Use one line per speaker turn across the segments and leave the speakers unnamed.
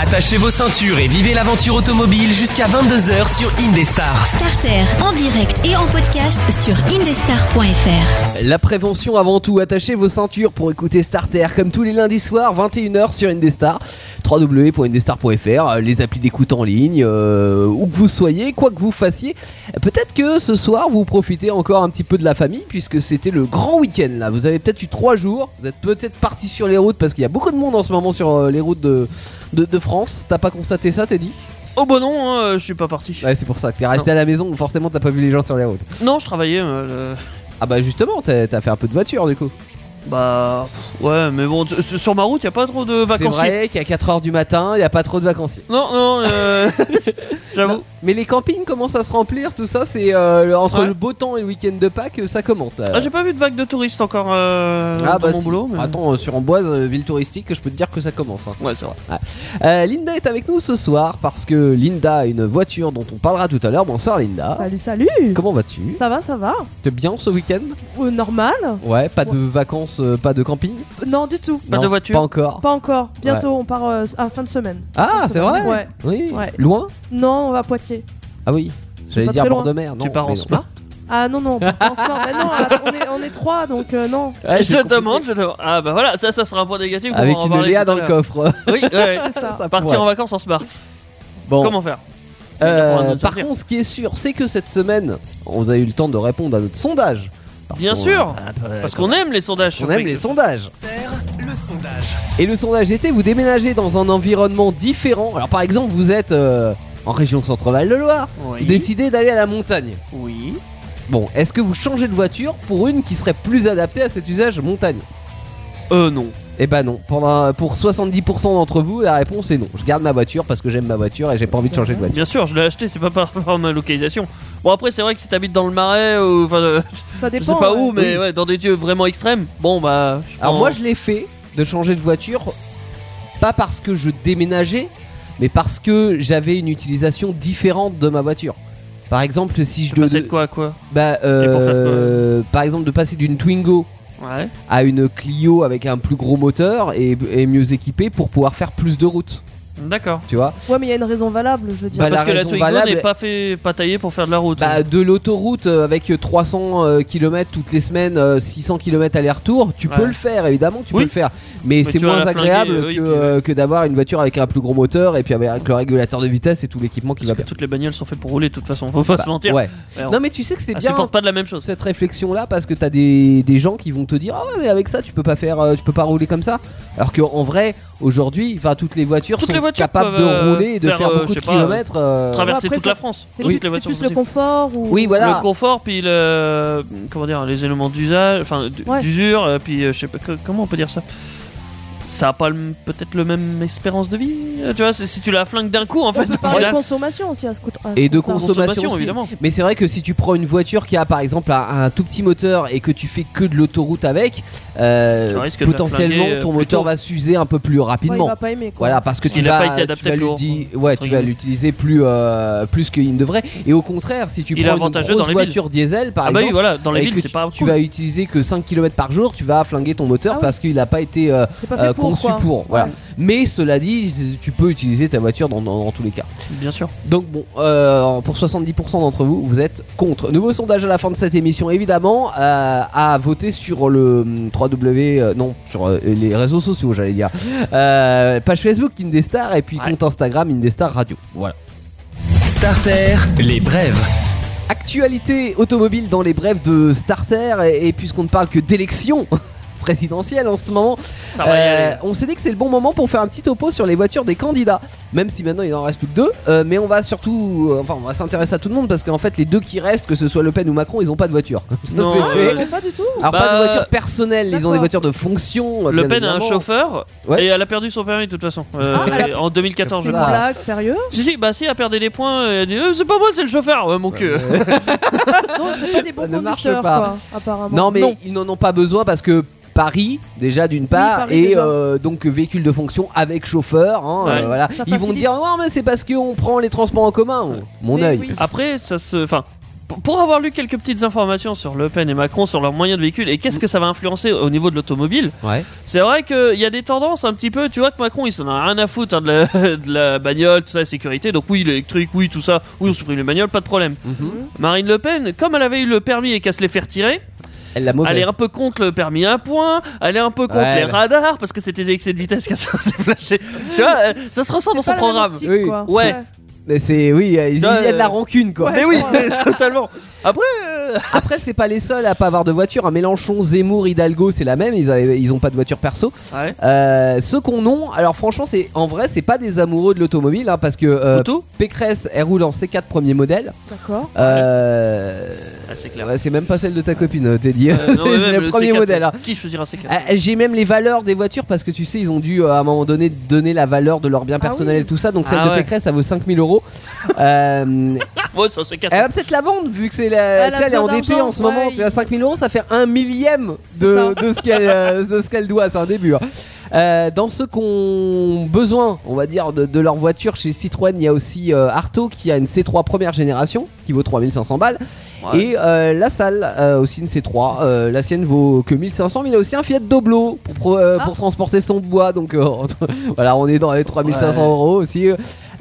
Attachez vos ceintures et vivez l'aventure automobile jusqu'à 22h sur Indestar.
Starter en direct et en podcast sur indestar.fr.
La prévention avant tout, attachez vos ceintures pour écouter Starter comme tous les lundis soirs 21h sur Indestar, www.indestar.fr, euh, les applis d'écoute en ligne, euh, où que vous soyez, quoi que vous fassiez. Peut-être que ce soir vous profitez encore un petit peu de la famille puisque c'était le grand week-end là. Vous avez peut-être eu trois jours, vous êtes peut-être partis sur les routes parce qu'il y a beaucoup de monde en ce moment sur euh, les routes de, de, de France. T'as pas constaté ça, Teddy
Oh bah non, hein, euh, je suis pas parti.
Ouais, c'est pour ça que t'es resté à la maison, forcément t'as pas vu les gens sur les routes.
Non, je travaillais. euh, le-
Ah bah justement, t'as t'as fait un peu de voiture du coup.
Bah pff, ouais, mais bon, t- sur ma route, y a pas trop de
C'est vrai
vacanciers.
qu'à 4h du matin, il n'y a pas trop de vacanciers.
Non, non, euh, j'avoue.
Mais les campings commencent à se remplir, tout ça, c'est euh, le- entre
Ouais.
le beau temps et le week-end de Pâques, euh, ça commence. là.
Ah, j'ai pas vu de vague de touristes encore euh, dans mon
Ah, si.
boulot. mais-
Attends, euh, sur Amboise, euh, ville touristique, je peux te dire que ça commence. hein.
Ouais, c'est vrai.
Euh, Linda est avec nous ce soir parce que Linda a une voiture dont on parlera tout à l'heure. Bonsoir Linda.
Salut, salut
Ah. Comment vas-tu
Ça va, ça va
T'es bien ce week-end
Euh, Normal
Ouais, pas de vacances, euh, pas de camping
Non, du tout.
Pas
Non,
de voiture
Pas encore.
Pas encore. Bientôt, on part euh, à fin de semaine.
Ah, c'est vrai
Ouais.
Oui.
Ouais.
Loin
Non, on va à Poitiers.
Ah oui. J'allais
pas
dire
très loin.
bord de mer. Non,
Tu pars en
mais non.
spa
Ah non, non, on part pas en sport. Bah non, attends, on est, on est trois, donc euh, non.
Ouais,
Je
Ah, c'est compliqué.
demande, je demande. Ah bah voilà, ça, ça sera un point négatif. on va
Avec
en
une
parler
Léa
tout à
dans le
l'heure.
coffre.
Oui, ouais.
C'est ça.
Ça pourrait.
Partir en vacances en smart.
Bon.
Comment faire C'est
Euh,
bien pour nous
par
sortir.
contre, ce qui est sûr, c'est que cette semaine, on a eu le temps de répondre à notre sondage. Parce
Bien
qu'on-
sûr.
Ah, bah,
Parce qu'on aime les sondages.
on
sur
aime
Freak
les
News.
sondages.
Le sondage.
Et le sondage était vous déménagez dans un environnement différent. Alors, par exemple, vous êtes euh, en région Centre-Val de Loire. Vous
Oui.
décidez d'aller à la montagne.
Oui.
Bon, est-ce que vous changez de voiture pour une qui serait plus adaptée à cet usage montagne
Euh non.
Eh ben non. Pendant, pour 70% d'entre vous, la réponse est non. Je garde ma voiture parce que j'aime ma voiture et j'ai pas envie de changer de voiture.
Bien sûr, je l'ai acheté, c'est pas par, par ma localisation. Bon, après, c'est vrai que si t'habites dans le marais ou enfin, euh,
Ça
je
dépend.
sais pas
ouais.
où, mais ouais, dans des lieux vraiment extrêmes, bon bah. je
Alors
prends-
moi je l'ai fait de changer de voiture, pas parce que je déménageais, mais parce que j'avais une utilisation différente de ma voiture. Par exemple, si je
je passais
devais-
de quoi à quoi
bah, euh, par exemple de passer d'une Twingo
Ouais.
à une Clio avec un plus gros moteur et, et mieux équipé pour pouvoir faire plus de route,
D'accord.
tu vois.
Ouais, mais il y a une raison valable, je veux dire.
Bah,
Parce
la
que la
raison
Twingo
valable-
n'est pas fait, pas taillée pour faire de la route. hein.
Bah, de l'autoroute euh, avec 300 km toutes les semaines, euh, 600 km aller-retour, tu
Ouais.
peux le faire évidemment, tu peux
Oui.
le faire. Mais c'est
tu vas
moins
la flinguer,
agréable
euh, oui,
que,
puis,
euh, que d'avoir une voiture avec un plus gros moteur et puis avec le régulateur de vitesse et tout l'équipement qui
parce
va
que
bien.
toutes les bagnoles sont faites pour rouler, de toute façon, faut pas
Bah,
se mentir. Ah,
ouais.
Ouais, on-
Non mais tu sais que c'est
elles
bien
supportent pas de la même chose.
cette réflexion là parce que t'as des, des gens qui vont te dire ah ouais mais avec ça tu peux pas faire euh, tu peux pas rouler comme ça alors que en vrai aujourd'hui enfin toutes les voitures
Toutes
sont
les voitures
capables
peuvent,
de
euh,
rouler et de faire,
faire, euh,
beaucoup de
je sais pas, euh,
kilomètres euh,
Traverser
après,
toute
ça-
la France.
C'est
toutes
plus,
les
c'est
voitures
plus
sont
le
possibles.
confort ou.
oui voilà
Le confort, puis le. Comment dire, les éléments d'usage, enfin d-
Ouais.
d'usure, euh, puis euh, je sais pas, que- comment on peut dire ça Ça a pas le- peut-être le même espérance de vie euh, Tu vois, c'est- si tu la flingues d'un coup, en fait.
On peut
tu
parler
la-
de consommation aussi à ce côté.
et de
consommation.
consommation,
consommation,
aussi.
évidemment.
Mais c'est vrai que si tu prends une voiture qui a par exemple un, un tout petit moteur et que tu fais que de l'autoroute avec, euh,
Tu risques de la
potentiellement
flinguer, euh,
ton
plus
moteur
tôt.
va s'user un peu plus rapidement.
il va pas aimer quoi.
Voilà, parce que tu
Il a
vas,
pas été adapté
tu vas lui
pour-
di- ouais,
entre
tu vas
guillemets.
l'utiliser plus euh, plus qu'il ne devrait. Et au contraire, si tu
Il est
prends une
avantageux
grosse
dans les villes.
voiture diesel par
Ah bah oui,
exemple.
voilà, dans les
et
villes,
que
c'est
tu-
pas.
tu
cool.
vas utiliser que 5 km par jour, tu vas flinguer ton moteur
Ah oui.
parce qu'il n'a pas été euh,
C'est pas
euh,
fait pour
conçu
quoi.
pour. Voilà. Mais cela dit, tu peux utiliser ta voiture dans- dans- dans tous les cas.
Bien sûr.
Donc bon, euh, pour 70% d'entre vous, vous êtes contre. Nouveau sondage à la fin de cette émission, évidemment, euh, à voter sur le hum, 3W, euh, non, sur euh, les réseaux sociaux, j'allais dire. Euh, page Facebook Indestar et puis
Ouais.
compte Instagram Indestar Radio. Voilà.
Starter, les brèves.
Actualité automobile dans les brèves de Starter et, et puisqu'on ne parle que d'élections présidentielles en ce moment,
Ça va y
euh,
aller.
on s'est dit que c'est le bon moment pour faire un petit topo sur les voitures des candidats. Même si maintenant il en reste plus que deux, euh, mais on va surtout, euh, enfin on va s'intéresser à tout le monde parce qu'en fait les deux qui restent, que ce soit Le Pen ou Macron, ils ont pas de voiture. Comme ça,
Non,
c'est
Ah,
fait.
euh,
non, pas du tout.
Alors pas
Bah,
de voiture personnelle, ils ont des
d'accord.
voitures de fonction. euh,
Le
bien
Pen a un
évidemment.
chauffeur
Ouais.
et elle a perdu son permis de toute façon euh,
Ah, elle
en 2014. Je
C'est une
Ah.
crois.
blague, sérieux
Si si, bah si, elle a perdu des points. et Elle a dit Euh, c'est pas moi, c'est le chauffeur. Ouais, mon cul.
Euh,
Non, c'est pas des bons
ne marche
conducteurs
pas.
quoi, apparemment.
Non mais ils n'en ont pas besoin parce que Paris déjà d'une part
Paris,
et
déjà.
euh, donc véhicule de fonction avec chauffeur. hein,
Ouais.
euh, voilà.
Ça
Ils vont
facilite.
dire non mais c'est parce qu'on prend les transports en commun. Mon
Mais
œil.
oui.
Après, ça se. Enfin, P- Pour avoir lu quelques petites informations sur Le Pen et Macron, sur leurs moyens de véhicule et qu'est-ce que ça va influencer au niveau de l'automobile,
Ouais.
c'est vrai qu'il y a des tendances un petit peu, tu vois que Macron il s'en a rien à foutre hein, de, la, de la bagnole, tout ça, la sécurité, donc oui l'électrique, oui tout ça, oui on supprime les bagnoles, pas de problème.
Mhm.
Marine Le Pen, comme elle avait eu le permis et qu'à se les faire tirer,
Elle l'a
elle est
mauvaise.
un peu contre le permis à point, elle est un peu contre
Ouais,
les
bah.
radars parce que c'était des excès de vitesse qu'elle s'est flashée. Tu vois, euh, ça se ressent dans son programme.
Oui.
Ouais.
Mais c'est oui, il y a de la
Euh,
rancune quoi.
ouais.
Mais oui, totalement. Après, euh,
Après, c'est pas les seuls à pas avoir de voiture. Un Mélenchon, Zemmour, Hidalgo, c'est la même. Ils, avaient- ils ont pas de voiture perso.
ouais.
Euh, ceux qu'on ont, alors franchement, c'est en vrai, c'est pas des amoureux de l'automobile hein, parce que euh,
Auto
Pécresse, elle roule en C4 premier modèle.
D'accord.
Euh,
Ah, c'est clair.
ouais, c'est même pas celle de ta copine, euh, Teddy.
Euh, non,
c'est
mais
c'est
même
le premier
C4,
modèle. hein.
Qui choisira C4
Euh, J'ai même les valeurs des voitures parce que tu sais, ils ont dû euh, à un moment donné donner la valeur de leur bien
Ah
personnel
oui.
et tout ça. Donc
Ah
celle de
ouais.
Pécresse, ça vaut 5000 euros. Euh,
Ouais, c'est un C4.
Elle va peut-être la vendre vu que c'est la,
a
tu sais, elle est
besoin
endettée
d'argent,
en ce moment.
ouais,
Tu vois,
il-
5000 euros, ça fait un millième
C'est
de,
ça.
de ce qu'elle euh, de ce qu'elle doit. C'est un début. hein. Euh, dans ceux qui ont besoin, on va dire, de, de leur voiture chez Citroën, il y a aussi euh, Arto qui a une C3 première génération qui vaut 3500 balles.
Ouais.
Et euh, la salle euh, aussi une C3. euh, la sienne vaut que 1500, mais il a aussi un Fiat Doblo pour, pro- euh,
Ah.
pour transporter son bois. Donc euh, entre- voilà, on est dans les 3500
Ouais.
euros aussi.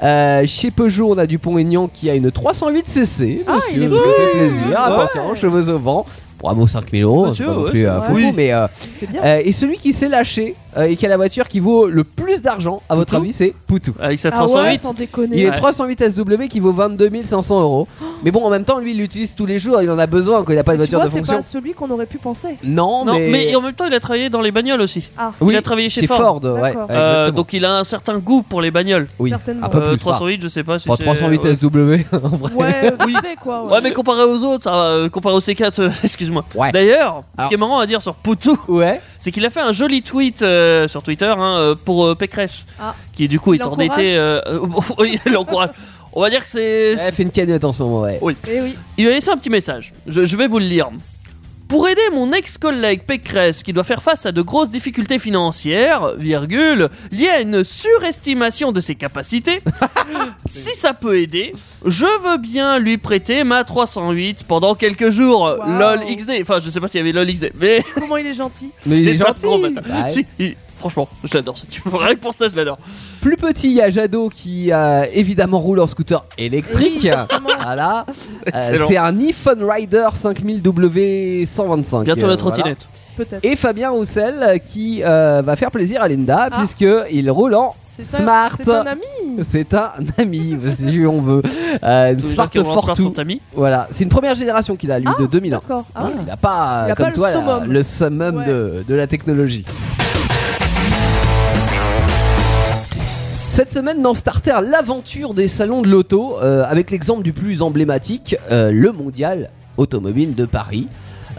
Euh, chez Peugeot, on a Dupont-Aignan qui a une 308cc.
Ah,
monsieur,
il est
vous
beau.
fait plaisir.
Ouais.
Attention, cheveux au vent. Bravo, 5000 euros. C'est
Monsieur,
pas non
ouais,
plus
c'est
euh,
vrai.
fou,
Oui.
mais. euh,
C'est bien.
euh, et celui qui s'est lâché euh, et qui a la voiture qui vaut le plus d'argent, à votre
Poutou
avis, c'est Poutou.
Avec sa
Ah ouais,
308.
sans déconner.
Il est
Ouais.
308 SW qui vaut 22 500 euros. Mais bon, en même temps, lui, il l'utilise tous les jours. Il en a besoin quand il n'a pas de
tu
voiture
vois,
de
c'est
fonction.
pas celui qu'on aurait pu penser.
Non,
non,
mais.
mais... en même temps, il a travaillé dans les bagnoles aussi.
Ah,
Oui,
il a travaillé chez
Ford.
Ford.
ouais,
D'accord.
exactement.
Euh, donc il a un certain goût pour les bagnoles.
oui,
certainement.
un peu
Euh,
plus.
308, je sais pas si
Enfin,
c'est-
308
ouais.
SW. en vrai.
ouais, vite fait quoi.
Ouais, mais comparé aux autres, ça va, euh, comparé au C4, euh, excuse-moi.
Ouais.
D'ailleurs, ce
Alors-
qui est marrant à dire sur Poutou,
Ouais.
c'est qu'il a fait un joli tweet euh, sur Twitter hein, euh, pour euh, Pécresse,
Ah.
qui du coup
Il
est endettée. euh, euh, oui, il l'encourage. On va dire que c'est.
Elle fait une cagnotte en ce moment, ouais.
Eh oui.
Il lui a laissé un petit message. Je, je vais vous le lire. Pour aider mon ex-collègue Pécresse qui doit faire face à de grosses difficultés financières, virgule, liées à une surestimation de ses capacités, si ça peut aider, je veux bien lui prêter ma 308 pendant quelques jours.
Wow.
LOL XD. Enfin, je sais pas s'il y avait LOL XD, mais
Comment il est gentil.
Mais il est
c'est un
gentil.
gros bâtard.
Bah ouais.
Si, il- Franchement, je l'adore ce type. Rien que pour ça, je l'adore.
Plus petit, il y a Jadot qui euh, évidemment roule en scooter électrique.
Oui, forcément.
voilà. Euh,
Excellent.
c'est un iPhone Rider 5000W125.
Bientôt
euh,
la
voilà.
trottinette.
Peut-être.
Et Fabien Roussel euh, qui euh, va faire plaisir à Linda
Ah.
puisque il roule en
C'est un-
Smart.
C'est un ami.
C'est un ami, si on veut. Euh, une
Tous les gens
Smart
qui ont lancé leur
Fortwo.
sont amis.
Voilà, c'est une première génération qu'il a, lui, de 2001.
D'accord. Ah
Hein,
oui.
il n'a pas,
Il a
comme
pas le
toi,
summum.
le summum
Ouais.
de, de la technologie. Cette semaine dans Starter, l'aventure des salons de l'auto, euh, avec l'exemple du plus emblématique, euh, le mondial automobile de Paris.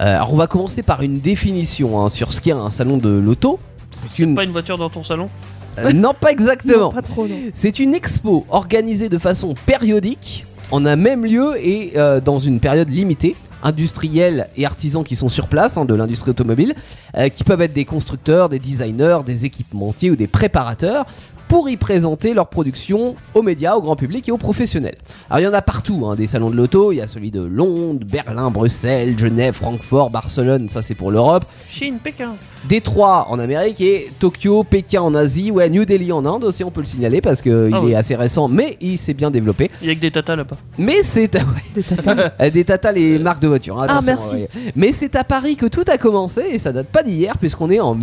Euh, alors on va commencer par une définition hein, sur ce qu'est un salon de l'auto. C'est une...
Pas une voiture dans ton salon.
euh, non, pas
Non,
exactement.
pas trop, non.
C'est une expo organisée de façon périodique, en un même lieu et euh, dans une période limitée. Industriels et artisans qui sont sur place hein, de l'industrie automobile, euh, qui peuvent être des constructeurs, des designers, des équipementiers ou des préparateurs pour y présenter leur production aux médias, au grand public et aux professionnels. Alors il y en a partout, hein, des salons de l'auto, il y a celui de Londres, Berlin, Bruxelles, Genève, Francfort, Barcelone, ça c'est pour l'Europe,
Chine, Pékin.
Détroit en Amérique et Tokyo, Pékin en Asie, ouais, New Delhi en Inde aussi, on peut le signaler parce qu'il
Ah
est
oui.
assez récent, mais il s'est bien développé.
Il y a que des tatas là-bas.
Mais c'est à-
Des tatas.
euh, des tatas les marques de voitures. hein,
Ah,
attention,
merci.
ouais. Mais c'est à Paris que tout a commencé et ça date pas d'hier puisqu'on est en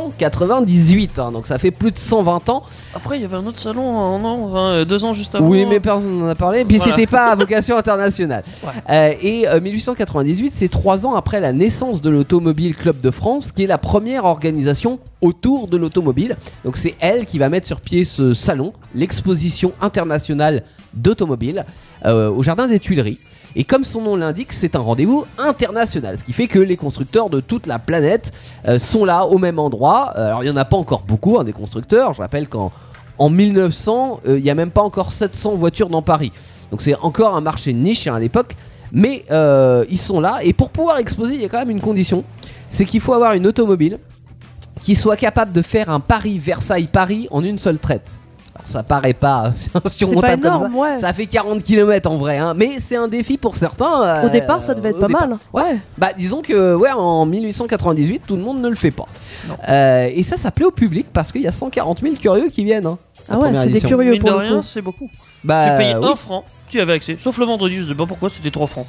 1898, hein, donc ça fait plus de 120 ans.
Après, il y avait un autre salon un an, enfin, euh, deux ans juste avant.
Oui, mais personne n'en a parlé. Puis
Voilà.
c'était pas à vocation internationale.
Ouais.
Euh, et euh, 1898, c'est trois ans après la naissance de l'Automobile Club de France, qui est la première organisation autour de l'automobile. Donc c'est elle qui va mettre sur pied ce salon, l'exposition internationale d'automobile, euh, au Jardin des Tuileries. Et comme son nom l'indique, c'est un rendez-vous international, ce qui fait que les constructeurs de toute la planète euh, sont là au même endroit. Euh, alors il n'y en a pas encore beaucoup, hein, des constructeurs. Je rappelle qu'en en 1900, euh, il n'y a même pas encore 700 voitures dans Paris. Donc c'est encore un marché de niche hein, à l'époque. Mais euh, ils sont là. Et pour pouvoir exposer, il y a quand même une condition. C'est qu'il faut avoir une automobile qui soit capable de faire un Paris-Versailles-Paris en une seule traite. Alors, ça paraît pas euh,
C'est pas
insurmontable comme ça.
énorme, ouais.
Ça fait 40 km en vrai, hein. mais c'est un défi pour certains. euh,
Au départ, ça devait être
au
pas
départ.
mal. Ouais.
Bah, disons que ouais, en 1898, tout le monde ne le fait pas. Euh, et ça, ça plaît au public parce qu'il y a 140 000 curieux qui viennent. hein, la
Ah ouais,
première
c'est des
édition.
curieux
Mine de
pour le
rien,
coup.
c'est beaucoup.
Bah,
tu payais
oui,
1 franc, tu y avais accès. Sauf le vendredi, je sais pas pourquoi, c'était 3 francs.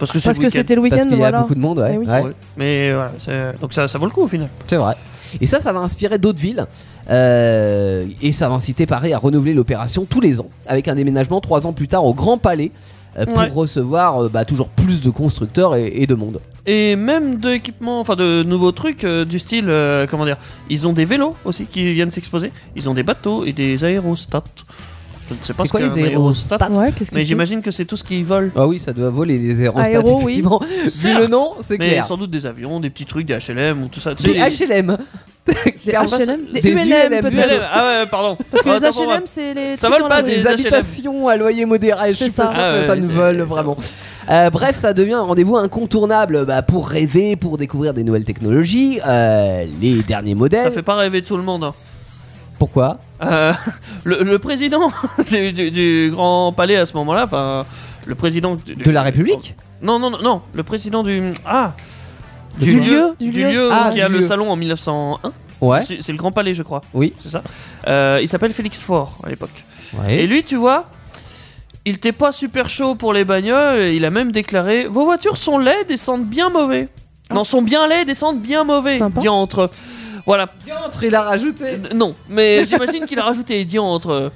Parce que c'est
Parce
le
que
week-end.
c'était le
parce
week-end,
qu'il y a
voilà.
beaucoup de monde, ouais.
Eh oui.
ouais.
Ouais. Mais voilà, c'est- donc ça, ça vaut le coup au final.
C'est vrai. Et ça, ça va inspirer d'autres villes. Euh, et ça va inciter Paris à renouveler l'opération tous les ans, avec un déménagement trois ans plus tard au Grand Palais, euh, pour
Ouais.
recevoir euh, bah, toujours plus de constructeurs et, et de monde.
Et même de équipements, enfin de nouveaux trucs euh, du style, euh, comment dire, ils ont des vélos aussi qui viennent s'exposer. Ils ont des bateaux et des aérostats. Je ne sais pas
C'est
ce
quoi
qu'est
les
un aérostat,
aérostats
Ouais, qu'est-ce que
mais
c'est
j'imagine que c'est tout ce qui vole.
Ah oui, ça doit voler les aérostats,
Aéro, oui.
effectivement. Vu
Certes,
le nom, c'est
Mais
clair.
sans doute des avions, des petits trucs, des HLM ou tout ça.
Des
Tu sais,
HLM.
Des
Car-
HLM,
des
des ULM
les-
peut-être.
Ah ouais, pardon.
Parce que
Ah,
les
autant pour moi.
HLM, c'est les.
Ça
trucs
vole
dans
pas
le-
des-
les
HLM.
habitations à loyer modéré, je suis
H&M. C'est
pas
ça.
sûr
Ah
que
ouais,
ça
ouais,
nous
c'est-
vole
c'est-
vraiment. Euh, bref, ça devient un rendez-vous incontournable bah, pour rêver, pour découvrir des nouvelles technologies, euh, les derniers modèles.
Ça fait pas rêver tout le monde. hein.
Pourquoi
Euh, le, le président du, du- du Grand Palais à ce moment-là, enfin, le président du-
De la République
Non, non, non, non, le président du. Ah
Du
lieu,
Du,
du
lieu,
lieu.
Ah,
qui a
du
le
lieu.
salon en 1901.
Ouais.
C'est c'est le Grand Palais, je crois.
Oui.
C'est ça. Euh, il s'appelle Félix Faure à l'époque.
Ouais.
Et, lui, tu vois, il était pas super chaud pour les bagnoles. et Il a même déclaré Vos voitures sont laides et sentent bien mauvais. Non, sont bien laides et sentent bien mauvais.
Sympa.
Diantre. Voilà.
il a rajouté.
Euh, Non, mais j'imagine qu'il a rajouté diantre.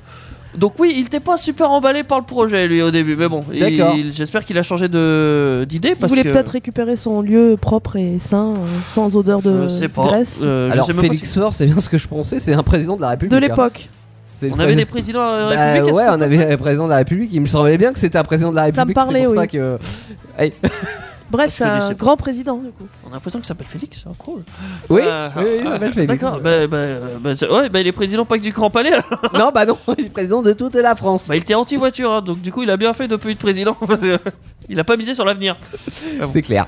Donc oui, il était pas super emballé par le projet lui au début, mais bon, il-
D'accord.
j'espère qu'il a changé de d'idée
Il
parce
voulait
que
peut-être récupérer son lieu propre et sain, euh, sans odeur de
je sais pas.
graisse.
Euh, je
Alors
sais même pas
Félix Faure, c'est bien ce que je pensais, c'est un président de la République. hein.
De l'époque.
C'est
si-
le
On avait des
président-
présidents euh,
Bah,
républicains.
ouais,
c'est
on avait un président de la République. Il me semblait bien que c'était un président de la
Ça me
République. c'est
parlait,
pour
oui.
ça que
Bref,
je
c'est
connaissais
un
pas.
grand président du coup.
tout. On a l'impression qu'il s'appelle Félix, c'est drôle.
oui,
Euh,
oui, oui, il
euh,
s'appelle Félix.
D'accord, bah, bah, euh, bah, c'est- ouais, bah, il est président pas que du Grand Palais. alors.
Non, bah non, il est président de toute la France.
Bah, il était anti-voiture, hein, donc du coup, il a bien fait de plus être président. parce que il a pas misé sur l'avenir.
C'est clair.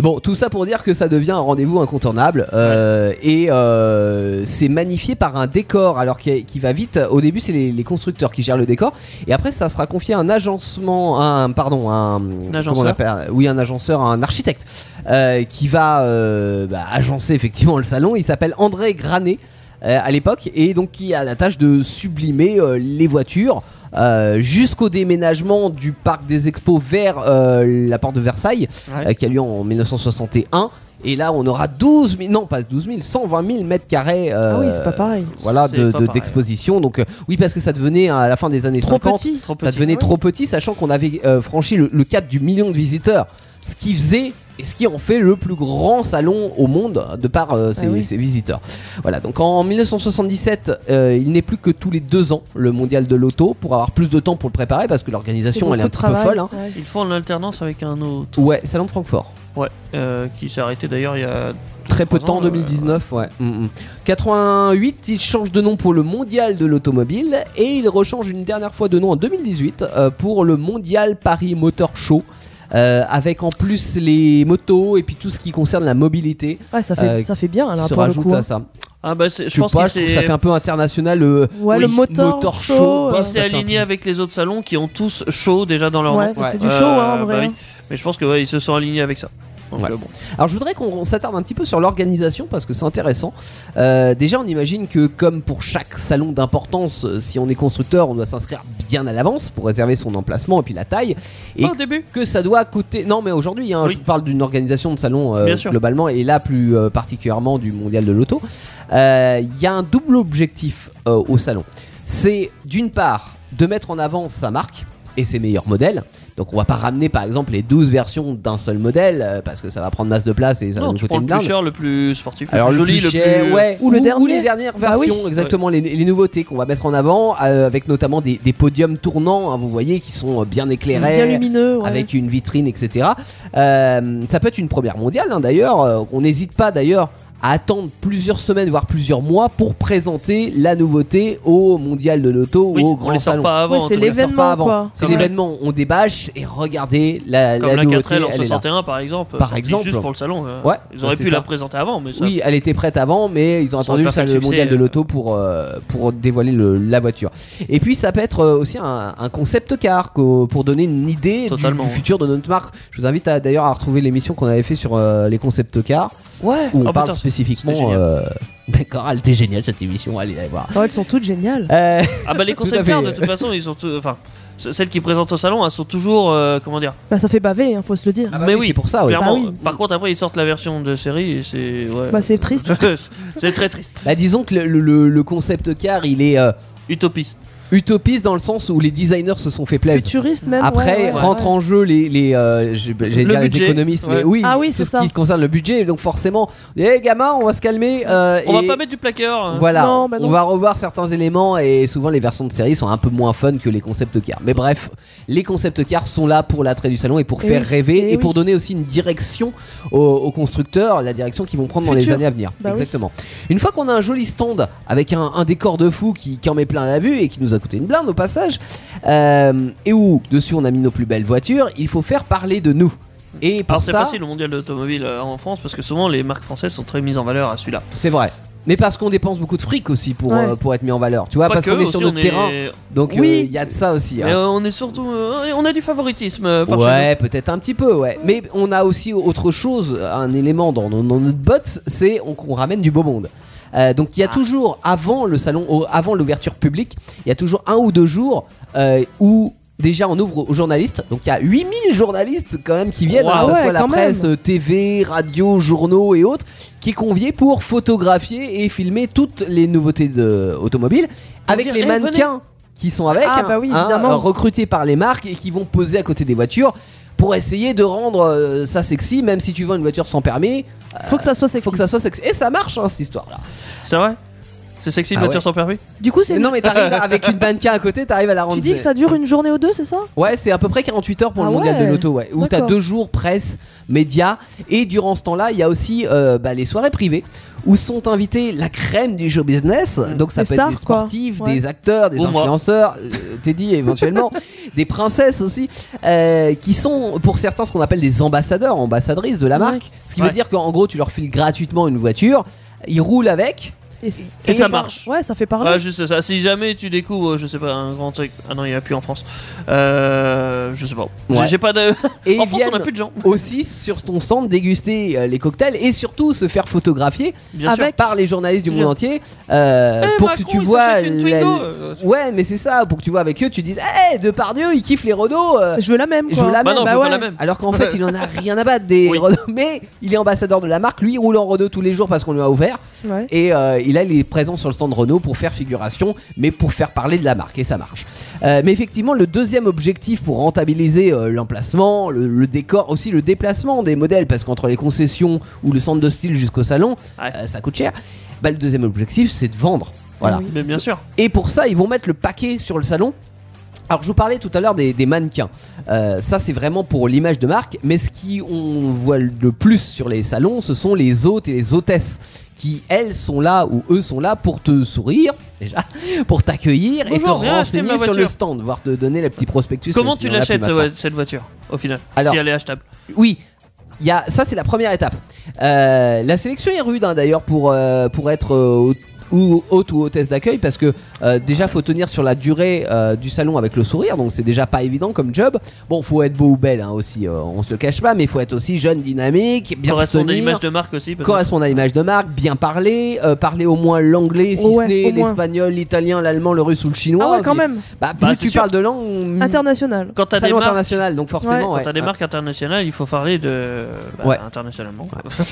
Bon, tout ça pour dire que ça devient un rendez-vous incontournable euh, et euh, c'est magnifié par un décor alors qui, qui va vite. Au début, c'est les, les constructeurs qui gèrent le décor et après, ça sera confié à un agencement, un pardon, un
agenceur.
comment on appelle- euh, oui, un agenceur, un architecte euh, qui va euh, bah, agencer effectivement le salon. Il s'appelle André Granet euh, à l'époque et donc qui a la tâche de sublimer euh, les voitures euh, jusqu'au déménagement du parc des expos vers euh, la porte de Versailles
Ouais.
euh, qui a lieu en 1961 et là on aura 12 000 non pas 12 000 120 000 mètres carrés euh,
Ah oui, c'est pas pareil.
voilà
C'est
de-
pas
de-
pareil.
d'exposition donc euh, oui parce que ça devenait hein, à la fin des années
Trop
50
petit.
Trop
ça
petit.
devenait trop petit sachant qu'on avait euh, franchi le, le cap du million de visiteurs ce qui faisait et ce qui en fait le plus grand salon au monde de par euh, ses,
Ah oui.
ses visiteurs. Voilà, donc en 1977, euh, il n'est plus que tous les deux ans le mondial de l'auto pour avoir plus de temps pour le préparer parce que
C'est
l'organisation
beaucoup
elle est un
de
petit peu
travail.
folle. hein.
ouais.
Ils font en alternance avec un autre.
Ouais, salon de Francfort.
Ouais, euh, qui s'est arrêté d'ailleurs il y a.
Très peu de temps,
Trois ans, euh,
2019, ouais. Mm, mm. 88, il change de nom pour le Mondial de l'automobile et il rechange une dernière fois de nom en 2018 euh, pour le Mondial Paris Motor Show. euh, avec en plus les motos et puis tout ce qui concerne la mobilité
Ouais, ça fait,
Euh,
ça fait bien là,
se
pour le
rajoute
coup.
à
hein.
ça.
Ah bah, c'est- je
Je,
pense
sais pas,
que
je trouve que
c'est.
ça fait un peu international euh, le
Ouais, le
oui,
motor,
show.
show,
bah, ça
euh,
C'est
fait un peu-
aligné avec les autres salons qui ont tous chaud déjà dans leur
Ouais,
nom.
c'est du
Euh,
show hein, en
bah
vrai.
oui. Mais je pense que ouais, ils se sont alignés avec ça. Donc,
Ouais.
euh, bon.
Alors je voudrais qu'on s'attarde un petit peu sur l'organisation parce que c'est intéressant. Euh, déjà on imagine que comme pour chaque salon d'importance, euh, si on est constructeur, on doit s'inscrire bien à l'avance pour réserver son emplacement et puis la taille. Et
Pas au début.
que ça doit coûter... Non mais aujourd'hui hein,
Oui.
je parle d'une organisation de salon euh,
Bien sûr.
globalement et là plus euh, particulièrement du mondial de l'auto. Euh, Il y a un double objectif euh, au salon. C'est d'une part de mettre en avant sa marque et ses meilleurs modèles. Donc on va pas ramener par exemple les 12 versions d'un seul modèle euh, parce que ça va prendre masse de place et ça va
Non,
nous
tu
coûter
prends le
une
plus
blinde.
cher, le plus sportif, le
Alors
plus joli,
le plus cher,
plus. euh,
ouais,
Ou le dernier.
les dernières
Bah oui.
versions, exactement les, les nouveautés qu'on va mettre en avant, euh, avec notamment des, des podiums tournants, hein, vous voyez, qui sont euh, bien éclairés,
Bien lumineux. ouais.
avec une vitrine, etc. Euh, ça peut être une première mondiale, hein, d'ailleurs. Euh, on n'hésite pas, d'ailleurs, à attendre plusieurs semaines, voire plusieurs mois pour présenter la nouveauté au mondial de l'auto
euh, Oui,
ou au
on
grand
les sort
salon.
pas avant.
Ouais,
on les
c'est
On les sort
L'événement,
pas avant.
quoi.
C'est
Comme la-
l'événement, on débâche et regardez la,
Comme la
nouveauté.
4L en
elle est là.
61 par exemple.
Par
sortie
exemple.
Juste pour le salon. euh,
Ouais,
Ils auraient
c'est
pu
ça.
la présenter avant, mais ça.
Oui, elle était prête avant, mais ils ont
aurait
attendu
pas
le,
fait le
le
succès,
mondial de
euh.
l'auto pour, euh, pour dévoiler le- la voiture. Et puis ça peut être euh, aussi un, un concept car qu'au- pour donner une idée du,
Totalement,
du
ouais.
futur de notre marque. Je vous invite à- d'ailleurs à retrouver l'émission qu'on avait fait sur euh, les concept cars
Ouais.
où on
Ah,
parle
putain,
spécifiquement.
c'était génial.
euh, D'accord, elle était géniale cette émission, allez la voir.
Oh, elles sont toutes géniales.
Euh,
Ah bah les
Tout à
concept
fait.
cars, de toute façon, ils sont. tous- Enfin, c- celles qui présentent au salon, elles sont toujours. euh, comment dire
Bah, ça fait baver, hein, faut se le dire.
Mais Ah oui,
c'est pour ça. ouais.
Clairement.
Bah oui.
Par contre, après, ils sortent la version de série et c'est. ouais.
Bah, c'est triste.
c'est très triste.
Bah, disons que le, le- le concept car il est euh,
Utopiste.
utopiste dans le sens où les designers se sont fait plaisir.
Futuriste, même.
Après
ouais, ouais, ouais.
rentrent en jeu les, les euh, j'ai- j'allais
Le
dire les
budget.
économistes, mais
Ouais.
oui,
Ah oui,
tout
c'est
ce
ça.
qui concerne le budget. Donc forcément, les gamins, on va se calmer. euh,
On
et
va pas mettre du placard. hein.
Voilà,
Non, bah non.
on va revoir certains éléments et souvent les versions de série sont un peu moins fun que les concept cars. Mais bref, les concept cars sont là pour l'attrait du salon et pour
Et
faire
Eh oui,
rêver et,
et
pour
oui.
donner aussi une direction aux, aux constructeurs, la direction qu'ils vont prendre dans les
Futur.
années à venir.
Bah oui.
Exactement. Une fois qu'on a un joli stand avec un, un décor de fou qui, qui en met plein la vue et qui nous a coûté une blinde au passage, euh, et où dessus on a mis nos plus belles voitures, il faut faire parler de nous. Et pour
Alors c'est
ça,
facile le mondial de l'automobile euh, en France parce que souvent les marques françaises sont très mises en valeur à celui-là.
c'est vrai. Mais parce qu'on dépense beaucoup de fric aussi pour,
Ouais.
euh, pour être mis en valeur, tu vois,
Pas
parce
que,
qu'on est
aussi,
sur notre
on est-
terrain. Donc euh, il
Oui.
y a de ça aussi.
Mais
hein.
euh, on est surtout, euh, on a du favoritisme. euh, par chez
Ouais, peut-être un petit peu, ouais. Mais on a aussi autre chose, un élément dans, dans- dans notre botte, c'est on- qu'on ramène du beau monde. Euh, donc il y a
Ah.
toujours, avant le salon, au- avant l'ouverture publique, il y a toujours un ou deux jours euh, où déjà on ouvre aux journalistes. Donc il y a 8000 journalistes quand même qui viennent,
Wow.
hein, que ce
Ah ouais,
soit la
quand
presse,
même.
euh, TV, radio, journaux et autres, qui est convié pour photographier et filmer toutes les nouveautés de, automobiles avec
dire,
les
Eh, venez.
mannequins qui sont avec,
Ah,
hein,
bah oui,
hein,
évidemment.
euh, recrutés par les marques et qui vont poser à côté des voitures pour essayer de rendre euh, ça sexy, même si tu vends une voiture sans permis,
Faut que ça soit sexy.
faut que ça soit sexy. Et ça marche, hein, cette histoire-là.
nous. C'est vrai. C'est sexy une
Ah
voiture
ouais.
sans permis.
Du coup, c'est.
Non, mais t'arrives avec une mannequin à côté, t'arrives à la rendre.
Tu dis que ça dure une journée ou deux, c'est ça
Ouais, c'est à peu près 48 heures pour le
Ah
mondial
ouais.
de l'auto, ouais. Où t'as
D'accord.
deux jours presse, médias, et durant ce temps-là, il y a aussi euh, bah, les soirées privées où sont invités la crème du show business. Donc ça
Mmh.
peut être
Des
des
stars, quoi.
sportifs,
Ouais.
des acteurs, des
Ou moi.
influenceurs, euh, Teddy éventuellement, des princesses aussi, euh, qui sont pour certains ce qu'on appelle des ambassadeurs, ambassadrices de la
Ouais.
marque. Ce qui
Ouais.
veut dire qu'en gros, tu leur files gratuitement une voiture, ils roulent avec.
Et,
Et ça marche.
Ouais, ça fait
Ah
parler.
Voilà, Ah, juste ça. Si jamais tu découvres, euh, je sais pas, un grand truc. Ah non, il n'y a plus en France. Euh, je sais pas. J'ai-
Ouais.
J'ai pas de.
Et
en
ils
France, on a
viennent
plus de gens.
aussi sur ton stand déguster euh, les cocktails et surtout se faire photographier
Bien
Avec-
par les journalistes du
Bien.
monde entier Ah euh,
sûr. bah, Eh,
pour
Macron,
que tu
il
vois
s'achète une
la-
Twingo, euh,
ouais mais c'est ça pour que tu vois avec eux tu dises Eh Depardieu il kiffe les Renault euh,
Je veux la même, quoi.
je veux la
Bah
même
non, je veux
Bah
pas la
ouais.
même.
alors qu'en fait il en a rien à battre des
Oui.
Renault mais il est ambassadeur de la marque lui il roule en Renault tous les jours parce qu'on lui a ouvert
Ouais.
et euh, il a il est présent sur le stand Renault pour faire figuration mais pour faire parler de la marque et ça marche Euh, mais effectivement le deuxième objectif pour rentabiliser euh, l'emplacement le, le décor aussi le déplacement des modèles parce qu'entre les concessions ou le centre de style jusqu'au salon
Ouais.
euh, ça coûte cher bah, le deuxième objectif c'est de vendre voilà
Ah Oui.
Mais bien sûr.
et pour ça, ils vont mettre le paquet sur le salon. Alors, je vous parlais tout à l'heure des, des mannequins. Euh, ça, c'est vraiment pour l'image de marque. Mais ce qui on voit le plus sur les salons, ce sont les hôtes et les hôtesses qui, elles, sont là ou eux sont là pour te sourire, déjà, pour t'accueillir et te
Bonjour, viens acheter
renseigner
ma
sur le
voiture.
stand, voire te donner la petite prospectus.
Comment
même si
tu
on en a
l'achètes
plus
ce-
maintenant.
cette voiture au final
Alors-
Si elle est achetable.
Oui. Il y a, ça c'est la première étape. Euh, la sélection est rude hein, d'ailleurs pour, euh, pour être euh, ou hôte ou hôtesse d'accueil parce que euh, déjà faut tenir sur la durée euh, du salon avec le sourire donc c'est déjà pas évident comme job. Bon faut être beau ou belle hein, aussi euh, on se le cache pas mais faut être aussi jeune dynamique bien
Correspondre à
se tenir,
l'image de marque aussi. peut-être.
correspondre à l'image de marque bien parler euh, parler au moins l'anglais si
Ouais,
ce n'est
au moins.
l'espagnol l'italien l'allemand le russe ou le chinois.
Ah ouais, quand même.
Bah, plus
Bah, c'est
tu
sûr.
parles de langue
International.
Quand t'as des
salon
marques.
international donc forcément
Ouais.
Quand
ouais.
t'as des marques internationales, il faut parler de bah,
Ouais.
internationalement.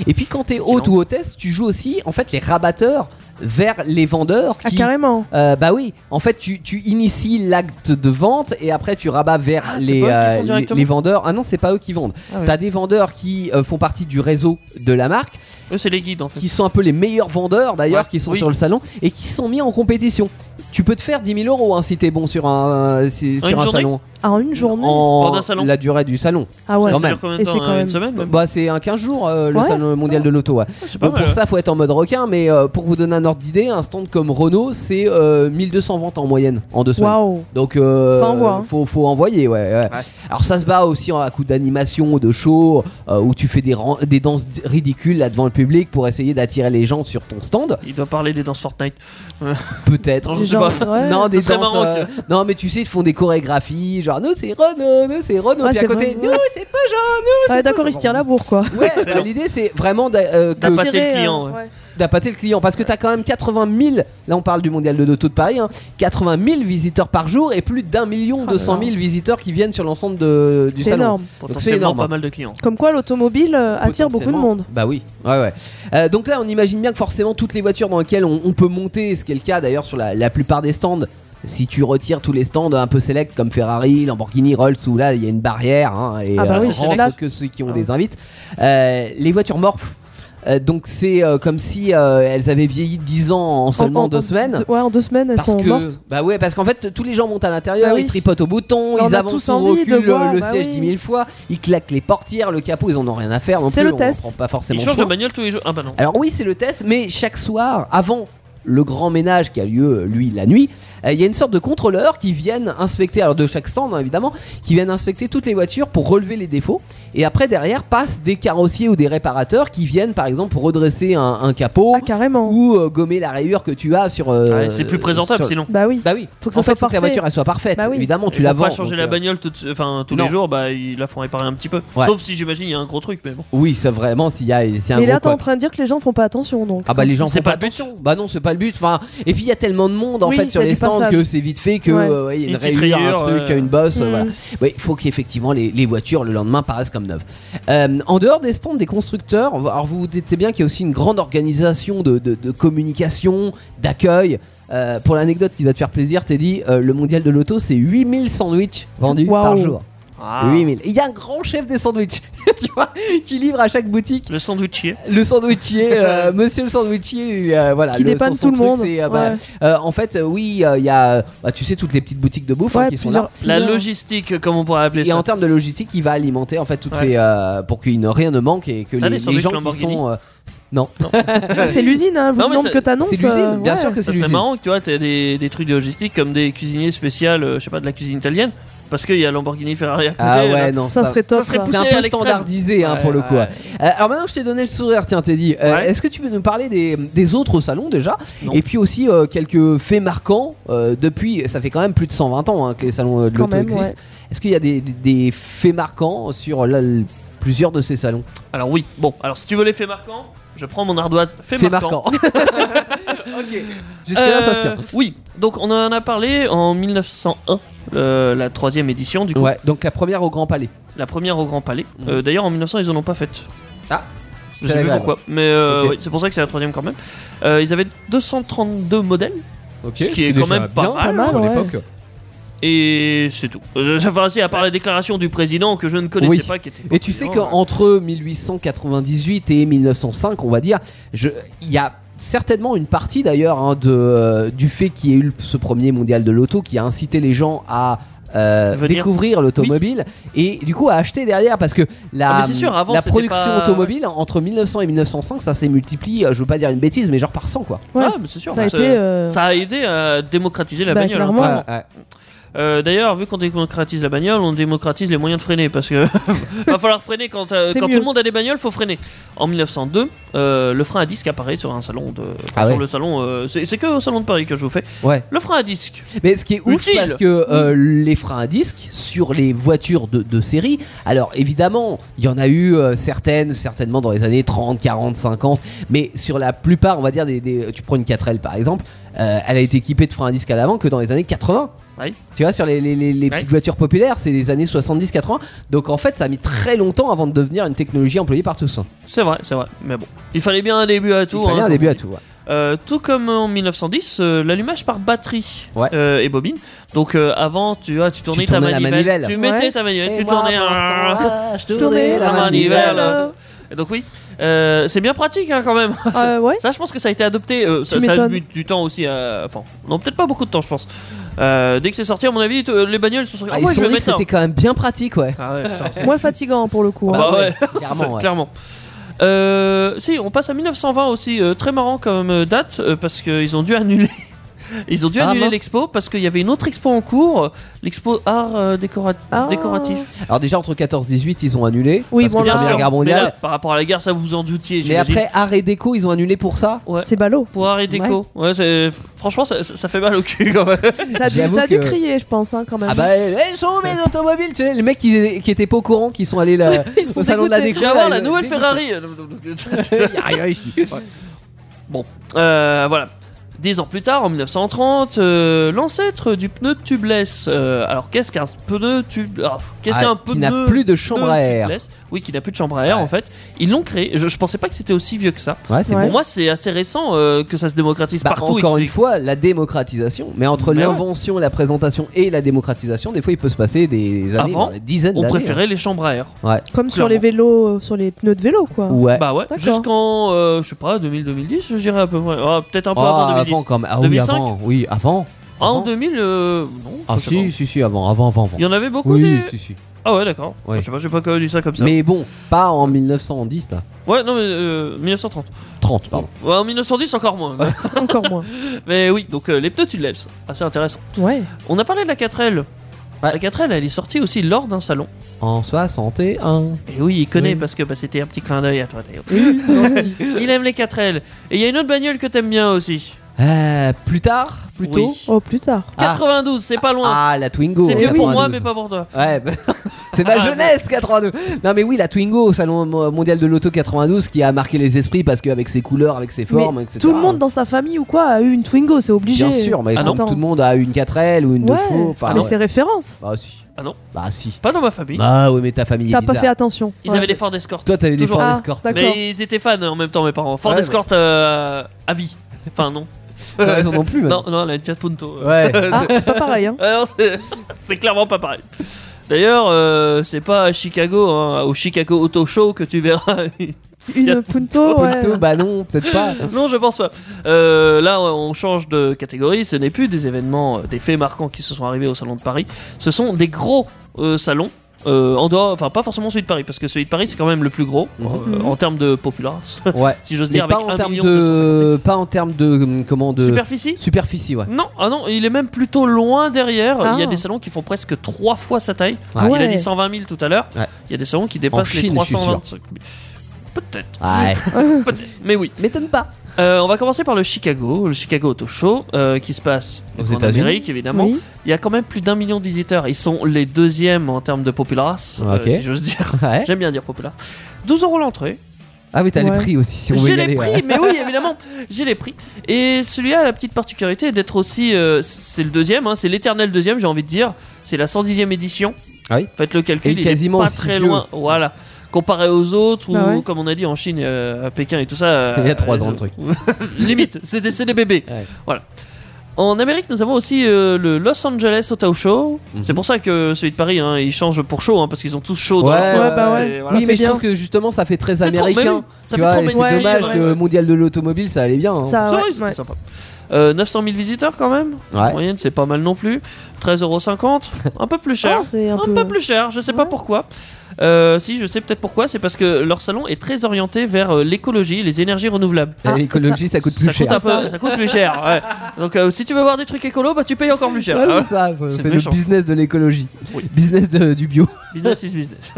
Et puis quand t'es hôte
Sinon.
ou hôtesse, tu joues aussi en fait les rabatteurs vers les vendeurs
Ah,
qui.
carrément.
Euh, bah oui, en fait tu, tu inities l'acte de vente et après tu rabats vers
Ah, c'est
les,
pas eux qui
euh,
font
les,
directement
les vendeurs. Ah non, c'est pas eux qui vendent.
Ah ouais.
T'as des vendeurs qui euh, font partie du réseau de la marque,
Eux, c'est les guides en fait.
qui sont un peu les meilleurs vendeurs d'ailleurs,
Ouais,
qui sont
oui.
sur le salon et qui sont mis en compétition. Tu peux te faire 10 000 euros hein, si t'es bon sur un, si-
En
sur
une
un
journée
salon.
en une journée.
en
Pendant un salon.
la durée du salon.
Ah ouais.
quand
ça
même.
dure combien
Et
de temps
c'est quand
hein, Une
même-
semaine même
Bah, c'est un 15 jours euh, le
Ouais.
salon mondial de l'auto. Ouais.
C'est pas
Donc
mal. hein.
pour ça, faut être en mode requin. Mais euh, pour vous donner un ordre d'idée, un stand comme Renault, c'est euh, 1200 ventes en moyenne en deux semaines.
Waouh.
Donc euh,
Ça envoie, hein.
faut, faut envoyer, ouais, ouais.
Ouais.
Alors ça se bat aussi à coup d'animation, de show, euh, où tu fais des, ran- des danses ridicules là devant le public pour essayer d'attirer les gens sur ton stand,
hein. Il doit parler des danses Fortnite.
peut-être.
Non,
Des
je sais
gens-
pas.
ouais.
non, des
serait
danses,
marrant
euh, non, mais tu sais, ils font des chorégraphies, genre nous c'est Renault, nous c'est Renault,
Ouais,
puis à
c'est
côté,
vrai,
nous
ouais.
c'est pas jaune.
Ouais, d'accord, ils se tirent la bourre quoi.
Ouais,
Excellent.
bah, l'idée c'est vraiment d'a- euh, que-
D'appâter le
Tirer,
client,
euh,
ouais.
ouais.
d'appâter le client, parce que t'as quand même 80 000, là on parle du mondial de l'auto de Paris, hein, 80 000 visiteurs par jour et plus d'un million deux cent mille visiteurs qui viennent sur l'ensemble de- du
Ah, C'est
salon.
énorme.
Potentiellement
énorme.
pas mal de clients.
Comme quoi, l'automobile euh, attire beaucoup de
Potentiellement.
monde.
Bah oui, ouais, ouais. Euh, donc là, on imagine bien que forcément, toutes les voitures dans lesquelles on, on peut monter, ce qui est le cas d'ailleurs sur la, la plupart des stands, si tu retires tous les stands un peu sélects comme Ferrari, Lamborghini, Rolls, où là il y a une barrière hein, et
Ah bah
euh,
oui,
on
c'est
rentre
là-
que ceux qui ont
Ah
des invites, euh, les voitures morphes. Euh, donc c'est euh, comme si euh, elles avaient vieilli 10 ans en seulement
En- en-
deux
en-
semaines.
Ouais, en deux semaines, elles
Parce
sont
que
mortes.
bah ouais parce qu'en fait tous les gens montent à l'intérieur
Bah oui.
ils tripotent au bouton
On
ils
a
avancent
tous
au
envie de
recul le,
voir,
le
bah
siège
oui.
10 000 fois ils claquent les portières le capot ils en ont rien à faire non
C'est
plus
le
on en
test.
prend pas
Ils
forcément
changent de
soin.
bagnole tous les jours. Ah bah non.
Alors oui, c'est le test, mais chaque soir, avant le grand ménage qui a lieu, euh, lui, la nuit, euh, il y a une sorte de contrôleur qui viennent inspecter, alors de chaque stand hein, évidemment, qui viennent inspecter toutes les voitures pour relever les défauts. Et après, derrière, passent des carrossiers ou des réparateurs qui viennent, par exemple, redresser un, un capot
Ah, carrément.
ou euh, gommer la rayure que tu as sur... euh,
Ah, Ouais, c'est plus présentable
sur-
sinon.
Bah oui.
Bah oui,
Faut que ça
En fait,
soit
faut que la
parfait.
voiture elle soit parfaite,
Bah oui.
évidemment, tu
Ils
la
vont
vends.
pas changer
donc,
la
euh,
bagnole tout- enfin, tous
Non.
les jours, bah ils la font réparer un petit peu.
Ouais.
Sauf si j'imagine il y a un gros truc, mais bon.
Oui, ça vraiment, s'il y a... c'est un
Mais là,
gros
t'es en
quoi.
train de dire que les gens font pas attention donc.
Ah bah les gens
C'est
font
pas
pas
le but.
attention. Bah non, c'est pas le but. Enfin, et puis il y a tellement de monde en
Oui,
fait sur
il y a
les
du
stands
passage.
que c'est vite fait que
Ouais.
euh, il y a une
Une petite
rayure, un
rayure,
truc,
euh.
une bosse. euh,
Hmm.
voilà. Ouais, il faut qu'effectivement les, les voitures le lendemain paraissent comme neuves. Euh, en dehors des stands des constructeurs, alors vous vous doutez bien qu'il y a aussi une grande organisation de, de- de communication, d'accueil. Euh, pour l'anecdote qui va te faire plaisir, Teddy, euh, le mondial de l'auto c'est 8000 sandwichs vendus
Waouh.
par jour.
Ah,
8000. Il y a un grand chef des sandwichs, tu vois, qui livre à chaque boutique
le hein. sandwichier.
le sandwichier, euh, monsieur le sandwichier, euh, voilà.
Qui dépanne
son- son
tout le
truc,
monde.
c'est, euh, bah,
Ouais.
euh, en fait, euh, oui, euh, il y a, euh, bah, tu sais, toutes les petites boutiques de bouffe hein,
Ouais,
qui sont
plusieurs-
là.
La
plusieurs-
logistique, comme on pourrait appeler
Et
ça.
en termes de logistique, il va alimenter en fait toutes
Ouais.
ces euh, pour qu'il ne rien ne manque et que les,
Ah, les
les
sandwichs
gens qui
Lamborghini.
sont euh, non,
euh,
C'est l'usine, hein, vu
Non,
le
mais
nombre
ça-
que t'annonces.
c'est l'usine,
euh,
bien
ouais.
sûr que c'est
Ça serait
l'usine.
marrant que tu vois, t'aies des, des trucs de logistique comme des cuisiniers spéciaux, euh, je sais pas, de la cuisine italienne, parce qu'il y a Lamborghini, Ferrari à côté.
Ah ouais,
là.
non,
Ça serait top.
ça serait
ça.
poussé
C'est un
à
peu
l'extrême.
standardisé hein,
euh, Ouais,
pour le coup.
ouais.
Euh, alors maintenant que je t'ai donné le sourire, tiens Teddy, euh,
Ouais.
est-ce que tu peux nous parler des, des autres salons déjà
Non.
Et puis aussi euh, quelques faits marquants euh, depuis, ça fait quand même plus de 120 ans hein, que les salons euh, de
Quand
l'auto
même,
existent.
ouais.
Est-ce qu'il y a des, des- des faits marquants sur là, l- plusieurs de ces salons
Alors oui, bon, alors si tu veux les faits marquants, je prends mon ardoise. Faits
Faits
marquants.
ok, jusque-là ça se tient.
Euh, Oui, donc on en a parlé en 1901, euh, la troisième édition du coup,
Ouais, donc la première au Grand Palais.
la première au Grand Palais.
Mhm.
Euh, D'ailleurs en 1900 ils en ont pas faite.
Ah, c'est
je sais plus
agréable.
pourquoi, mais euh,
Ok.
oui, c'est pour ça que c'est la troisième quand même. Euh, ils avaient 232 modèles
Ok,
Ce qui est quand même pas mal, hein,
mal, à ouais.
et c'est tout. Euh, Enfin, si, à part la déclaration du président que je ne connaissais
Oui.
pas, qui était.
Et tu sais
hein.
qu'entre 1898 et 1905, on va dire, je- il y a certainement une partie d'ailleurs hein, de, euh, du fait qu'il y ait eu le- ce premier mondial de l'auto qui a incité les gens à euh,
Venir.
découvrir l'automobile et du coup à acheter derrière parce que la,
Ah, mais c'est sûr, avant,
la
c'était
production
pas-
automobile entre 1900 et 1905 ça s'est multiplié, euh, je veux pas dire une bêtise mais genre par 100 quoi.
Ouais,
Ah, mais c'est sûr,
Ça a
bah,
été. euh,
Ça a aidé à démocratiser la
Bah,
bagnole. hein,
clairement.
clairement. Euh, D'ailleurs, vu qu'on démocratise la bagnole, on démocratise les moyens de freiner parce que va falloir freiner quand, euh,
C'est
quand
mieux.
tout le monde a des bagnoles, faut freiner. En 1902, euh, le frein à disque apparaît sur un salon de enfin,
Ah
sur
ouais.
le salon. euh, c'est c'est que au salon de Paris que je vous fais.
Ouais.
Le frein à disque.
Mais ce qui est ouf
Utile. Mm.
parce que euh, les freins à disque sur les voitures de, de série, alors évidemment, il y en a eu euh, certaines, certainement dans les années 30, 40, 50, mais sur la plupart, on va dire, des, des- tu prends une 4L par exemple, euh, elle a été équipée de freins à disque à l'avant que dans les années 80.
Ouais.
Tu vois, sur les, les- les- les
Ouais.
petites voitures populaires, c'est les années 70-80. Donc en fait, ça a mis très longtemps avant de devenir une technologie employée par tous.
C'est vrai, c'est vrai. Mais bon, il fallait bien un début à tout.
Il fallait
hein,
un
comme
début
on
à
dit.
tout. ouais.
Euh, tout comme en 1910, euh, l'allumage par batterie
Ouais.
euh, et bobine. Donc euh, avant, tu vois, tu tournais,
tournais la
ta manivelle,
manivelle.
tu mettais
Ouais.
ta manivelle,
Et
tu
moi,
tournais.
pour
un-
l'instant, ah, je tournais
tournais
la
la
manivelle.
manivelle. Et Donc oui, Euh, c'est bien pratique hein, quand même.
Euh, ouais.
Ça, je pense que ça a été adopté. euh, ça,
Tu
ça a
m'étonnes.
mis du temps aussi. à- Enfin, non, peut-être pas beaucoup de temps, je pense. Euh, dès que c'est sorti, à mon avis, t- les bagnoles se sont. Ah,
Ah, ils
ouais,
se sont
je vais
dit que
mettre ça.
c'était quand même bien pratique, ouais.
Ah ouais, putain.
Moins fatigant pour le coup.
Bah
hein.
ouais.
Clairement, ouais.
Clairement. Euh, si, on passe à 1920 aussi. euh, très marrant comme euh, date euh, parce qu'ils ont dû annuler. Ils ont dû
Ah,
annuler
mince.
l'expo parce qu'il y avait une autre expo en cours, euh, l'expo art euh, décorat-
Ah.
décoratif.
Alors déjà entre 14 et 18 ils ont annulé.
Oui,
parce que
bon, là,
Première
sûr.
Guerre
mais
mondiale.
là, par rapport à la guerre, ça vous en doutiez.
mais
j'imagine.
après art et déco ils ont annulé pour ça.
ouais.
C'est ballot.
Pour art et déco. Ouais, c'est- franchement, ça, ça- ça fait mal au cul quand même.
Ça a dû,
J'avoue
ça a dû
que-
crier, je pense, hein, quand même.
Ah bah elles sont mes automobiles, tu sais, les mecs qui, qui étaient pas au courant, qui sont allés là,
Ils sont
au salon de la déco.
J'ai
dégoûtés.
avoir
là,
la
ils-
nouvelle
ils-
Ferrari.
Ouais.
Euh, voilà. Dix ans plus tard, en 1930, euh, l'ancêtre du pneu tubeless. euh, alors, qu'est-ce qu'un pneu tube ah, Qu'est-ce
Ah,
qu'un
qui n'a
pneu-
plus de chambre
pneu
à air.
tubeless Oui, qui n'a plus de chambre à air
Ouais.
en fait. Ils l'ont créé. Je, je pensais pas que c'était aussi vieux que ça.
Ouais, c'est
Ouais.
bon.
Pour moi, c'est assez récent euh, que ça se démocratise
Bah,
partout. et
encore
que
une
c'est-
fois, la démocratisation. Mais entre
Mais ouais.
l'invention, la présentation et la démocratisation, des fois, il peut se passer des années,
Avant,
voire des dizaines
on
d'années.
préférait les chambres à air.
Comme sur les vélos, euh, sur les pneus de vélo, quoi.
hein. Ouais.
Bah ouais,
D'accord.
jusqu'en, euh, je sais pas, 2000-2010, je dirais à peu près. Ah, Peut-être un peu
Oh,
avant 2010.
avant quand même. Ah oui,
2005.
avant. Oui, avant.
Ah, en
avant.
2000, euh, non.
Ah
je sais
si,
pas.
si, si, avant, avant, avant. avant.
Il y en avait beaucoup.
Oui,
des-
si, si.
Ah ouais, d'accord.
Oui.
Je sais pas, j'ai pas connu ça comme ça.
Mais bon, pas en 1910, là.
Ouais, non, mais euh, 1930.
30, pardon.
Ouais, en 1910, encore moins.
Encore moins.
mais oui, donc euh, les pneus, tu les lèves. Assez intéressant.
Ouais.
On a parlé de la 4L. La 4L, elle est sortie aussi lors d'un salon.
En 61.
Et oui, il connaît
Oui.
parce que bah, c'était un petit clin d'œil à toi, Théo. il aime les 4L. Et il y a une autre bagnole que t'aimes bien aussi.
Euh, plus tard, plutôt.
Oui.
Oh, plus tard.
Ah.
92, c'est pas loin.
Ah, la Twingo.
c'est vieux pour moi,
92.
mais pas pour toi.
Ouais, bah, c'est ma
Ah,
jeunesse 82. Non mais oui, la Twingo au salon mo- mondial de l'auto 92 qui a marqué les esprits parce qu'avec ses couleurs, avec ses formes, etc.
Tout le monde dans sa famille ou quoi a eu une Twingo, c'est obligé.
Bien sûr, mais
Ah
comme
non.
tout le monde a une 4L ou une 2
Ouais.
chevaux. Enfin,
Ah, mais
ouais.
c'est référence.
Bah si.
Ah non.
Bah si.
Pas dans ma famille.
Bah oui, mais ta famille est
T'as pas fait
bizarre.
attention.
Ils
Ouais.
avaient les Ford Escort.
Toi, t'avais des
Toujours.
Ford
Ah,
Escort.
d'accord.
Mais ils étaient fans hein, en même temps, mes parents. Ford
Ah Ouais, mais-
Escort euh, à vie. Enfin, non.
T'as raison non plus.
Non,
maintenant.
non, la Fiat Punto. euh.
Ouais.
Ah, c'est pas pareil, hein.
Ah non, c'est- c'est clairement pas pareil. D'ailleurs, euh, c'est pas à Chicago, hein, au Chicago Auto Show que tu verras.
Une Punto, ouais.
Plutôt, bah non, peut-être pas.
non, je pense pas. Euh, là, on change de catégorie. Ce n'est plus des événements, euh, des faits marquants qui se sont arrivés au Salon de Paris. Ce sont des gros euh, salons. euh, en dehors, enfin pas forcément celui de Paris, parce que celui de Paris c'est quand même le plus gros
Mhm.
euh, en termes de populace,
Ouais.
si j'ose
Mais
dire,
pas
avec
en
1
termes
million 250 000.
de, pas en termes de hum, comment de
Superficie
superficie, ouais.
Non, ah non, il est même plutôt loin derrière.
Ah.
Il y a des salons qui font presque trois fois sa taille.
Ah
Il a
ouais.
dit 120 000 tout à l'heure.
Ouais.
Il y a des salons qui dépassent les
Chine, je suis sûr.
325 000. Peut-être,
Ouais.
peut-être. Mais oui.
M'étonne pas.
Euh, on va commencer par le Chicago, le Chicago Auto Show, euh, qui se passe
Aux
en
États-Unis.
Amérique, évidemment.
Oui.
Ah
Il y a quand même plus d'un million de visiteurs. Ils sont les deuxièmes en termes de populace, euh,
Ok.
si j'ose dire.
Ah Ouais.
J'aime bien dire populaire. 12 euros l'entrée.
Ah oui, t'as les
Ouais.
prix aussi si on veut
J'ai
y aller.
les prix,
ouais.
mais oui, évidemment, j'ai les prix. Et celui-là a la petite particularité d'être aussi. euh, c'est le deuxième, hein, c'est l'éternel deuxième, j'ai envie de dire. C'est la 110e édition.
Ah oui.
Faites le calcul,
Et
il
quasiment
est pas
aussi
très
vieux.
loin. Voilà. Comparé aux autres, ou
Bah ouais.
comme on a dit en Chine, euh, à Pékin et tout ça. euh,
Il y a trois ans,
euh,
le truc.
Limite, c'est des, c'est des bébés.
Ouais.
Voilà. En Amérique, nous avons aussi euh, le Los Angeles Auto Show.
Mhm.
C'est pour ça que celui de Paris, hein, ils changent pour show, hein, parce qu'ils ont tous chaud dans
Ouais,
leur nom.
ouais, bah ouais.
euh, C'est- voilà.
oui, mais je trouve que justement ça fait très
C'est trop- mais oui,
américain.
ça
tu
fait
vois,
trop
et
mainstream,
C'est dommage,
ouais.
le mondial de l'automobile ça allait bien. hein.
Ça,
C'est
Ah ouais,
vrai, c'était
ouais.
sympa. Euh, 900 000 visiteurs quand même. En
Ouais.
moyenne, c'est pas mal non plus. 13,50€, un peu plus cher.
Ah, c'est
un
un
peu...
peu.
plus cher, je sais pas
Ouais.
pourquoi. Euh, si, je sais peut-être pourquoi, c'est parce que leur salon est très orienté vers euh, l'écologie, les énergies renouvelables.
Et
Ah,
L'écologie ça, coûte plus
ça,
cher.
coûte un peu- ça coûte plus cher. ouais. Donc euh, si tu veux voir des trucs écolos, bah tu payes encore plus cher.
Ouais,
Ah,
c'est ça, ça, c'est le
méchant.
business de l'écologie.
Oui.
Business de- du bio.
business is business.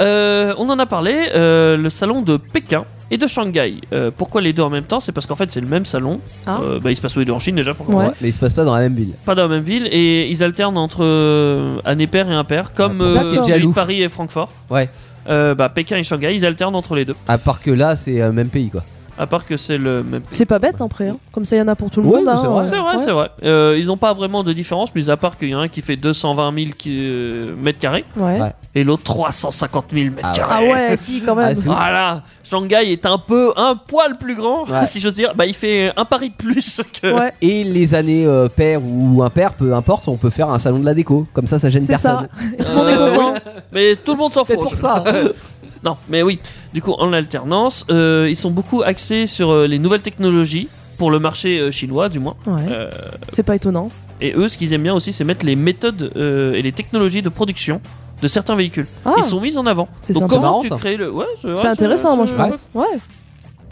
Euh, on en a parlé, euh, le salon de Pékin et de Shanghai. Euh, pourquoi les deux en même temps C'est parce qu'en fait c'est le même salon.
Ah.
Euh, bah, il se passe où les deux en Chine déjà pour
Ouais.
Mais il se passe pas dans la même ville.
pas dans la même ville et ils alternent entre euh, année paire et impair comme
Ah,
euh,
d'accord.
celui de
Jaloux.
Paris et Francfort.
Ouais.
Euh, bah, Pékin et Shanghai, ils alternent entre les deux.
À part que là c'est euh, même pays quoi.
À part que c'est le même.
C'est pas bête, après. Hein. Comme ça, il y en a pour tout le
Ouais,
monde.
mais
hein.
c'est vrai.
C'est vrai,
Ouais.
c'est vrai. Euh, ils n'ont pas vraiment de différence, mais à part qu'il y en a un qui fait 220 000 qui- euh, mètres carrés
Ouais.
Ouais.
et l'autre 350 000 mètres
Ah ouais.
carrés.
Ah ouais, si, quand
Ah,
même.
c'est ouf.
Voilà, Shanghai est un peu un poil plus grand,
Ouais.
si j'ose dire. Bah, il fait un pari de plus que.
ouais.
Et les années euh, paires ou impaires, peu importe, on peut faire un salon de la déco. Comme ça, ça gêne
C'est
personne.
ça. Et tout le monde est
Euh,
content. hein.
Mais tout le monde s'en fout.
C'est pour ça.
Non, mais oui, du coup, en alternance, euh, ils sont beaucoup axés sur euh, les nouvelles technologies, pour le marché euh, chinois du moins.
Ouais.
Euh,
C'est pas étonnant.
et eux, ce qu'ils aiment bien aussi, c'est mettre les méthodes euh, et les technologies de production de certains véhicules.
Ah,
Ils sont mis en avant.
c'est
Donc
sympa.
comment
marrant,
tu
ça.
crées le... Ouais, ouais,
C'est intéressant, moi je
c'est-
pense. Ouais.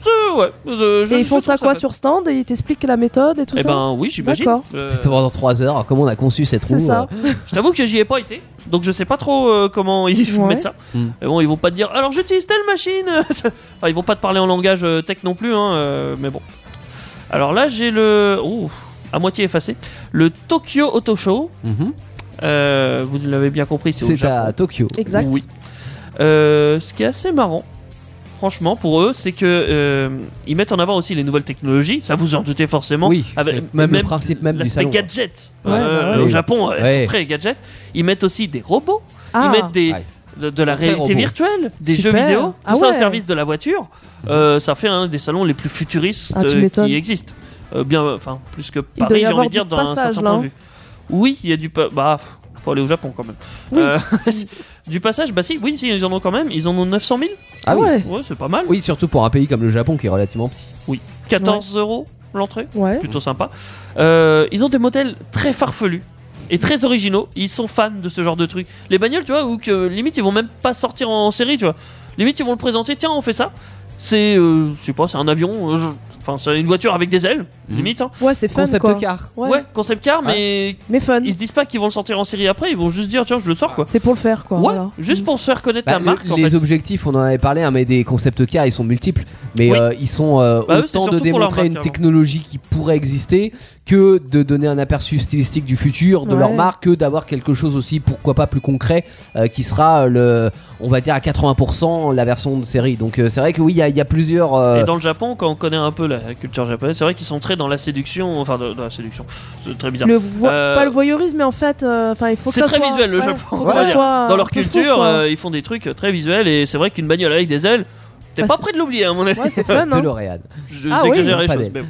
c'est- ouais, je- je-
Et ils
je
font
trouve
ça quoi
fait-
sur stand et ils t'expliquent la méthode et tout
Eh
ça
ben oui, j'imagine.
D'accord.
Euh,
C'est dans 3 heures, hein, comment on a conçu cette roue
C'est ça.
euh,
je t'avoue que j'y ai pas été, donc je sais pas trop euh, comment ils
Ouais.
mettent ça.
Hmm.
Mais bon, ils vont pas te dire alors j'utilise telle machine. Enfin, ils vont pas te parler en langage euh, tech non plus, hein, euh, mais bon. Alors là, j'ai le. Ouh, à moitié effacé. Le Tokyo Auto Show.
mhm.
Euh, vous l'avez bien compris, c'est au
C'est
Japon.
à Tokyo.
Exact.
Oui. Euh, ce qui est assez marrant, franchement, pour eux, c'est que euh, ils mettent en avant aussi les nouvelles technologies. Ça vous en doutez forcément.
Oui,
Avec-
c'est même le principe même du
l'aspect
salon,
gadget.
Ouais,
Euh,
bah ouais.
Au Japon, euh,
Ouais.
c'est très gadget. Ils mettent aussi des robots.
Ah,
Ils mettent des,
Ouais.
de, de la
Très
réalité
robot.
virtuelle, des
Super.
jeux vidéo, tout
Ah
ça au
ouais. Mhm.
service de la voiture. Euh, ça fait un des salons les plus futuristes
Ah, tu
euh,
m'étonnes.
qui existent. Euh, bien, enfin, plus que
Il doit y
Paris, j'ai
avoir
envie de dire,
du
d'un
passage,
certain
là,
point
hein.
de vue. Oui, il y a du. pa- Bah, faut aller au Japon quand même.
Oui.
Euh, du passage, bah si, oui, si, ils en ont quand même. Ils en ont 900 000.
Ah oui.
ouais.
Ouais, c'est pas mal.
Oui, surtout pour un pays comme le Japon qui est relativement petit.
14 euros l'entrée.
Ouais.
Plutôt sympa. Euh, ils ont des modèles très farfelus. Et très originaux, ils sont fans de ce genre de truc. Les bagnoles, tu vois, ou que limite ils vont même pas sortir en série, tu vois. Limite ils vont le présenter, tiens, on fait ça. C'est, euh, je sais pas, c'est un avion, euh, je- enfin, c'est une voiture avec des ailes,
Mhm.
limite. hein.
Ouais, c'est fun
Concept
quoi.
car.
Ouais.
Ouais, concept car, mais
Mais fun.
ils se disent pas qu'ils vont le sortir en série après, ils vont juste dire, tiens, je le sors quoi.
C'est pour le faire quoi.
Ouais,
voilà. Mmh.
juste pour se faire connaître
Bah,
la
le-
marque. en
les
fait.
objectifs, on en avait parlé, hein, mais des concept cars, ils sont multiples. Mais
Oui.
euh, ils sont euh,
Bah, eux, c'est
autant de
surtout pour leur
démontrer une
marque,
technologie qui pourrait exister que de donner un aperçu stylistique du futur de
Ouais.
leur marque, que d'avoir quelque chose aussi, pourquoi pas plus concret, euh, qui sera euh, le, on va dire à 80% la version de série. Donc euh, c'est vrai que oui, il y, a- il y a plusieurs. euh,
Et dans le Japon, quand on connaît un peu la culture japonaise, c'est vrai qu'ils sont très dans la séduction, enfin dans la séduction, c'est très bizarre.
Le vo-
Euh,
Pas le voyeurisme, mais en fait, euh, enfin, il faut que
C'est
ça
très
soit-
visuel, le
ouais,
Japon,
faut que
on va
ça
dire.
soit
dans
un
leur
peu fou,
culture,
quoi.
euh, ils font des trucs très visuels et c'est vrai qu'une bagnole avec des ailes, t'es
Bah,
pas
c'est-
près de l'oublier à mon avis.
Ouais, c'est fun.
de
hein.
l'Oréal.
Je
Ah
j'exagère
oui.
les
Pas
choses,
d'ailes.
mais bon.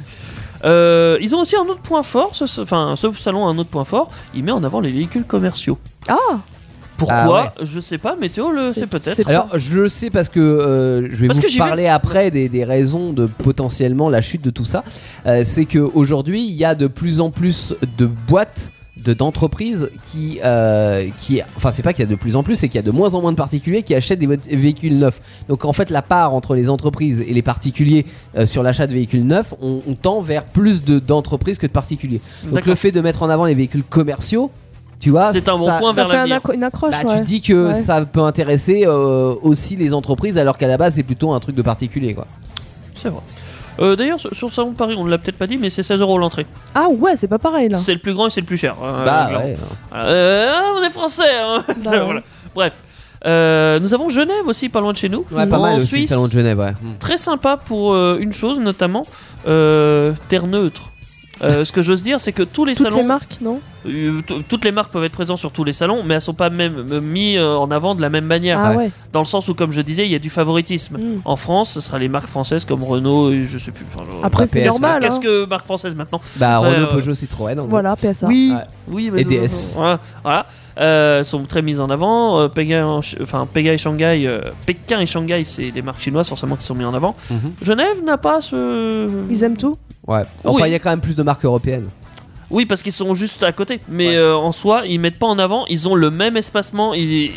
Euh, ils ont aussi un autre point fort, ce, ce- enfin ce salon a un autre point fort, il met en avant les véhicules commerciaux.
Ah,
Pourquoi Je sais pas, Météo le
C'est-
sait peut-être.
c'est-
Ah Alors, je le sais parce que euh, je vais
Parce que
vous
j'ai
parler après des, des raisons de potentiellement la chute de tout ça. Euh, c'est que aujourd'hui, il y a de plus en plus de boîtes de d'entreprises qui euh, qui enfin c'est pas qu'il y a de plus en plus c'est qu'il y a de moins en moins de particuliers qui achètent des vo- véhicules neufs donc en fait la part entre les entreprises et les particuliers euh, sur l'achat de véhicules neufs on, on tend vers plus de d'entreprises que de particuliers donc
D'accord.
le fait de mettre en avant les véhicules commerciaux tu vois
C'est un bon
ça-
point
ça
vers
fait un
l'avenir.
accro- une accroche,
bah,
ouais.
tu dis que
Ouais.
ça peut intéresser euh, aussi les entreprises alors qu'à la base c'est plutôt un truc de particulier quoi.
C'est vrai. Euh, D'ailleurs, sur sur le salon de Paris, on ne l'a peut-être pas dit, mais c'est 16 euros l'entrée.
Ah ouais, c'est pas pareil là.
C'est le plus grand et c'est le plus cher. euh,
bah
clairement.
ouais.
Voilà. Euh, on est français. hein.
Bah,
Voilà. Bref, Euh, nous avons Genève aussi, pas loin de chez nous.
Ouais, pas
en
mal aussi le
Suisse, Hmm.
salon de Genève ouais.
très sympa pour euh, une chose notamment euh, terre neutre. Euh, ce que j'ose dire, c'est que tous les
Toutes les
salons,
marques, non
euh, t- toutes les marques peuvent être présentes sur tous les salons, mais elles sont pas même euh, mis euh, en avant de la même manière.
Ah ouais.
Dans le sens où, comme je disais, il y a du favoritisme.
Mm.
En France, ce sera les marques françaises comme Renault, et je sais plus. enfin, euh,
Après, c'est
PS,
normal.
Qu'est-ce
hein.
que marque française maintenant
Bah
Ouais,
Renault,
ouais.
Peugeot, Citroën. hein. en gros.
Voilà, PSA.
Oui,
Ouais.
oui,
Et
non,
DS.
non, non. Voilà, voilà. Euh, sont très mises en avant. Euh, Pékin, en Ch- enfin Pékin et Shanghai, euh, Pékin et Shanghai, c'est les marques chinoises forcément qui sont mises en avant.
Mhm.
Genève n'a pas ce.
Ils aiment tout.
Ouais. Enfin il
Oui.
y a quand même plus de marques européennes.
Oui, parce qu'ils sont juste à côté. Mais
Ouais.
euh, en soi, ils mettent pas en avant. Ils ont le même espacement. Ils,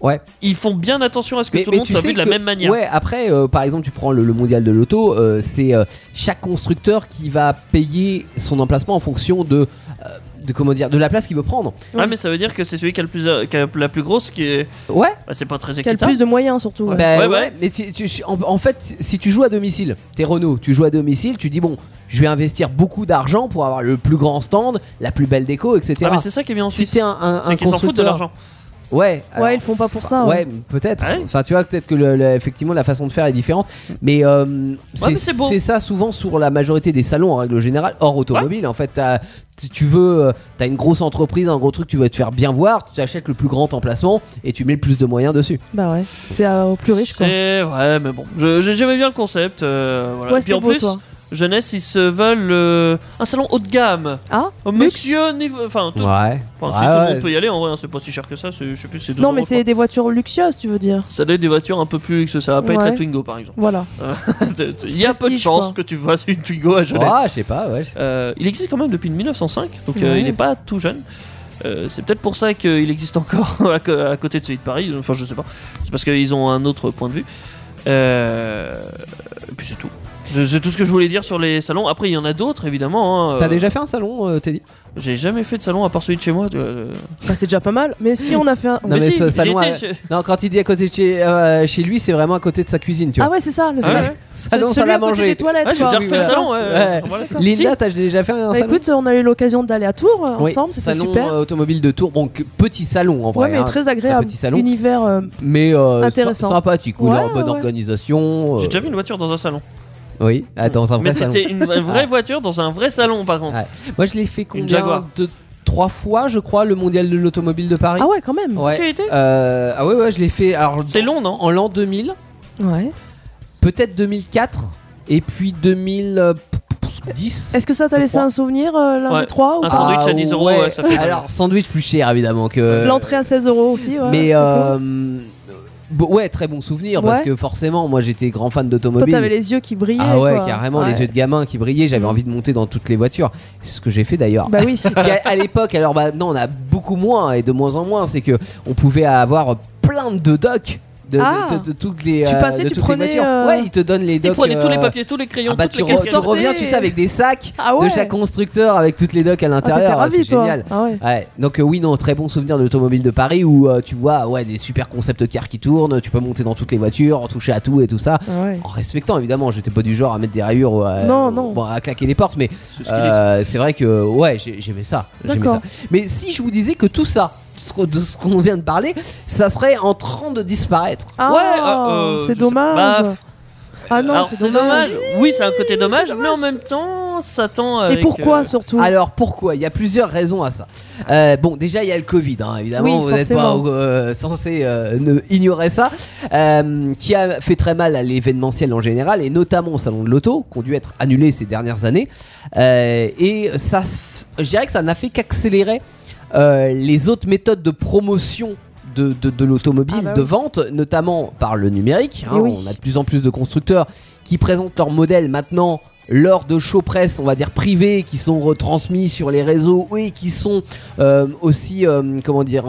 Ouais.
ils font bien attention à ce que
Mais-
tout
mais
le monde
tu
soit
sais
vu de la
que-
même manière.
Ouais, après, euh, par exemple, tu prends le, le mondial de l'auto, euh, c'est euh, chaque constructeur qui va payer son emplacement en fonction de, euh, de comment dire, de la place qu'il veut prendre.
Ah, mais ça veut dire que c'est celui qui a, le plus, euh, qui a la plus grosse qui est.
Ouais.
Bah, c'est pas très
Qui a le
équitable.
plus de moyens surtout. ouais.
Bah
Ouais,
ouais,
ouais.
mais tu- tu- en, en fait, si tu joues à domicile, t'es Renault, tu joues à domicile, tu dis bon, je vais investir beaucoup d'argent pour avoir le plus grand stand, la plus belle déco, etc.
Ah, mais c'est ça qui est bien en
si
Suisse.
t'es un, un,
C'est
un
qu'ils s'en foutent de
constructeur-
l'argent.
ouais, alors,
Ouais, ils le font pas pour ça.
ouais,
ouais.
peut-être.
Ah ouais.
Enfin, tu vois, peut-être que le- le- effectivement la façon de faire est différente, mais euh,
mais
c'est
c'est beau.
c'est ça souvent sur la majorité des salons en règle générale, hors automobile. En fait, t'as- tu- tu veux, euh, t'as une grosse entreprise, un gros truc, tu veux te faire bien voir, tu achètes le plus grand emplacement et tu mets le plus de moyens dessus.
Bah ouais. C'est euh, au plus riche quoi.
C'est vrai, mais bon. Je- je- J'aimais bien le concept. euh, voilà.
Ouais,
Puis
c'était
en
beau
plus,
toi.
jeunesse, ils se veulent euh, un salon haut de gamme. Oh,
Ah
Monsieur niveau. Enfin, tout-
Ouais.
enfin, si
Ouais,
tout le
ouais.
monde peut y aller, en vrai, hein, c'est pas si cher que ça. c'est- Je sais plus, c'est 12
Non, mais
euros,
c'est des voitures luxueuses, tu veux dire.
je crois. Ça doit être des voitures un peu plus luxe, ça va pas être
Ouais.
la Twingo par exemple.
Voilà.
Il y a peu de
Prestige,
chances
quoi.
que tu fasses une Twingo à Genève.
Ah, je sais pas, ouais.
Euh, il existe quand même depuis 1905, donc euh,
Ouais.
il n'est pas tout jeune. Euh, c'est peut-être pour ça qu'il existe encore à, co- à côté de celui de Paris. Enfin, je sais pas. C'est parce qu'ils ont un autre point de vue. Euh, Et puis c'est tout. Je- C'est tout ce que je voulais dire sur les salons. Après, il y en a d'autres, évidemment. hein.
T'as
Euh,
déjà fait un salon, euh, Teddy
J'ai jamais fait de salon à part celui de chez moi. euh,
Bah, c'est déjà pas mal. Mais si on a fait un.
Non, mais
si,
ce salon
j'étais
à-
chez-
Non, quand il dit à côté de chez, euh, chez lui, c'est vraiment à côté de sa cuisine, tu
Ah
vois.
ouais, c'est ça, le
Ah ouais,
salon.
ouais.
Ce-
salon,
celui
salle à
à côté
manger.
des toilettes.
Ouais, j'ai déjà
quoi.
refait le
voilà.
salon. ouais,
Ouais.
ouais, voilà.
Linda, t'as déjà fait un
Bah,
salon
écoute, on a eu l'occasion d'aller à Tours euh,
Ouais,
ensemble, c'était
salon,
super.
euh, automobile de Tours, bon que- petit salon en vrai,
ouais, mais
hein,
très agréable.
petit salon.
Univers. euh,
mais euh,
Intéressant.
sy- sympathique, ou
Ouais,
leur bonne
ouais.
organisation. euh,
J'ai déjà vu une voiture dans un salon.
Oui, ah, dans un vrai
Mais
salon.
c'était une une vraie voiture dans un vrai salon, par contre.
Ah. Moi, je l'ai fait combien
Jaguar.
de trois fois, je crois, le mondial de l'automobile de Paris.
Ah ouais, quand même.
Tu y as
ouais.
été
Euh, ah ouais, ouais, je l'ai fait. Alors,
C'est long, non
En l'an 2000,
Ouais.
peut-être 2004, et puis euh, 2010.
Est-ce que ça t'a
Je
laissé
crois.
un souvenir, euh, l'un
Ouais. Ah,
des trois ou
Un
pas
sandwich à 10 euros, ouais, ça fait mal.
Ah, Alors, sandwich plus cher évidemment
euh,
que.
L'entrée à 16 euros aussi. Ouais.
Mais
D'accord.
euh, bon, ouais, très bon souvenir parce
Ouais.
que forcément, moi j'étais grand fan
Toi,
d'automobile.
t'avais les yeux qui brillaient.
ah ouais,
quoi.
carrément, les
Ouais.
yeux de gamin qui brillaient, j'avais
Mm.
envie de monter dans toutes les voitures. C'est ce que j'ai fait d'ailleurs.
Bah oui.
Puis à à l'époque, alors maintenant on a beaucoup moins et de moins en moins, c'est que on pouvait avoir plein de docs. De, de-
Ah.
de- de toutes les
Tu
euh,
passais,
de
tu
toutes les
prenais,
voitures.
euh,
ouais ils te donnent les
Ils
docs
prenaient tous les
euh,
papiers, tous les crayons,
ah bah, tu,
toutes les
re-
casquettes.
tu reviens tu sais avec des sacs
Ah ouais.
de chaque constructeur avec toutes les docs à
Ah, t'étais
l'intérieur
ravi,
c'est
toi.
génial
Ah ouais.
Ouais, donc euh, oui, non, très bon souvenir de l'automobile de Paris où euh, tu vois ouais, des super concept cars qui tournent, tu peux monter dans toutes les voitures, toucher à tout et tout ça.
Ah
euh,
ouais.
En respectant évidemment, j'étais pas du genre à mettre des rayures ou à,
Non,
ou-
non.
bon, à claquer les portes, mais
C'est ce qu'il existe.
euh, c'est vrai que ouais, j'ai- j'aimais ça. j'aimais
D'accord.
ça. Mais si je vous disais que tout ça, ce qu'on- de ce qu'on vient de parler, ça serait en train de disparaître.
Ah,
ah, euh, je
c'est
sais pas.
dommage.
Bah,
ah non,
Alors c'est dommage. Oui, c'est un côté dommage, mais en même temps, ça tend.
Et
avec,
pourquoi
euh,
surtout
Alors pourquoi Il y a plusieurs raisons à ça. Euh, bon, déjà il y a le Covid, hein, évidemment,
Oui,
vous n'êtes pas
forcément.
euh, censé euh, ne- ignorer ça, euh, qui a fait très mal à l'événementiel en général et notamment au salon de l'auto, qui ont dû être annulés ces dernières années. Euh, et ça, s- je dirais que ça n'a fait qu'accélérer euh, les autres méthodes de promotion. De, de- de l'automobile,
Ah bah
de
oui.
vente, notamment par le numérique. hein.
Eh oui.
On a de plus en plus de constructeurs qui présentent leurs modèles maintenant lors de show presse, on va dire privés, qui sont retransmis sur les réseaux et qui sont euh, aussi, euh, comment dire,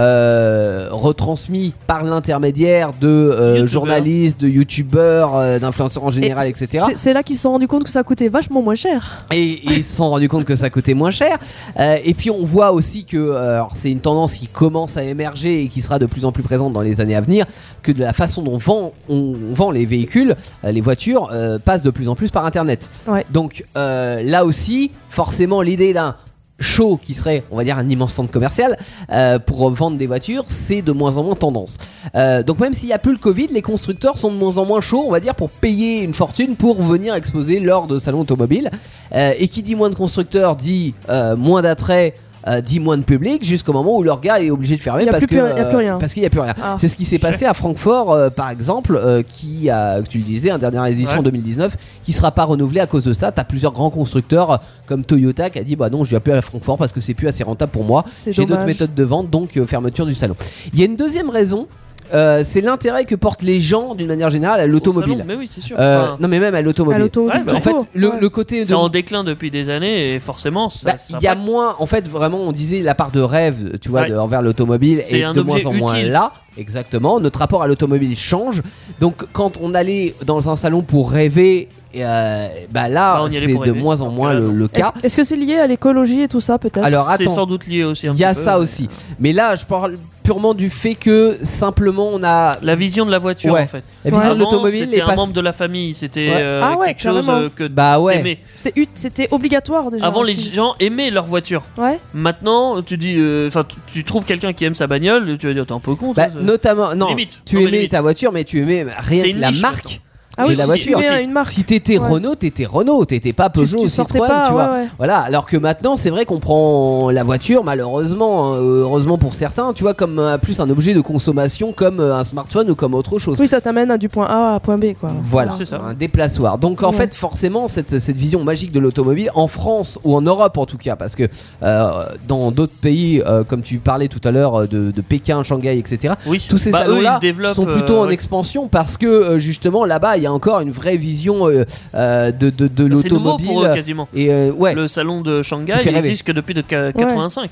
euh, retransmis par l'intermédiaire de euh,
Youtubeurs.
journalistes, de youtubeurs, euh, d'influenceurs en général,
Et
etc.
C'est- C'est là qu'ils se sont rendus compte que ça coûtait vachement moins cher.
Et et ils se sont rendus compte que ça coûtait moins cher. Euh, et puis on voit aussi que euh, alors, c'est une tendance qui commence à émerger et qui sera de plus en plus présente dans les années à venir, que de la façon dont vend, on, on vend les véhicules, euh, les voitures, euh, passe de plus en plus par Internet.
Ouais.
Donc euh, là aussi, forcément, l'idée d'un show qui serait, on va dire, un immense centre commercial euh, pour vendre des voitures, c'est de moins en moins tendance. Euh, donc même s'il n'y a plus le Covid, les constructeurs sont de moins en moins chauds, on va dire, pour payer une fortune pour venir exposer lors de salons automobiles. Euh, et qui dit moins de constructeurs dit euh, moins d'attrait. euh, dit moins de public jusqu'au moment où leur gars est obligé de fermer
Il y a
parce
plus-
que euh,
il y a plus rien.
parce qu'il n'y a plus rien.
Ah.
C'est ce qui s'est passé à Francfort euh, par exemple euh, qui a tu le disais, un dernière édition
Ouais.
2019 qui sera pas renouvelée à cause de ça. T'as plusieurs grands constructeurs euh, comme Toyota qui a dit bah non je vais plus à Francfort parce que c'est plus assez rentable pour moi.
C'est
J'ai d'autres
dommage.
méthodes de vente donc euh, fermeture du salon. Il y a une deuxième raison, euh, c'est l'intérêt que portent les gens d'une manière générale à
au salon,
l'automobile.
Mais oui, c'est sûr.
Euh,
Enfin,
non mais même à
À
l'automobile.
l'auto.
Ouais, bah,
En fait le, le côté
C'est
de
en déclin depuis des années et forcément, ça.
bah,
ça
il y a
impacte.
moins, en fait, vraiment, on disait la part de rêve, tu vois,
Ouais.
de- envers l'automobile
C'est
et
un
de moins
objet
en moins
utile.
là. Exactement. Notre rapport à l'automobile change. Donc, quand on allait dans un salon pour rêver, et, euh, bah là,
Bah, on y allait
c'est
pour
de
rêver. euh,
moins en moins
là,
le,
non.
le cas.
Est-ce que c'est lié à l'écologie et tout ça peut-être
Alors,
C'est
attends.
sans doute lié aussi. un
Il y a
petit peu,
ça
mais,
aussi.
euh,
Mais là, je parle purement du fait que simplement on a
La vision de la voiture,
Ouais.
en fait.
la vision
Avant,
de l'automobile
C'était
et
un
pas-
membre de la famille, c'était
Ouais.
euh,
Ah ouais,
quelque chose
carrément.
euh, que
Bah ouais.
t'aimais.
C'était ut- c'était obligatoire déjà.
Avant, les
aussi.
gens aimaient leur voiture.
Ouais.
Maintenant, tu dis, euh, enfin, tu- tu trouves quelqu'un qui aime sa bagnole, tu vas dire, t'es un peu con.
Bah,
toi, ça.
notamment, non,
Limite.
tu
Non, mais
aimais
limite.
ta voiture, mais tu aimais rien
C'est
que
une
la
niche,
marque.
Ah oui,
de la
tu
voiture.
suivais
Si-
une marque.
Si t'étais
Ouais.
Renault, t'étais Renault, t'étais pas
Tu-
Peugeot,
tu,
ou
sortais
Citroën,
pas,
tu vois.
ouais, ouais.
Voilà, alors que maintenant, c'est vrai qu'on prend la voiture, malheureusement, euh, heureusement pour certains, tu vois, comme euh, plus un objet de consommation, comme euh, un smartphone ou comme autre chose.
Oui, ça t'amène à du point A à point B, quoi.
Voilà,
C'est ça.
un déplaçoir. Donc en
Ouais.
fait, forcément, cette, cette vision magique de l'automobile en France ou en Europe en tout cas, parce que euh, dans d'autres pays, euh, comme tu parlais tout à l'heure euh, de, de Pékin, Shanghai, etc.,
Oui.
tous ces
Bah, eux, ils
salons-là
développent,
sont
euh,
plutôt en
ouais.
expansion parce que euh, justement là-bas, il y a encore une vraie vision euh, euh, de, de, de
C'est nouveau pour eux
l'automobile.
quasiment.
Et euh, ouais,
Le salon de Shanghai
Tu fais
il
rêver.
existe que depuis de ca- 85.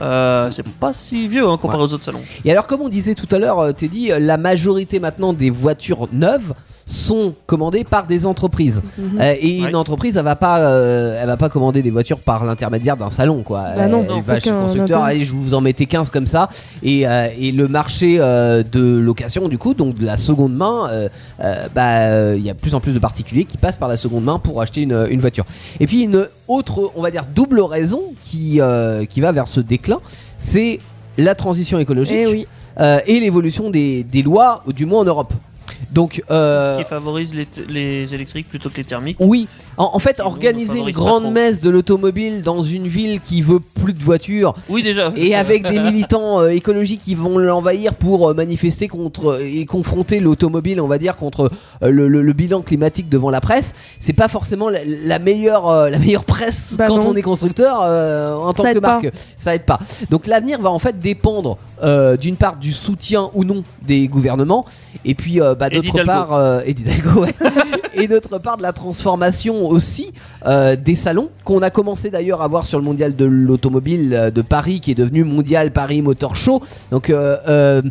Euh, c'est pas si vieux hein, comparé aux autres salons.
Et alors, comme on disait tout à l'heure, euh, Teddy, euh, la majorité maintenant des voitures neuves sont commandées par des entreprises.
Mhm.
Euh, et
Ouais.
une entreprise, elle va pas, euh, elle va pas commander des voitures par l'intermédiaire d'un salon, quoi.
Bah non,
elle
non,
va chez le
aucun
constructeur.
intérêt.
Allez, je vous en mettais 15 comme ça. Et, euh, et le marché euh, de location, du coup, donc de la seconde main, euh, euh, bah, euh, il y a de plus en plus de particuliers qui passent par la seconde main pour acheter une, une voiture. Et puis une autre, on va dire, double raison qui, euh, qui va vers ce déclin, c'est la transition écologique
Eh oui.
euh, et l'évolution des, des lois, ou du moins en Europe. Donc, euh,
Qui favorise les, t- les électriques plutôt que les thermiques.
oui, en, en fait,
Qui, bon, ne
organiser une
favorise pas
grande
trop.
messe de l'automobile dans une ville qui veut plus de voitures
Oui, déjà. Euh,
et avec des militants euh, écologiques qui vont l'envahir pour euh, manifester contre euh, et confronter l'automobile, on va dire, contre euh, le, le- le bilan climatique devant la presse, c'est pas forcément la, la meilleure, euh, la meilleure presse
Bah
quand
non.
on est constructeur euh, en tant
Ça
que
aide pas.
marque. Ça aide pas. Donc l'avenir va en fait dépendre euh, d'une part du soutien ou non des gouvernements, et puis euh, bah,
Et
d'autre
d'Hidalgo.
part, euh, et d'Hidalgo, ouais. et d'autre part de la transformation aussi euh, des salons qu'on a commencé d'ailleurs à voir sur le mondial de l'automobile euh, de Paris qui est devenu mondial Paris Motor Show. Donc euh, euh,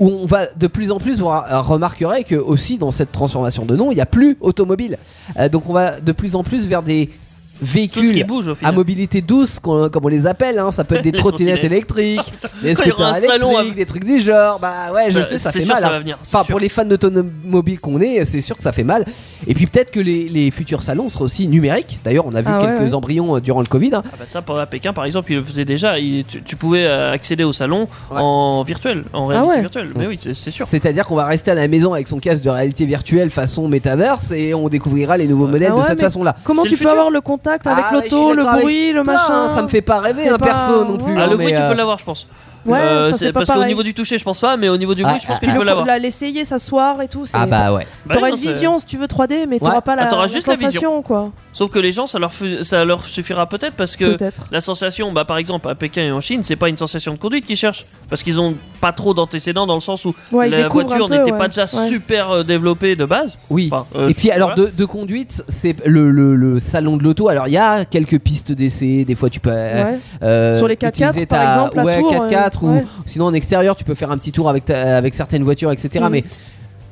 où on va de plus en plus, vous ra- remarquerez que aussi dans cette transformation de nom, il n'y a plus automobile. Euh, donc on va de plus en plus vers des
Tout ce qui
véhicules
bouge au
à
final.
mobilité douce, qu'on- comme on les appelle, hein. ça peut être des
Les
trottinettes
trottinettes.
électriques, des
Quand il y aura
scooters
un salon
électriques,
à-
des trucs du genre. Bah ouais, je sais, ça
c'est
fait
sûr,
mal.
ça
hein.
va venir. c'est
Enfin,
sûr.
pour les fans d'automobile qu'on est, c'est sûr que ça fait mal. Et puis peut-être que les, les futurs salons seront aussi numériques. D'ailleurs, on a vu
Ah ouais,
quelques
ouais.
embryons euh, durant le Covid. hein.
Ah bah ça, pour à Pékin, par exemple, ils le faisaient déjà. Ils- tu, tu pouvais euh, accéder au salon
Ouais.
en virtuel, en réalité
Ah ouais.
virtuelle. Mais oui, c'est c'est sûr.
C'est-à-dire qu'on va rester à la maison avec son casque de réalité virtuelle façon métaverse et on découvrira les nouveaux modèles
Ah
de
ouais,
cette
mais
façon-là.
Comment
C'est
tu
le
peux
futur.
avoir le contact avec
Ah, mais je
l'auto,
suis
le
d'accord
bruit, le
Toi,
machin
hein, ça me fait pas rêver
c'est
un
pas-
perso non plus.
Ah,
hein,
le
mais,
bruit, tu
euh,
peux l'avoir, je pense.
Ouais,
Euh,
enfin,
c'est-
c'est pas
parce qu'au
pareil.
niveau du toucher, je pense pas, mais au niveau du
Ah,
bruit, je pense
ah,
que
Puis
tu
le-
peux l'avoir.
la l'essayer, s'asseoir et tout. c'est-
Ah bah ouais.
Bah oui,
T'auras une
non, c'est-
vision si tu veux 3D, mais
Ouais.
t'auras pas la,
Ah, t'auras juste la vision.
sensation, quoi.
Sauf que les gens, ça leur, fais- ça leur suffira peut-être parce que
Peut-être.
la sensation, bah, par exemple, à Pékin et en Chine, c'est pas une sensation de conduite qu'ils cherchent. Parce qu'ils ont pas trop d'antécédents dans le sens où
Ouais, ils
la
découvrent un
voiture
peu,
n'était
ouais.
pas déjà
Ouais.
super euh, développée de base.
Oui.
Enfin, euh,
et
je-
puis alors
voilà.
de, de conduite, c'est le, le- le salon de l'auto. Alors il y a quelques pistes d'essai, des fois tu peux euh,
Ouais.
euh,
Sur les 4x4,
utiliser
par
ta-
exemple, à
ouais,
Tours,
4x4
euh,
ou
ouais.
sinon en extérieur tu peux faire un petit tour avec ta- avec certaines voitures, etc.
Mhm.
Mais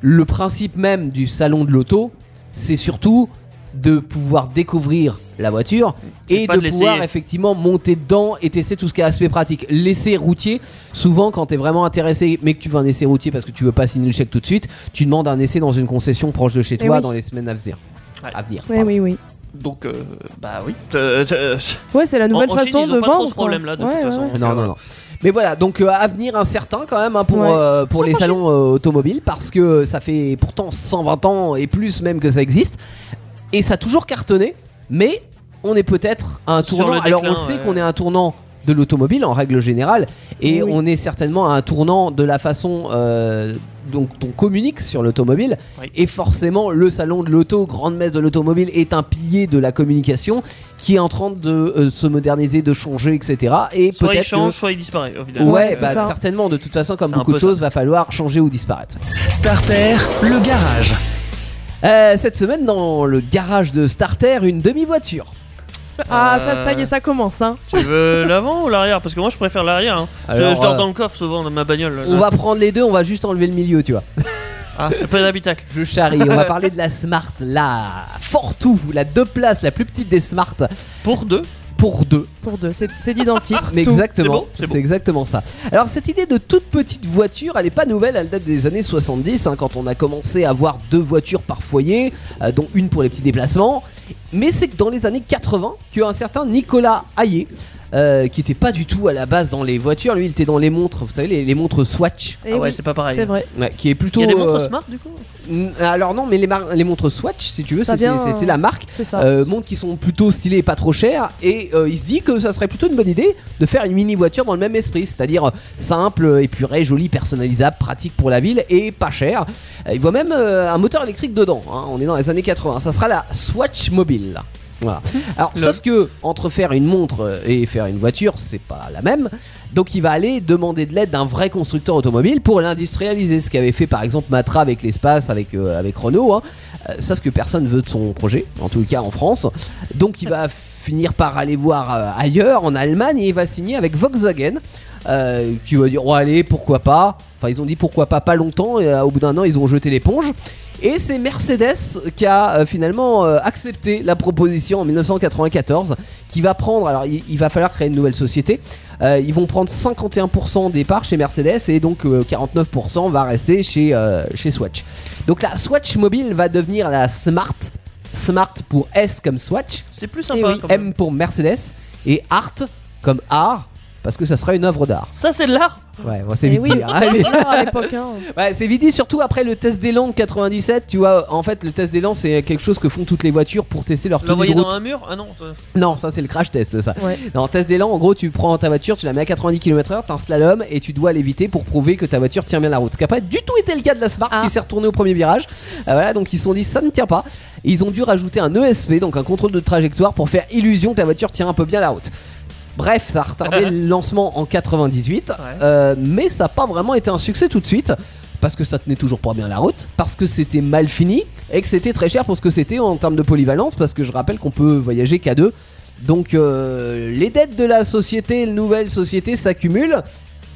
le principe même du salon de l'auto, c'est surtout de pouvoir découvrir la voiture
Et
et
pas
de
de
pouvoir
l'essayer.
effectivement monter dedans et tester tout ce qui est aspect pratique. L'essai routier, souvent quand t'es vraiment intéressé mais que tu veux un essai routier parce que tu veux pas signer le chèque tout de suite, tu demandes un essai dans une concession proche de chez toi
oui.
dans les semaines à venir.
Ouais.
À venir.
Ouais, oui, oui.
Donc, euh, bah oui. Euh, euh,
Ouais, c'est la nouvelle
en Chine,
façon
ils ont
de
pas
vendre.
trop ce
quoi.
problème-là, de
Ouais,
toute
ouais,
façon.
ouais.
Non, non, non. Mais voilà, donc euh, avenir incertain quand même hein, pour,
Ouais.
euh, pour
Sans
les
franchir.
salons euh, automobiles parce que ça fait pourtant 120 ans et plus même que ça existe et ça a toujours cartonné, mais on est peut-être à un
Sur
tournant.
le
Alors on
déclin,
le sait
ouais.
qu'on est à un tournant de l'automobile en règle générale et
Oui.
on est certainement à un tournant de la façon euh, dont on communique sur l'automobile
Oui.
et forcément le salon de l'auto, grande messe de l'automobile est un pilier de la communication qui est en train de euh, se moderniser, de changer, etc. Et
soit il
peut-être que-
change, soit il disparaît. Au final.
Ouais,
Ouais, c'est
bah,
ça.
certainement, de toute façon, comme
C'est un
beaucoup de
peu ça.
choses, va falloir changer ou disparaître.
Starter, le garage.
Euh, cette semaine, dans le garage de Starter, une demi-voiture.
Ah, ça,
Euh,
ça y est, ça commence. Hein.
Tu veux l'avant ou l'arrière Parce que moi je préfère l'arrière. hein. Je-
Alors,
je, dors
euh,
dans le coffre souvent dans ma bagnole. là.
On va prendre les deux, on va juste enlever le milieu, tu vois.
Ah, pas d'habitacle.
Je charrie, on va parler de la Smart, la Fortou, la deux places, la plus petite des Smart,
Pour deux.
pour deux.
Pour deux. C'est c'est dit dans le titre.
Mais
tout.
exactement,
C'est beau, c'est beau.
c'est exactement ça. Alors cette idée de toute petite voiture, elle n'est pas nouvelle, elle date des années 70, hein, quand on a commencé à avoir deux voitures par foyer, euh, dont une pour les petits déplacements. Mais c'est que dans les années 80 qu'un certain Nicolas Hayet euh, qui était pas du tout à la base dans les voitures. Lui, il était dans les montres, vous savez, les, les montres Swatch,
Ah
Eh
ouais,
oui,
c'est pas pareil.
c'est vrai.
ouais, qui est
Il
plutôt.
y a des montres
euh,
smart du coup
n- alors non, mais les, mar- les montres Swatch, si tu veux,
Ça
c'était
vient,
c'était la marque.
C'est ça.
Euh, montres qui sont plutôt stylées et pas trop chères. Et euh, il se dit que ça serait plutôt une bonne idée de faire une mini voiture dans le même esprit, c'est-à-dire euh, simple, épurée, jolie, personnalisable, pratique pour la ville et pas chère. Euh, Il voit même euh, un moteur électrique dedans. hein. On est dans les années 80. Ça sera la Swatch Mobile. Voilà. Alors,
Lol.
sauf que entre faire une montre euh, et faire une voiture, c'est pas la même. Donc, il va aller demander de l'aide d'un vrai constructeur automobile pour l'industrialiser. Ce qu'avait fait par exemple Matra avec l'espace, avec, euh, avec Renault. hein. Euh, sauf que personne veut de son projet, en tout cas en France. Donc il va finir par aller voir euh, ailleurs, en Allemagne, et il va signer avec Volkswagen. Euh, qui va dire, ouais, allez, pourquoi pas. Enfin, ils ont dit pourquoi pas, pas longtemps, et euh, au bout d'un an, ils ont jeté l'éponge. Et c'est Mercedes qui a euh, finalement euh, accepté la proposition en 1994, qui va prendre, alors il, il va falloir créer une nouvelle société, Euh, ils vont prendre 51% des parts chez Mercedes et donc euh, 49% va rester chez, euh, chez Swatch. Donc la Swatch Mobile va devenir la Smart, Smart pour S comme Swatch,
C'est plus
Eh
sympa
oui.
quand même.
M pour Mercedes et Art comme art, parce que ça sera une œuvre d'art.
Ça, c'est de l'art
Ouais, bon, c'est
Eh
vite
oui.
dit, hein. Allez.
Ah, à l'époque, hein.
Ouais, c'est vite dit, surtout après le test d'élan de 97. Tu vois, en fait, le test d'élan, c'est quelque chose que font toutes les voitures pour tester leur tenue
L'envoyer
de
dans
route.
un mur Ah non. ça-
Non, ça, c'est le crash test, ça.
Ouais.
Non, test d'élan, en gros, tu prends ta voiture, tu la mets à 90 km/h, t'as un slalom et tu dois l'éviter pour prouver que ta voiture tient bien la route. Ce qui n'a pas du tout été le cas de la Smart
Ah.
qui s'est retournée au premier virage. Euh, voilà, donc ils se sont dit ça ne tient pas. Et ils ont dû rajouter un ESP, donc un contrôle de trajectoire, pour faire illusion que la voiture tient un peu bien la route. Bref, ça a retardé le lancement en 98, euh, mais ça n'a pas vraiment été un succès tout de suite. Parce que ça tenait toujours pas bien la route, parce que c'était mal fini et que c'était très cher pour ce que c'était en termes de polyvalence. Parce que je rappelle qu'on peut voyager qu'à deux donc euh, les dettes de la société, la nouvelle société s'accumulent.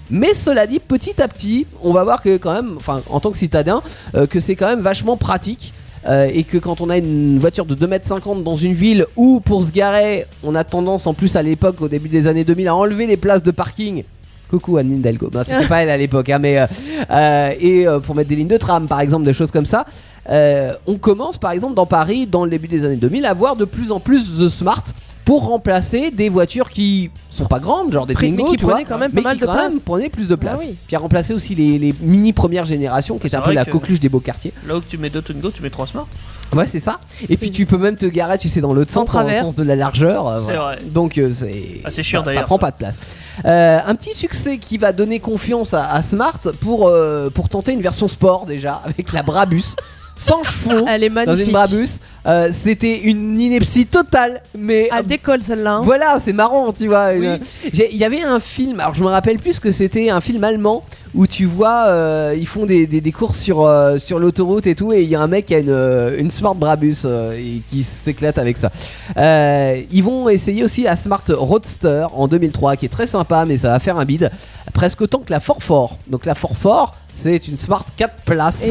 Mais cela dit, petit à petit, on va voir que quand même, enfin en tant que citadin, euh, que c'est quand même vachement pratique. euh, et que quand on a une voiture de 2m50 dans une ville où pour se garer, on a tendance en plus à l'époque, au début des années 2000, à enlever les places de parking. Coucou Anne Hidalgo, non, c'était pas elle à l'époque, hein, mais euh, euh, et euh, pour mettre des lignes de tram par exemple, des choses comme ça. Euh, on commence par exemple dans Paris, dans le début des années 2000, à voir de plus en plus de smart pour remplacer des voitures qui sont pas grandes, genre des
Pris- mais
Twingo,
qui
tu vois,
prenaient quand même pas
mais
mal
qui
de
quand
place.
même prenaient plus de place.
Bah oui.
Puis à remplacer aussi les, les mini première génération, qui
C'est
est un peu
vrai
la
que-
coqueluche des beaux quartiers.
Là où tu mets deux Tungo, tu mets trois smart.
Ouais, c'est ça.
C'est-
Et puis tu peux même te garer, tu sais, dans l'autre
En
sens, dans le
travers.
sens de la largeur. euh,
C'est
voilà.
vrai.
Donc euh, c'est
Ah, c'est chiant,
ça- ça,
d'ailleurs,
prend
ça.
pas de place. Euh, un petit succès qui va donner confiance à, à Smart pour euh, pour tenter une version sport déjà avec la Brabus sans chevaux.
Elle est
Dans une
Ah, magnifique.
Brabus, Euh, c'était une ineptie totale, mais
Elle décolle celle-là. hein.
voilà, c'est marrant, tu vois. Une- J'ai- Il y avait un film, alors je me rappelle plus que c'était un film allemand où tu vois, euh, ils font des, des, des courses sur, euh, sur l'autoroute et tout, et il y a un mec qui a une, euh, une Smart Brabus euh, et qui s'éclate avec ça. Euh, ils vont essayer aussi la Smart Roadster en 2003, qui est très sympa, mais ça va faire un bide, presque autant que la Forfort. Donc la Forfort, c'est une Smart 4 places,
Eh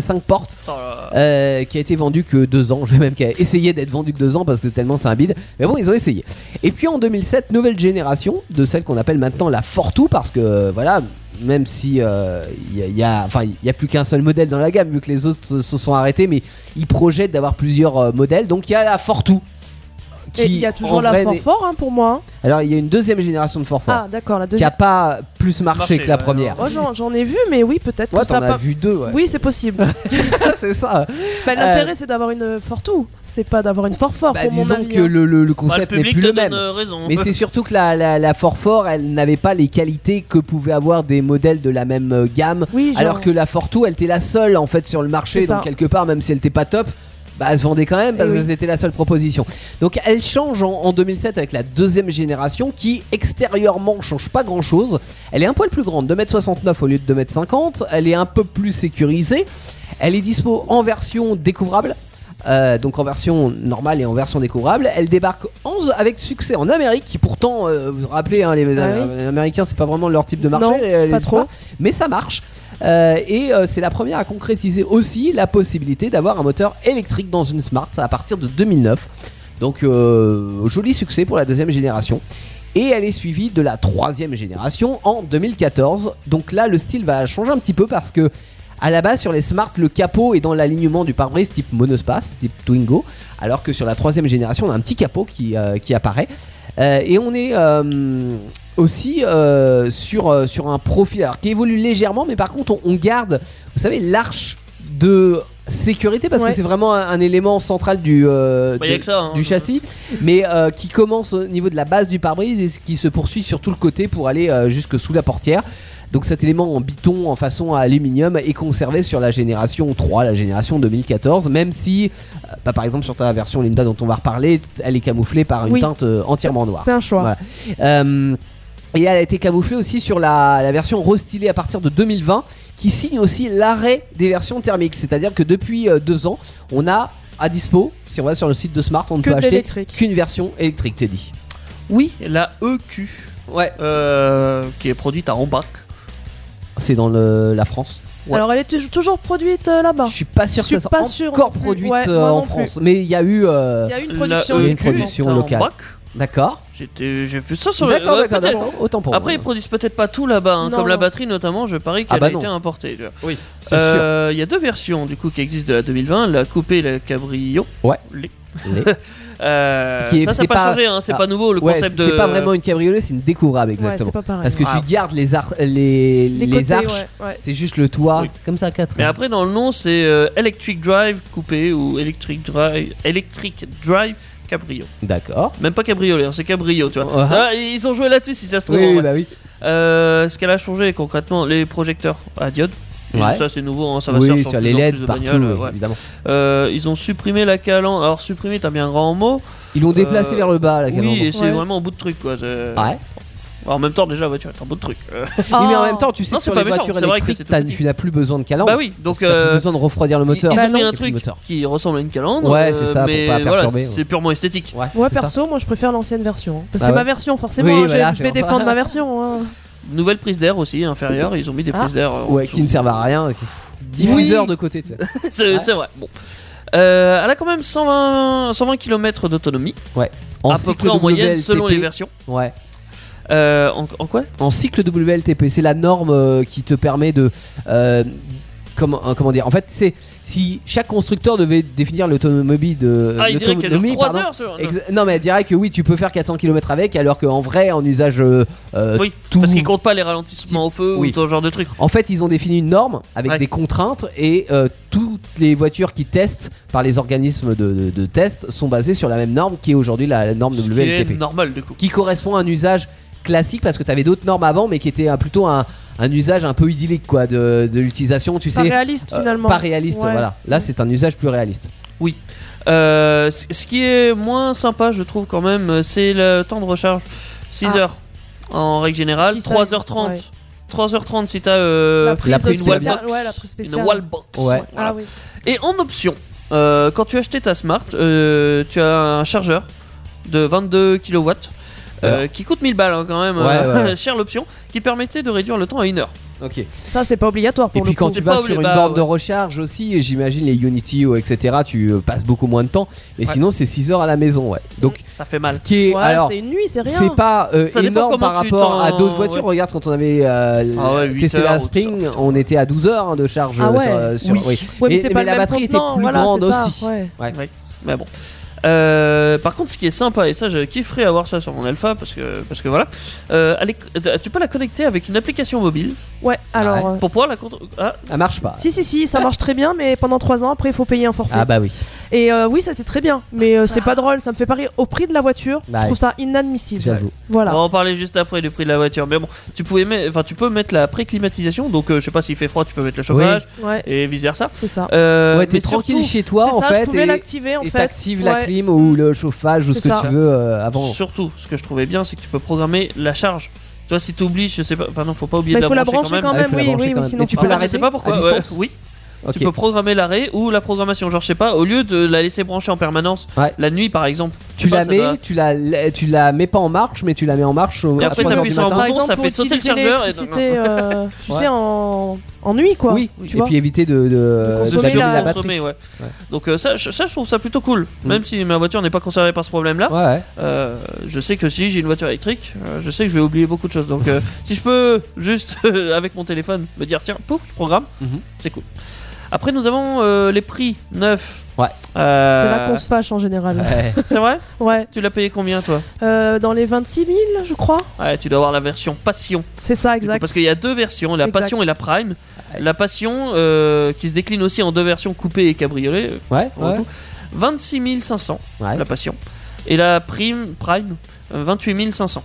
5,
oui.
portes.
Oh là là.
Euh, qui a été vendu que deux ans. Je vais même qui a essayé d'être vendu que deux ans parce que tellement c'est un bide. Mais bon, ils ont essayé. Et puis en 2007, nouvelle génération de celle qu'on appelle maintenant la Fortou parce que euh, voilà. Même si euh, il y a- il y a, enfin, il y a plus qu'un seul modèle dans la gamme vu que les autres se, se sont arrêtés, mais ils projettent d'avoir plusieurs euh, modèles. Donc il y a la Fortou.
Et il y a toujours la
Fortou.
fort hein, pour moi. hein.
Alors il y a une deuxième génération de Forfort
Ah, d'accord, la
qui a
deuxième.
pas plus marché,
Marché,
que la
ouais,
première.
non.
Oh, j'en j'en ai vu, mais oui, peut-être
Ouais,
que ça
t'en
a
as
pas-
vu deux. Ouais.
Oui, c'est possible.
c'est ça.
Bah, L'intérêt, c'est d'avoir une fortou. C'est pas d'avoir une fort fort
Bah,
pour mon
disons
avis.
que
hein.
le, le- le
Bah, le
concept n'est
public
plus
te
le
donne
même.
euh, raison.
Mais c'est surtout que la, la, la Forfort, elle n'avait pas les qualités que pouvaient avoir des modèles de la même euh, gamme.
Oui, genre-
Alors que la Fortou, elle était la seule en fait sur le marché,
hein. C'est ça.
donc quelque part, même si elle était pas top. Bah, elle se vendait quand même parce
Eh
que
oui.
c'était la seule proposition. Donc elle change en, en 2007 avec la deuxième génération qui extérieurement change pas grand chose. Elle est un poil plus grande, 2m69 au lieu de 2m50. Elle est un peu plus sécurisée. Elle est dispo en version découvrable. Euh, donc en version normale et en version découvrable, elle débarque 11 avec succès en Amérique. qui Pourtant, euh, vous vous rappelez, hein, les,
Ah
les- les Américains, c'est pas vraiment leur type de marché.
Non,
les- les
pas trop.
spas, euh, mais ça marche. Euh, et euh, c'est la première à concrétiser aussi la possibilité d'avoir un moteur électrique dans une Smart à partir de 2009. Donc euh, joli succès pour la deuxième génération. Et elle est suivie de la troisième génération en 2014. Donc là, le style va changer un petit peu parce que à la base sur les Smart, le capot est dans l'alignement du pare-brise type monospace, type Twingo, alors que sur la troisième génération, on a un petit capot qui, euh, qui apparaît. Euh, et on est euh, aussi euh, sur, euh, sur un profil alors, qui évolue légèrement, mais par contre, on, on garde, vous savez, l'arche de sécurité parce
Ouais.
que c'est vraiment un, un élément central du, euh,
Bah, y a
de-
que ça, hein.
du châssis, mais euh, qui commence au niveau de la base du pare-brise et qui se poursuit sur tout le côté pour aller euh, jusque sous la portière. Donc cet élément en biton en façon à aluminium est conservé sur la génération 3, la génération 2014, même si, euh, bah, par exemple sur ta version Linda dont on va reparler, elle est camouflée par une
Oui.
teinte euh, entièrement noire.
C'est un choix.
Voilà. Euh, et elle a été camouflée aussi sur la, la version restylée à partir de 2020, qui signe aussi l'arrêt des versions thermiques. C'est-à-dire que depuis euh, deux ans, on a à dispo, si on va sur le site de Smart, on ne
Que
peut
de
acheter
l'électrique.
qu'une version électrique, Teddy.
Oui, la EQ,
Ouais,
euh, qui est produite à Rombach.
c'est dans le- la France. Ouais.
Alors elle est tou- toujours produite euh, là-bas.
Je suis pas sûr
Je suis
que ça soit
pas sûre
encore
non plus.
produite
Ouais,
euh,
moi
en
non plus.
France, mais il y a eu. euh,
Il y a une
La
production,
Il y a une
EQ
production
est à
locale.
Rombach.
D'accord.
J'étais- J'ai vu ça sur le.
D'accord,
ouais,
euh,
d'accord,
peut-être.
d'accord. Autant pour
Après, ils
moi.
produisent peut-être pas tout là-bas, hein,
Non,
comme la
non.
batterie notamment. Je parie
Ah
qu'elle
bah
a
non.
été importée. tu vois.
Oui, c'est sûr.
Euh, Il y a deux versions du coup qui existent de la 2020, la coupée et la cabrio.
Ouais.
Les-
Les-
Euh,
Qui est-
ça, ça
c'est
n'a pas,
pas-
changé, hein, c'est
Ah,
pas nouveau le
ouais,
concept de.
c'est pas vraiment une cabriolet, c'est une découvrable
Ouais,
exactement.
c'est pas pareil.
Parce que
Ah.
tu gardes les, ar- les, les,
côtés,
arches,
ouais, ouais.
c'est juste le toit,
Oui.
c'est comme ça à 4.
Mais après, dans le nom, c'est euh, Electric Drive coupé ou Electric Drive, Electric Drive Cabrio.
D'accord.
Même pas cabriolet, hein, c'est cabrio, tu vois.
Ouais.
Ah, ils ont joué là-dessus si ça se trouve.
Uh-huh. Oui,
en
oui,
vrai.
bah oui.
Euh, ce qu'elle a changé concrètement, les projecteurs à diode. Et
Ouais.
Ça c'est nouveau, hein, ça va se faire
Oui,
sur
sur
plus
les
en plus
LED
de
partout,
bagnoles, ouais.
évidemment.
Euh, ils ont supprimé la calandre. Alors supprimé, t'as bien un grand mot.
Ils l'ont déplacé
Euh,
vers le bas, la
oui,
calandre.
et c'est
Ouais.
vraiment un bout de truc quoi. c'est-
Ouais.
Alors, en même temps, déjà, la voiture est un bout de truc. Euh,
Oui, mais en
Ah.
même temps, tu sais
Non,
que
c'est
sur
pas
les
méchant,
voitures
c'est vrai que
électriques,
c'est tout
t'as-
petit.
tu n'as plus besoin de calandre.
bah oui,
Parce
donc.
que t'as plus
euh,
besoin de refroidir le
ils-
moteur. Bah
Ils ont mis
Et
un
puis
truc
le moteur.
qui ressemble à une calandre. euh,
Ouais, c'est ça, pour
mais
pas
voilà,
perturber,
c'est purement esthétique.
Ouais,
Ouais,
c'est ça.
perso, moi je préfère l'ancienne version. hein. Parce que
Bah
c'est
ouais.
ma version, forcément.
Oui,
hein, je-
voilà,
je
c'est
vais
vrai.
défendre ma version. hein.
Nouvelle prise d'air aussi, inférieure. Ils ont mis des
Ah.
prises d'air. euh, en
Ouais,
dessous.
qui ne servent à rien. qui- Diffuseur de côté, tu sais.
c'est
Ouais.
c'est vrai. Bon. Euh, elle a quand même 120, 120 km d'autonomie,
En
à peu
cycle
près en moyenne
WLTP,
selon les versions.
Ouais.
Euh, en, en quoi
En cycle WLTP, c'est la norme euh, qui te permet de. euh, Comment, euh, comment dire En fait, c'est si chaque constructeur devait définir l'automobile de
Ah, il dirait qu'elle dure
l'autonomie,
3
Euh, pardon,
heures. ce- Ah non.
Exa- non mais elle dirait que oui tu peux faire 400 km avec alors qu'en vrai en usage euh, euh,
Oui,
tout-
parce qu'ils comptent pas les ralentissements au feu
Oui.
ou ce genre de trucs.
En fait ils ont défini une norme avec
Ouais.
des contraintes et euh, toutes les voitures qui testent par les organismes de, de- de test sont basées sur la même norme qui est aujourd'hui la, la norme
Ce qui est
WLTP
normal du coup.
qui correspond à un usage classique parce que tu avais d'autres normes avant mais qui était plutôt un, un usage un peu idyllique quoi de, de l'utilisation tu
Pas
sais
réaliste
euh,
finalement.
pas réaliste
Ouais.
voilà là c'est un usage plus réaliste
Euh, c- ce qui est moins sympa, je trouve, quand même, euh, c'est le temps de recharge. 6
Ah.
heures en règle générale,
Si ça-
3h30.
ouais.
3h30 si t'as euh,
prise
la prise
une
spéciale.
wallbox.
Ouais, la prise
une
spéciale.
wallbox.
Ouais.
Voilà.
Ah oui.
Et en option, euh, quand tu achetais ta Smart, euh, tu as un chargeur de 22 kW. euh, qui coûte 1000 balles hein, quand même,
Ouais,
euh,
ouais.
cher l'option, qui permettait de réduire le temps à une heure.
ok
Ça, c'est pas obligatoire pour
Et
le
puis quand
coup.
tu
C'est
vas
pas
sur une
obligé- bah,
borne de
ouais.
recharge aussi, et j'imagine les Unity ou etc, tu euh, passes beaucoup moins de temps. Mais
Ouais.
sinon, c'est 6 heures à la maison, ouais. Donc,
ça fait mal.
ce qui est
Ouais,
alors,
c'est une nuit, c'est rien.
c'est pas euh,
Ça dépend
énorme
comment
par
tu
rapport
t'en-
à d'autres voitures.
ouais.
Regarde, quand on avait euh,
Ah ouais, huit
testé
heures
la
ou tout ça,
Spring,
putain.
on était à 12 heures hein, de charge
Ah
euh,
ouais.
sur, euh, sur-
Oui.
Ouais, mais,
Et-
c'est
mais
pas le
la
même
batterie était
contenant,
plus
voilà,
grande
c'est ça,
aussi.
ouais.
Mais bon. Euh, par contre, ce qui est sympa, et ça je kifferais avoir ça sur mon Alpha, parce que, parce que voilà, euh, elle est- tu peux la connecter avec une application mobile
Ouais, alors. euh,
pour pouvoir la contre. Ah,
Ça marche pas.
Si, si, si, ça marche très bien, mais pendant 3 ans, après, il faut payer un forfait.
Ah bah Ah. oui.
Et euh, oui, ça c'était très bien, mais euh, c'est pas drôle, ça me fait parier au prix de la voiture.
Bah
je trouve ça inadmissible.
J'avoue.
Voilà.
On va en parler juste après du prix de la voiture. Mais bon, tu, pouvais mettre- enfin, tu peux mettre la préclimatisation, donc euh, je sais pas s'il fait froid, tu peux mettre le chauffage
Oh.
Ouais,
et vice versa.
c'est ça.
Euh,
ouais, t'es
mais
tranquille
surtout-
chez toi
c'est
en
ça, je
fait,
pouvais
et-
l'activer en
et
fait.
t'actives la
Ouais.
clim ou le chauffage ou ce
C'est
que
ça.
tu veux euh, avant.
Surtout, ce que je trouvais bien, c'est que tu peux programmer la charge. Tu vois, si tu oublies, je sais pas, enfin non, faut pas oublier
Mais
de
faut
la
la
brancher quand même.
brancher quand
Ah, il faut
même,
la
oui,
brancher quand
oui, oui,
même.
sinon
Et tu
ça
peux
va.
Je
l'arrêter
sais pas pourquoi.
à
ouais,
distance
oui,
Ok.
tu peux programmer l'arrêt ou la programmation. Genre, je sais pas, au lieu de la laisser brancher en permanence
Ouais.
la nuit par exemple.
Tu
Je sais
la
pas, ça doit-
mets, tu la, tu la mets pas en marche, mais tu la mets en marche au-
Et
à
après,
3 heures
t'appuies
du
sur un
matin.
Par
bouton, ça
exemple,
fait
pour
sauter le
utiliser
chargeur et-
l'électricité, euh, tu
Ouais.
sais, en... en nuit quoi.
Oui,
tu
et
vois.
puis éviter de, Euh, de,
consommer
d'abîmer
la-
la batterie.
consommer, ouais.
Ouais.
Donc euh, ça, je- ça, je trouve ça plutôt cool.
Mm.
Même si ma voiture n'est pas concernée par ce problème-là,
Ouais, ouais.
euh, je sais que si j'ai une voiture électrique, euh, je sais que je vais oublier beaucoup de choses. Donc euh, si je peux juste euh, avec mon téléphone me dire tiens, pouf, je programme,
Mhm.
c'est cool. Après, nous avons euh, les prix neufs.
Ouais.
Euh,
C'est là qu'on se fâche en général.
Ouais.
c'est vrai
Ouais.
Tu l'as payé combien, toi
Euh, dans les 26 000, je crois.
Ouais, tu dois avoir la version passion.
C'est ça,
Du coup,
exact.
Parce qu'il y a deux versions, la
Exact.
passion et la prime. La passion euh, qui se décline aussi en deux versions coupée et cabriolet. euh,
Ouais,
pour le
ouais.
coup. 26 500,
Ouais.
la passion. Et la prime, prime, euh, 28 500.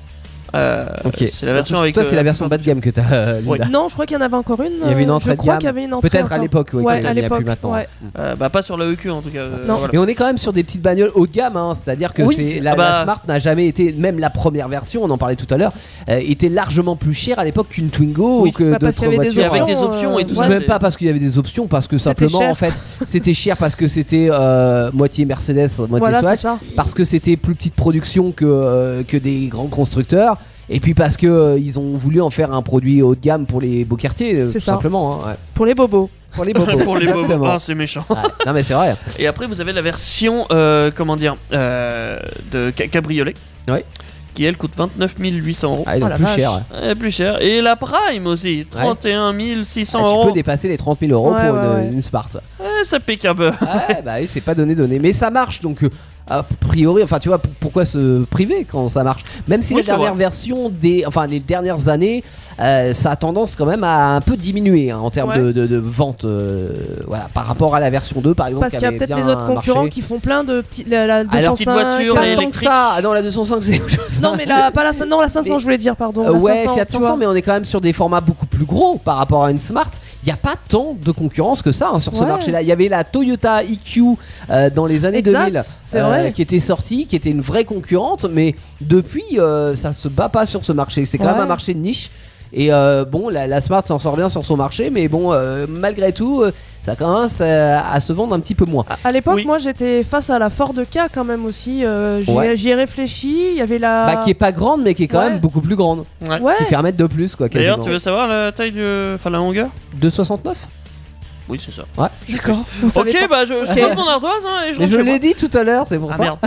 Euh,
Ok.
C'est la version avec.
Toi, c'est
euh,
la version bas de gamme que t'as, euh,
Ouais.
Linda.
Non, je crois qu'il y en avait encore une.
Il y avait une
euh,
entrée
je
de
crois
gamme.
qu'il y avait une entrée
Peut-être à
encore.
l'époque, oui,
Ouais,
qu'il y
à
en a plus
l'époque.
maintenant. hein.
ouais.
euh, bah, pas sur la EQ en tout cas. euh,
Non.
voilà.
Mais on est quand même sur des petites bagnoles haut de gamme, hein. c'est-à-dire que
Oui.
c'est- la,
Ah bah.
la Smart n'a jamais été, même la première version, on en parlait tout à l'heure, euh, était largement plus chère à l'époque qu'une Twingo
Oui,
ou que
Bah, parce
d'autres
qu'il y avait
voitures.
des
Avec
options.
des options et
euh,
tout
ouais.
ça.
même
c'est-
pas parce qu'il y avait des options, parce que
C'était
simplement
cher.
en fait c'était cher parce que c'était euh, moitié Mercedes, moitié
Voilà, c'est
Swatch,
ça.
parce que c'était plus petite production que, euh, que des grands constructeurs, et puis parce que euh, ils ont voulu en faire un produit haut de gamme pour les beaux quartiers, euh,
C'est
tout
ça.
simplement, hein, ouais.
Pour les bobos.
pour les bobos.
Pour les bobos,
exactement.
Ah, c'est méchant.
Ouais. Non mais c'est vrai.
Et après, vous avez la version, euh, comment dire, euh, de ca- cabriolet.
Ouais.
Qui elle coûte 29 800 euros.
Ah, donc
Oh la
plus
vache.
cher. ouais.
Euh, plus cher. Et la Prime aussi, 31 600
Ah, tu
euros.
peux dépasser les 30 000 euros
Ouais,
pour
ouais,
une,
ouais.
une Smart.
Eh, ça pique un peu.
Ah ouais, bah oui, c'est pas donné donné, mais ça marche donc euh, a priori. Enfin, tu vois, p- pourquoi se priver quand ça marche Même si
Oui,
les
c'est
dernières versions des, enfin les dernières années, euh, ça a tendance quand même à un peu diminuer hein, en termes
Ouais.
de, de- de vente, euh, voilà, par rapport à la version 2 par exemple.
Parce qu'il y a
qui avait
peut-être les
bien
autres concurrents
marché.
qui font plein de petits. La, la
Alors,
205,
petites voitures,
la-
Pas tant que
électriques.
ça. Ah non, la 205 c'est. autre chose.
Non, mais la, pas la, cin- non, la 500,
Mais-
je voulais dire, pardon.
Euh,
la
ouais,
500,
Fiat
tu
500,
vois.
mais on est quand même sur des formats beaucoup plus gros par rapport à une Smart. Il n'y a pas tant de concurrence que ça hein, sur ce
Ouais.
marché-là. Il y avait la Toyota IQ euh, dans les années
Exact,
2000
c'est vrai.
qui était sortie, qui était une vraie concurrente, mais depuis, euh, ça se bat pas sur ce marché. C'est quand même
Ouais.
un marché de niche. Et euh, bon, la, la Smart s'en sort bien sur son marché, mais bon, euh, malgré tout, euh, ça commence euh, à se vendre un petit peu moins.
À l'époque,
Oui.
moi, j'étais face à la Ford K quand même aussi. euh, J'y
Ouais.
j'y ai réfléchi. Il y avait la.
Bah, qui est pas grande, mais qui est quand
Ah. Ouais.
même beaucoup plus grande.
Ouais.
Ouais.
Qui fait un mètre de plus, quoi, quasiment.
D'ailleurs, tu veux savoir la taille de. Enfin, la longueur
2,69
Oui, c'est ça.
Ouais.
D'accord. Vous savez
Ok,
pas.
bah je, je
Ok.
pose mon ardoise hein, et je
Mais
rentre
je
chez
l'ai
moi.
dit tout à l'heure, c'est pour
Ah
ça.
merde.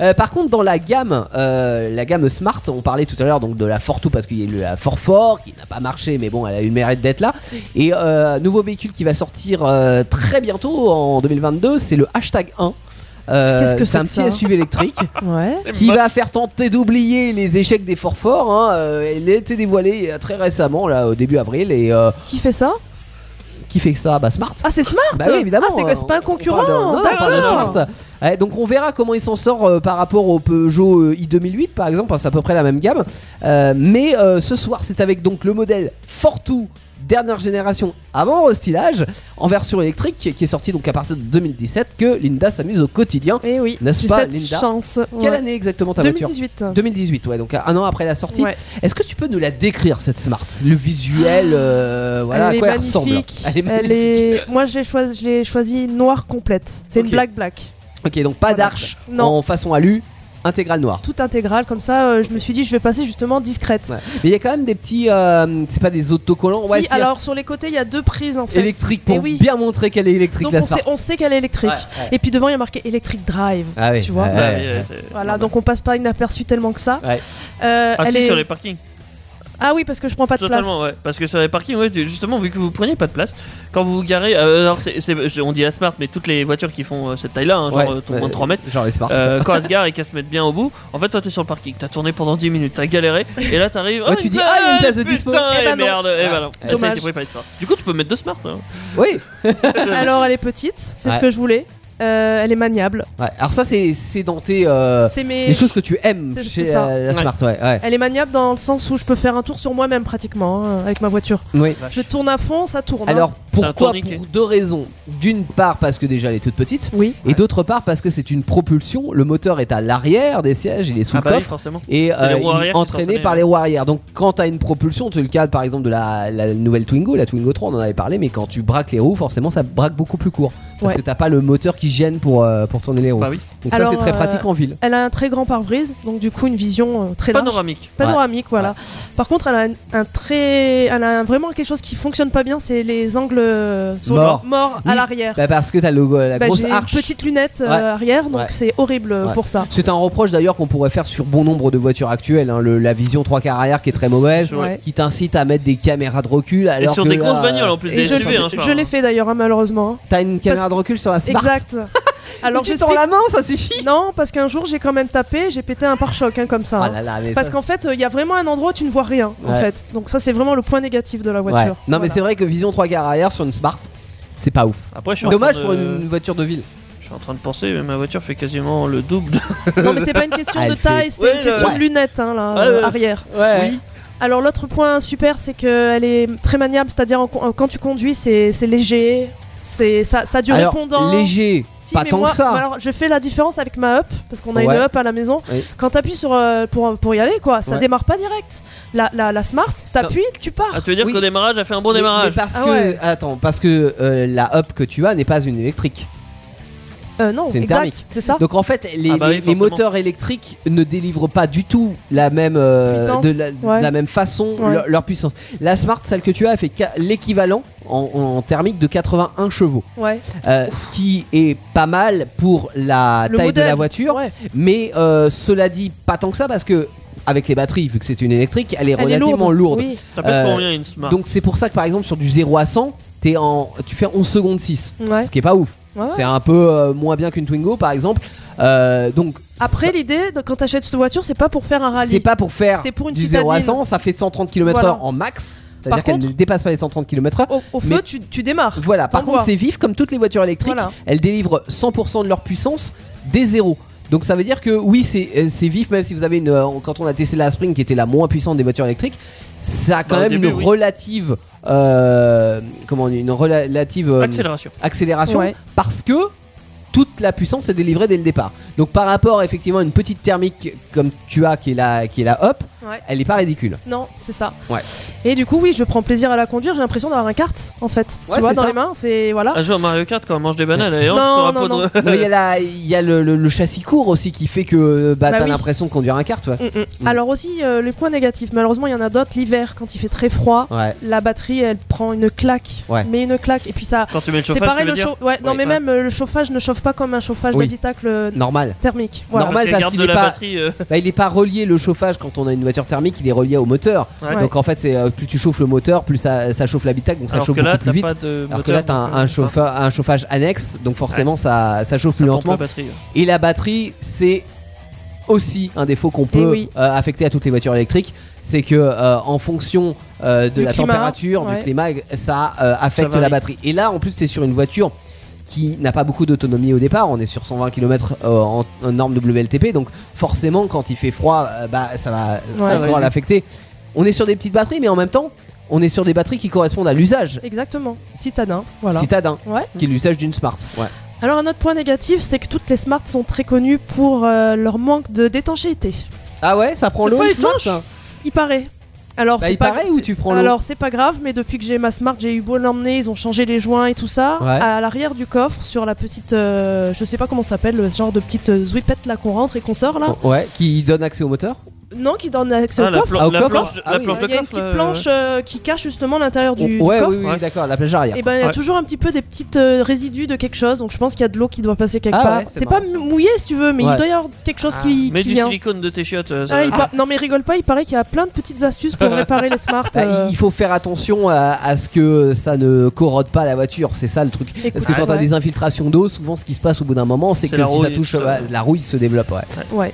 Euh, par contre, dans la gamme, euh, la gamme Smart, on parlait tout à l'heure donc de la Fortwo parce qu'il y a eu la Fort Fort qui n'a pas marché, mais bon, elle a eu le mérite d'être là. Et euh, nouveau véhicule qui va sortir euh, très bientôt en 2022, c'est le hashtag 1. Euh,
Qu'est-ce que c'est
un
que
petit
ça
SUV électrique
Ouais.
C'est
qui
moche.
va faire tenter d'oublier les échecs des Fort Fort. hein. Euh, il a été dévoilé euh, très récemment, là, au début avril. Et euh,
Qui fait ça
qui fait ça Bah, Smart.
Ah, c'est Smart
Bah oui, évidemment.
Ah, c'est que c'est pas un
On- on parle de-
concurrent hein.
non, non, on parle de
d'accord.
Smart. Ouais, donc on verra comment il s'en sort euh, par rapport au Peugeot euh, i2008 par exemple, hein, c'est à peu près la même gamme. Euh, mais euh, ce soir, c'est avec donc le modèle Fortwo dernière génération avant restylage en version électrique qui qui est sorti donc à partir de 2017 que Linda s'amuse au quotidien.
Eh oui,
N'est-ce
j'ai
pas,
cette
Linda
chance.
Quelle
ouais.
année exactement ta voiture
2018.
2018, ouais, donc un an après la sortie.
Ouais.
Est-ce que tu peux nous la décrire cette Smart Le visuel, euh, voilà,
elle,
à
est
quoi elle ressemble
magnifique. Elle est- Moi, je l'ai choisi, je l'ai choisi noire complète. C'est
Ok.
une black black.
Ok, donc pas d'arche
Non.
en façon alu, intégrale noire.
Tout intégrale, comme ça, euh, je me suis dit, je vais passer justement discrète.
Ouais. Mais il y a quand même des petits. euh, c'est pas des autocollants. ouais,
si,
c'est
alors sur les côtés, il y a deux prises en fait.
électrique
Eh
pour
oui.
bien montrer qu'elle est électrique
Donc
la
on
Smart.
sait, on sait qu'elle est électrique.
Ouais, ouais.
Et puis devant, il y a marqué Electric Drive.
Ah oui,
tu vois.
ouais,
Bah,
ouais.
euh, c'est-
Ah
Voilà, donc on passe pas inaperçu tellement que ça.
Ouais.
Euh,
Ah
elle
si,
est-
sur les parkings.
Ah oui, parce que je prends pas de place.
Totalement, ouais. Parce que sur les parkings, ouais, tu- justement, vu que vous prenez pas de place, quand vous vous garez. euh, alors, c'est- c'est- je- on dit la Smart, mais toutes les voitures qui font euh, cette taille-là, hein, genre
Ouais,
euh, ton
ouais,
moins de 3 mètres.
Genre les Smart.
Euh, quand elles se garent et qu'elles se mettent bien au bout, en fait, toi t'es sur le parking, t'as tourné pendant 10 minutes, t'as galéré, et là t'arrives.
Ouais,
oh,
tu dis, ah, il y a une place de dispo.
Putain,
Eh
et
ben non.
merde, et
Ah,
bah non. Et ça a été
dommage.
pris par les smart. Du coup, tu peux mettre deux smart. hein.
Oui.
Alors elle est petite, c'est
Ouais.
ce que je voulais. Euh, elle est maniable.
Ouais, Alors ça c'est c'est dans tes euh,
C'est mes.
les choses que tu aimes
c'est-
chez
c'est ça.
euh, la
Ouais.
Smart. Ouais. ouais.
Elle est maniable dans le sens où je peux faire un tour sur moi-même pratiquement hein, avec ma voiture.
Oui.
Je tourne à fond, ça tourne. hein.
Alors
C'est un
pourquoi
tourniquet.
Pour deux raisons. D'une part parce que déjà elle est toute petite.
Oui.
Et d'autre part parce que c'est une propulsion, le moteur est à l'arrière des sièges, il est sous
Ah
le
bah oui,
coffre,
forcément.
et
C'est les
euh,
roues
il est
arrière qui sont
entraîné
entraînées,
par
ouais.
les roues arrière. Donc quand t'as une propulsion, c'est le cas par exemple de la, la nouvelle Twingo, la Twingo 3, on en avait parlé, mais quand tu braques les roues, forcément ça braque beaucoup plus court. Parce
Ouais.
que t'as pas le moteur qui gêne pour, euh, pour tourner les roues.
Bah oui.
Donc
Alors,
ça c'est très
euh,
pratique en ville.
Elle a un très grand pare-brise, donc du coup une vision euh, très large.
Panoramique.
Panoramique, voilà. Par contre, elle a un, un très, elle a un- vraiment quelque chose qui fonctionne pas bien, c'est les angles le sur
Mort.
le- mort à
Oui.
l'arrière.
Bah parce que t'as le, la
Bah,
grosse
j'ai une
arche.
petite lunette euh,
Ouais.
arrière, donc
Ouais.
c'est horrible euh,
Ouais.
pour ça.
C'est un reproche d'ailleurs qu'on pourrait faire sur bon nombre de voitures actuelles, hein, le- la vision trois quarts arrière qui est très mauvaise,
C'est vrai.
qui t'incite à mettre des caméras de recul.
Et
Alors
sur
que,
des grosses
euh,
bagnoles en plus,
Et
des
je,
SUV, hein,
je-
je
je l'ai
parle.
fait d'ailleurs, hein, malheureusement. hein.
T'as une caméra de recul sur la Smart.
Exact. Alors
tu
je
tends la main, ça suffit.
Non, parce qu'un jour j'ai quand même tapé, j'ai pété un pare-choc hein, comme ça.
Ah
hein.
là là, mais
Parce
ça-
qu'en fait, il y a vraiment un endroit où tu ne vois rien. En
Ouais.
fait, donc ça c'est vraiment le point négatif de la
Ouais.
voiture.
Non mais c'est vrai que vision trois quarts arrière sur une Smart, c'est pas ouf.
Après, je suis en
Dommage
train
pour
de-
une voiture de ville.
Je suis en train de penser, mais ma voiture fait quasiment le double. de-
vrai. Non mais c'est pas une question
Ah, Elle
de
fait-
taille, c'est
Ouais,
une question
ouais.
de lunettes hein, là,
Ouais,
euh,
ouais.
arrière.
Oui.
Alors l'autre point super, c'est qu'elle est très maniable, c'est-à-dire en- en- quand tu conduis, c'est c'est léger, c'est ça, ça a du
Alors
répondant.
léger,
Si,
pas
mais
tant
moi-
que ça.
moi, Alors, je fais la différence avec ma up parce qu'on a
Ouais.
une up à la maison.
Oui.
Quand t'appuies sur euh, pour pour y aller quoi, ça
Ouais.
démarre pas direct. La la, la smart, t'appuies, tu pars.
Ah, tu veux dire
Oui.
qu'au démarrage, elle fait un bon
Mais-
démarrage
mais parce
Ah
que
ouais.
attends, parce que euh, la hop que tu as n'est pas une électrique.
Euh, non,
C'est une
exact,
thermique.
c'est ça.
Donc en fait, les,
Ah bah oui,
les- les
forcément.
moteurs électriques ne délivrent pas du tout la même euh,
Puissance,
de la, de
ouais.
la même façon
Ouais.
leur, leur puissance. La Smart, celle que tu as, elle fait ca- l'équivalent en, en thermique de 81 chevaux,
Ouais.
Euh, ce qui est pas mal pour la
Le
taille de la
modèle.
voiture.
Ouais.
Mais euh, cela dit, pas tant que ça parce que avec les batteries, vu que c'est une électrique, elle est
Elle est
relativement lourde.
Oui.
Ça passe
Euh,
pour rien, une smart.
Donc c'est pour ça que par exemple sur du 0 à 100, t'es en, tu fais 11 secondes 6,
Mm. Ouais.
ce qui est pas ouf.
Ouais, ouais.
C'est un peu euh, moins bien qu'une Twingo par exemple. Euh, donc
Après l'idée, de- quand t'achètes cette voiture, c'est pas pour faire un
C'est
rallye.
pas pour faire
C'est pour une
du 0 à
citadine.
100, ça fait 130 km/h
Voilà.
en max.
Par
C'est-à-dire qu'elle
contre-
ne dépasse pas les 130 km/h.
Au, au
Mais-
feu, tu, tu démarres.
Voilà, par
T'en
contre,
vois.
c'est vif comme toutes les voitures électriques.
Voilà.
Elles délivrent 100% de leur puissance des zéros. Donc ça veut dire que oui, c'est euh, c'est vif, même si vous avez une. euh, Quand on a testé la Spring qui était la moins puissante des voitures électriques, ça a quand
Bah, au
même
début,
une
oui.
relative. euh, comment on dit, Une relative. euh,
Accélération.
accélération
Ouais.
parce que toute la puissance est délivrée dès le départ. Donc par rapport effectivement à une petite thermique comme tu as qui est la qui est la hop,
Ouais.
elle est pas ridicule.
Non, c'est ça.
Ouais.
Et du coup, oui, je prends plaisir à la conduire. J'ai l'impression d'avoir un kart, en fait.
Ouais,
tu vois,
c'est
dans
ça. Euh,
les mains, c'est voilà.
Un jour, Ah, Mario Kart, quand on mange des bananes, elle est
Non,
sur un
non,
pot de.
Non, Il y a la il y a le, le- le châssis court aussi qui fait que bah,
Bah
t'as
oui.
l'impression de conduire un kart. Ouais.
Mm, mm. Alors aussi, euh, les points négatifs. Malheureusement, il y en a d'autres. L'hiver, quand il fait très froid,
Ouais.
la batterie, elle prend une claque.
Ouais.
Mais une claque. Et puis ça,
Quand tu mets le
c'est
chauffage, tu
pareil.
veux
Le
dire
chau- ouais, non,
Oui.
mais même euh, le chauffage ne chauffe pas comme un chauffage
Oui.
d'habitacle euh,
Normal.
thermique. Voilà.
Normal,
qu'elle
parce
garde
qu'il
de
est
la
pas-
batterie. euh,
Bah, il est pas relié le chauffage quand on a une voiture thermique, il est relié au moteur.
Ouais.
Donc en fait c'est euh, plus tu chauffes le moteur, plus ça, ça chauffe l'habitacle, donc ça
Alors
chauffe
que là,
beaucoup plus
t'as
vite.
pas de.
Alors que là t'as un, un chauffage, un chauffage annexe, donc forcément ça, ça chauffe plus lentement.
lentement. batterie.
Et la batterie, c'est aussi un défaut qu'on peut
Eh oui.
euh, affecter à toutes les voitures électriques, c'est que euh, en fonction euh, de
Du
la
climat,
température,
ouais.
du climat, ça euh, affecte
Ça varie.
la batterie. Et là, en plus, c'est sur une voiture qui n'a pas beaucoup d'autonomie au départ. On est sur 120 km euh, en, en norme WLTP, donc forcément, quand il fait froid, euh, bah ça va ça
Ouais.
va encore l'affecter. On est sur des petites batteries, mais en même temps, on est sur des batteries qui correspondent à l'usage
Exactement. Citadin. Voilà.
citadin,
Ouais.
qui est l'usage d'une smart.
Alors un autre point négatif, c'est que toutes les smarts sont très connues pour euh, leur manque de d'étanchéité.
Ah ouais, ça prend
C'est
l'eau.
pas
une
étanche,
Smart hein.
Il paraît. Alors
Bah,
c'est
il
pas
paraît
c'est-
ou tu prends l'eau
Alors c'est pas grave, mais depuis que j'ai ma smart, j'ai eu beau l'emmener, ils ont changé les joints et tout ça.
Ouais.
À l'arrière du coffre, sur la petite, euh, je sais pas comment ça s'appelle, le genre de petite euh, zouipette là qu'on rentre et qu'on sort là.
Oh, Ouais, qui donne accès au moteur.
Non, qui donne accès
Ah,
au
la,
coffre.
plan-
Ah, au
la
coffre
planche,
Ah
la
oui.
planche de
Il y a une
coffre,
petite
euh,
planche euh, qui cache justement l'intérieur du, du
Oh, ouais,
coffre.
oui, oui,
Ouais.
d'accord, la plage arrière.
Et ben il y a
Ouais.
toujours un petit peu des petites euh, résidus de quelque chose, donc je pense qu'il y a de l'eau qui doit passer quelque
Ah
part.
ouais, c'est
c'est pas
marrant, ça.
mouillé si tu veux, mais
Ouais.
il doit y avoir quelque chose qui,
euh, ah, Mets
qui
du
vient.
silicone de tes chiottes. euh, ça
Ah,
va.
il par- Non mais rigole pas, il paraît qu'il y a plein de petites astuces pour réparer les smarts.
Bah,
euh,
il- Il faut faire attention à, à ce que ça ne corrode pas la voiture, c'est ça le truc. Parce que
écoute, ah,
quand t'as
ouais.
des infiltrations d'eau, souvent ce qui se passe au bout d'un moment, c'est
C'est
que si
la
ça
rouille,
touche,
ça.
bah, la rouille se développe. Ouais.
Ouais.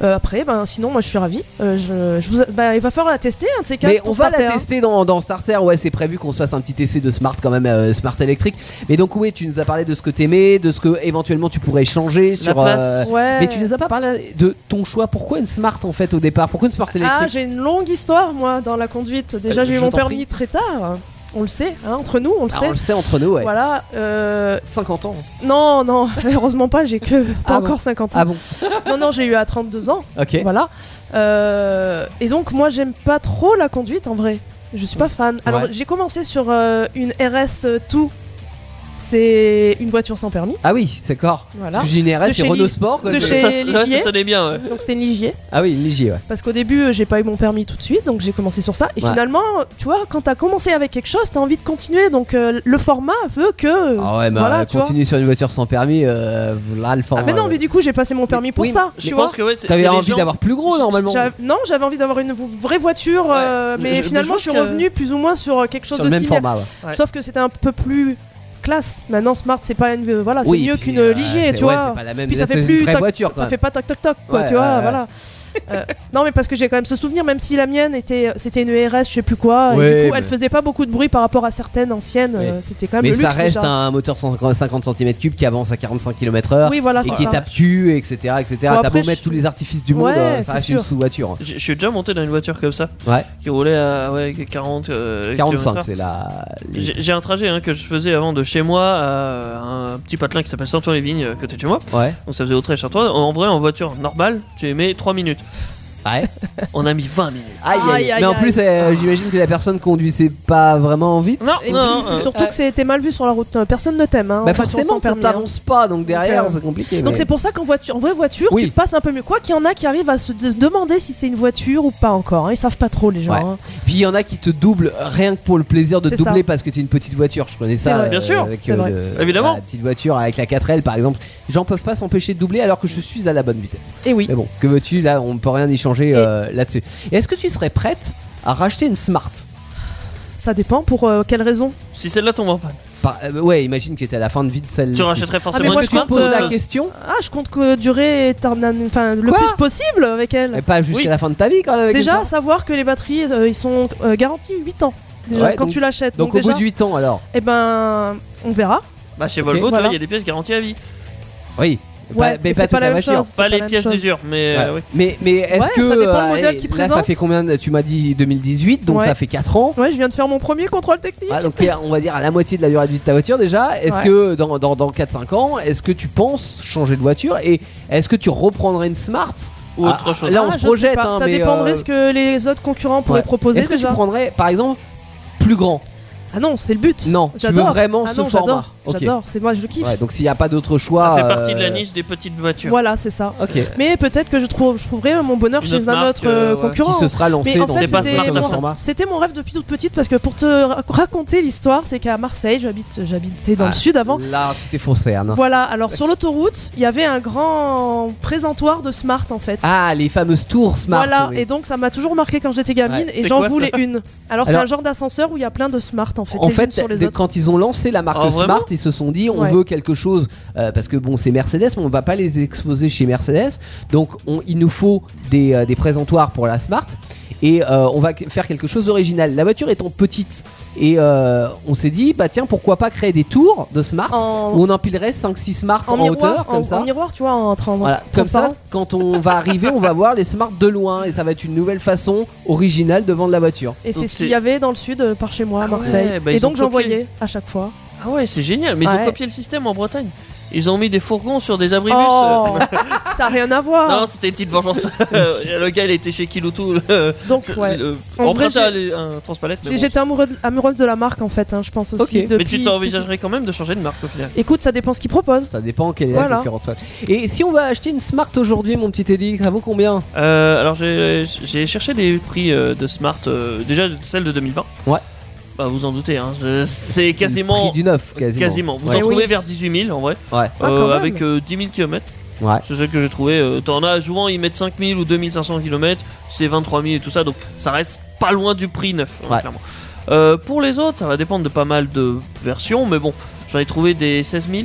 Euh, après, ben, sinon, moi je suis ravie. Euh, je, je vous... bah, il va falloir la tester, un de ces quatre,
Mais
pour
on va la
starter, hein.
tester dans, dans Starter. Ouais, c'est prévu qu'on se fasse un petit essai de Smart quand même, euh, Smart électrique. Mais donc, oui, tu nous as parlé de ce que t'aimais, de ce que éventuellement tu pourrais changer sur. euh,
place.
Ouais.
Mais tu nous as pas parlé de ton choix. Pourquoi une Smart en fait au départ Pourquoi une Smart
Ah,
électrique
j'ai une longue histoire, moi, dans la conduite. Déjà,
Euh,
j'ai eu
je
mon
t'en prie.
permis très tard. On le sait, hein, entre nous, on le
Ah,
sait.
On le sait entre nous, ouais.
Voilà. euh,
50 ans.
Non, non, heureusement pas, j'ai que pas
Ah bon.
encore 50 ans.
Ah bon
Non, non, j'ai eu à 32 ans.
Ok.
Voilà. Euh, et donc, moi, j'aime pas trop la conduite en vrai. Je suis pas fan. Alors,
Ouais.
j'ai commencé sur euh, une RS tout euh, c'est une voiture sans permis.
Ah oui, d'accord.
Voilà.
Parce que J'ai une RS,
De
c'est
chez
Renault
Lille.
Sport. quoi,
De
c'est-
chez
ça, ça-
les
ouais,
Gier.
ça sonnait bien, ouais.
Donc c'était une Ligier.
Ah oui, une Ligier, ouais.
Parce qu'au début, euh, j'ai pas eu mon permis tout de suite, donc j'ai commencé sur ça. Et
Ouais.
finalement, tu vois, quand t'as commencé avec quelque chose, t'as envie de continuer. Donc euh, le format veut que.
Ah ouais, mais
voilà,
euh,
tu vois.
continue sur une voiture sans permis, euh, là le
Ah, mais non,
euh,
mais du coup, j'ai passé mon permis pour
oui,
ça.
Je
tu vois.
pense que ouais, c'est- c'est
T'avais
les
envie
gens-
d'avoir plus gros Oh, normalement.
J'avais- Non, j'avais envie d'avoir une v- vraie voiture, euh,
Ouais.
mais
Je- mais
finalement,
je
je,
pense
suis
que-
revenue plus ou moins sur euh, quelque chose
Sur
de
le même
similaire.
format, ouais.
Ouais.
Sauf que c'était un peu plus classe. Maintenant, Smart, c'est pas une, voilà, c'est mieux
puis,
qu'une
euh,
Ligier,
c'est-
tu
ouais,
vois.
c'est pas la même
Puis ça
c'est
fait
une
plus
vraie
toc-
voiture.
ça
quoi.
fait pas toc toc toc quoi,
Ouais,
tu vois,
ouais, ouais.
voilà. Euh, non mais parce que j'ai quand même ce souvenir, même si la mienne était, euh, c'était une ERS, je sais plus quoi, et
Ouais,
du coup elle
mais-
faisait pas beaucoup de bruit par rapport à certaines anciennes.
Oui.
euh, c'était quand même
Mais
le
ça
luxe,
reste
déjà.
un moteur 150 cm3 qui avance à 45 km/h
Oui voilà.
et
c'est
qui
ça.
est tape cul, etc. etc. T'as
après,
beau mettre
je-
tous les artifices du monde,
Ouais,
euh, ça
c'est
reste
sûr.
une sous-voiture.
Je je suis déjà monté dans une voiture comme ça.
Ouais.
Qui roulait à ouais, 40. euh,
45,
km/h.
c'est la. les-
J'ai j'ai un trajet hein, que je faisais avant de chez moi à un petit patelin qui s'appelle Saint-Ouen-les-Vignes, euh, côté de chez moi.
Ouais.
Donc ça faisait Autrèche à toi. En vrai, en voiture normale, tu mets 3 minutes.
Ouais.
On a mis 20 minutes.
Aïe, aïe,
Aïe, aïe,
Mais en
aïe.
plus, euh, j'imagine que la personne conduisait pas vraiment vite.
Non,
Et
non,
puis, c'est
euh,
surtout que c'était mal vu sur la route. Personne ne t'aime. Hein,
Bah
en voiture
forcément,
sans
ça
permis, hein.
t'avance pas, donc derrière,
euh,
c'est compliqué.
Donc
mais-
c'est pour ça qu'en voiture, en vraie voiture,
Oui.
tu passes un peu mieux. Quoi qu'il y en a qui arrivent à se de- demander si c'est une voiture ou pas encore. hein. Ils savent pas trop les gens.
Ouais.
hein.
Puis il y en a qui te doublent rien que pour le plaisir de
C'est
doubler
ça.
parce que t'es une petite voiture. Je connais
C'est
ça.
vrai.
euh,
Bien sûr,
avec,
c'est vrai.
le-
Évidemment.
La petite voiture avec la 4L par exemple. Les gens peuvent pas s'empêcher de doubler alors que je suis à la bonne vitesse.
Et oui.
Mais bon, que veux-tu Là, on peut rien y changer euh, là-dessus. Et est-ce que tu serais prête à racheter une Smart
Ça dépend pour euh, quelle raison.
si celle-là tombe en panne,
Par- euh, Ouais, imagine que t'es à la fin de vie de celle-là.
tu rachèterais
Ah,
forcément
mais
une
moi, je te
tu
Smart,
compte,
poses
euh,
euh,
la question
Ah, je compte que durer éternel- enfin, le
Quoi
plus possible avec elle.
mais pas jusqu'à
Oui.
la fin de ta vie quand même. avec une
Déjà,
Smart.
savoir que les batteries, euh, ils sont euh, garantis 8 ans. Déjà,
Ouais,
quand
donc-
tu l'achètes.
Donc,
Donc,
au
déjà,
bout de 8 ans alors.
eh ben, on verra.
Bah chez Volvo, tu vois,
voilà.
il y a des pièces garanties à vie.
Oui.
Ouais,
pas,
mais
mais
c'est
pas
pas
toute
la
la
même
voiture.
chose.
Pas
pas
les
la même
pièces
chose.
d'usure, mais
Ouais.
euh, oui.
Mais, mais est-ce
Ouais,
que
ça dépend le
euh,
modèle qu'ils
là ça
présentent.
fait combien de- Tu m'as dit 2018, donc
Ouais.
ça fait 4 ans.
Ouais, je viens de faire mon premier contrôle technique.
Ah, donc t'es, on va dire à la moitié de la durée de vie de ta voiture déjà. Est-ce
Ouais.
que dans, dans, dans 4-5 ans, est-ce que tu penses changer de voiture et est-ce que tu reprendrais une Smart
ou
Ah,
autre chose.
là, on
Ah,
se
je sais
projette,
pas.
hein,
ça
mais,
dépendrait
euh,
ce que les autres concurrents pourraient
ouais.
proposer.
Est-ce que
déjà.
tu prendrais par exemple plus grand
Ah non, c'est le but.
Non, tu veux
j'adore.
vraiment
Ah
ce
non,
format.
j'adore.
Ok.
J'adore. C'est moi, je le kiffe.
Ouais, donc s'il n'y a pas d'autre choix.
ça fait partie de la
euh,
niche des petites voitures.
Voilà, c'est ça.
Ok. Qui
Mais peut-être que je, trouve, je trouverai mon bonheur
Une
chez
autre
un
marque,
autre euh,
euh, ouais.
concurrent.
se sera lancé
Mais en
dans
fait,
C'est pas
ce
Smart,
c'était
de
mon,
format.
c'était mon rêve depuis toute petite parce que pour te ra- raconter l'histoire, c'est qu'à Marseille, j'habite, j'habitais dans
Ah.
le sud avant.
Là, c'était Foncerne.
Voilà, alors sur l'autoroute, il y avait un grand présentoir de Smart en fait.
Ah, les fameuses tours Smart.
voilà,
oui.
et donc ça m'a toujours marqué quand j'étais gamine
Ouais,
et
c'est
j'en
quoi,
voulais
ça
une. Alors, c'est
Alors-
un genre d'ascenseur où il y a plein de Smart en fait,
En
les unes
fait,
sur les
dès-
autres.
quand ils ont lancé la marque
Ah, vraiment
Smart, ils se sont dit on
Ouais.
veut quelque chose euh, parce que bon, c'est Mercedes, mais on va pas les exposer chez Mercedes. Donc, on- il nous faut des, euh, des présentoirs pour la Smart et euh, on va faire quelque chose d'original. La voiture étant petite et euh, on s'est dit bah tiens, pourquoi pas créer des tours de Smart
En-
où on empilerait 5-6 Smart en,
miroir,
hauteur
en-
comme ça.
en miroir, tu vois, en train
Voilà, comme ça, quand on va arriver, on va voir les Smart de loin et ça va être une nouvelle façon originale de vendre la voiture.
Et c'est
Donc
ce
c'est-
qu'il y avait dans le sud euh, par chez moi à
Ah ouais,
Marseille.
bah,
et
ils ont
donc j'en
copié.
voyais à chaque fois.
Ah ouais, c'est génial. Mais ils
Ouais.
ont copié le système en Bretagne. Ils ont mis des fourgons sur des abribus. Euh,
Oh, ça a rien à voir.
Non, c'était une petite vengeance. le gars, il était chez Kiloutou. Le,
donc ouais.
le-
En vrai,
emprunté
j'ai-
à les- un euh, transpalette.
J'ai-
Mais, bon.
J'étais amoureuse, amoureuse de la marque en fait, hein, je pense aussi.
Ok. Mais
depuis-
mais tu t'envisagerais quand même de changer de marque au final.
Écoute, ça dépend ce qu'ils proposent.
Ça dépend quelle est la
Voilà.
concurrence. ouais. Et si on va acheter une Smart aujourd'hui, mon petit Teddy, ça vaut combien
Euh, alors j'ai j'ai cherché des prix euh, de Smart, euh, déjà celle de 2020.
Ouais.
Bah vous en doutez, hein. Je- c'est
C'est le
quasiment...
prix du neuf, quasiment.
Quasiment. Vous
Ouais.
en
Eh oui.
trouvez vers 18 000 en vrai.
Ouais.
Ah, quand
Euh,
même.
avec euh, 10 000 km.
Ouais.
C'est ce que j'ai trouvé. euh, T'en as souvent, ils mettent 5 000 ou 2500 km. C'est 23 000 et tout ça. Donc ça reste pas loin du prix neuf. hein,
Ouais.
clairement. Euh, pour les autres, ça va dépendre de pas mal de versions. Mais bon, j'en ai trouvé des 16 000.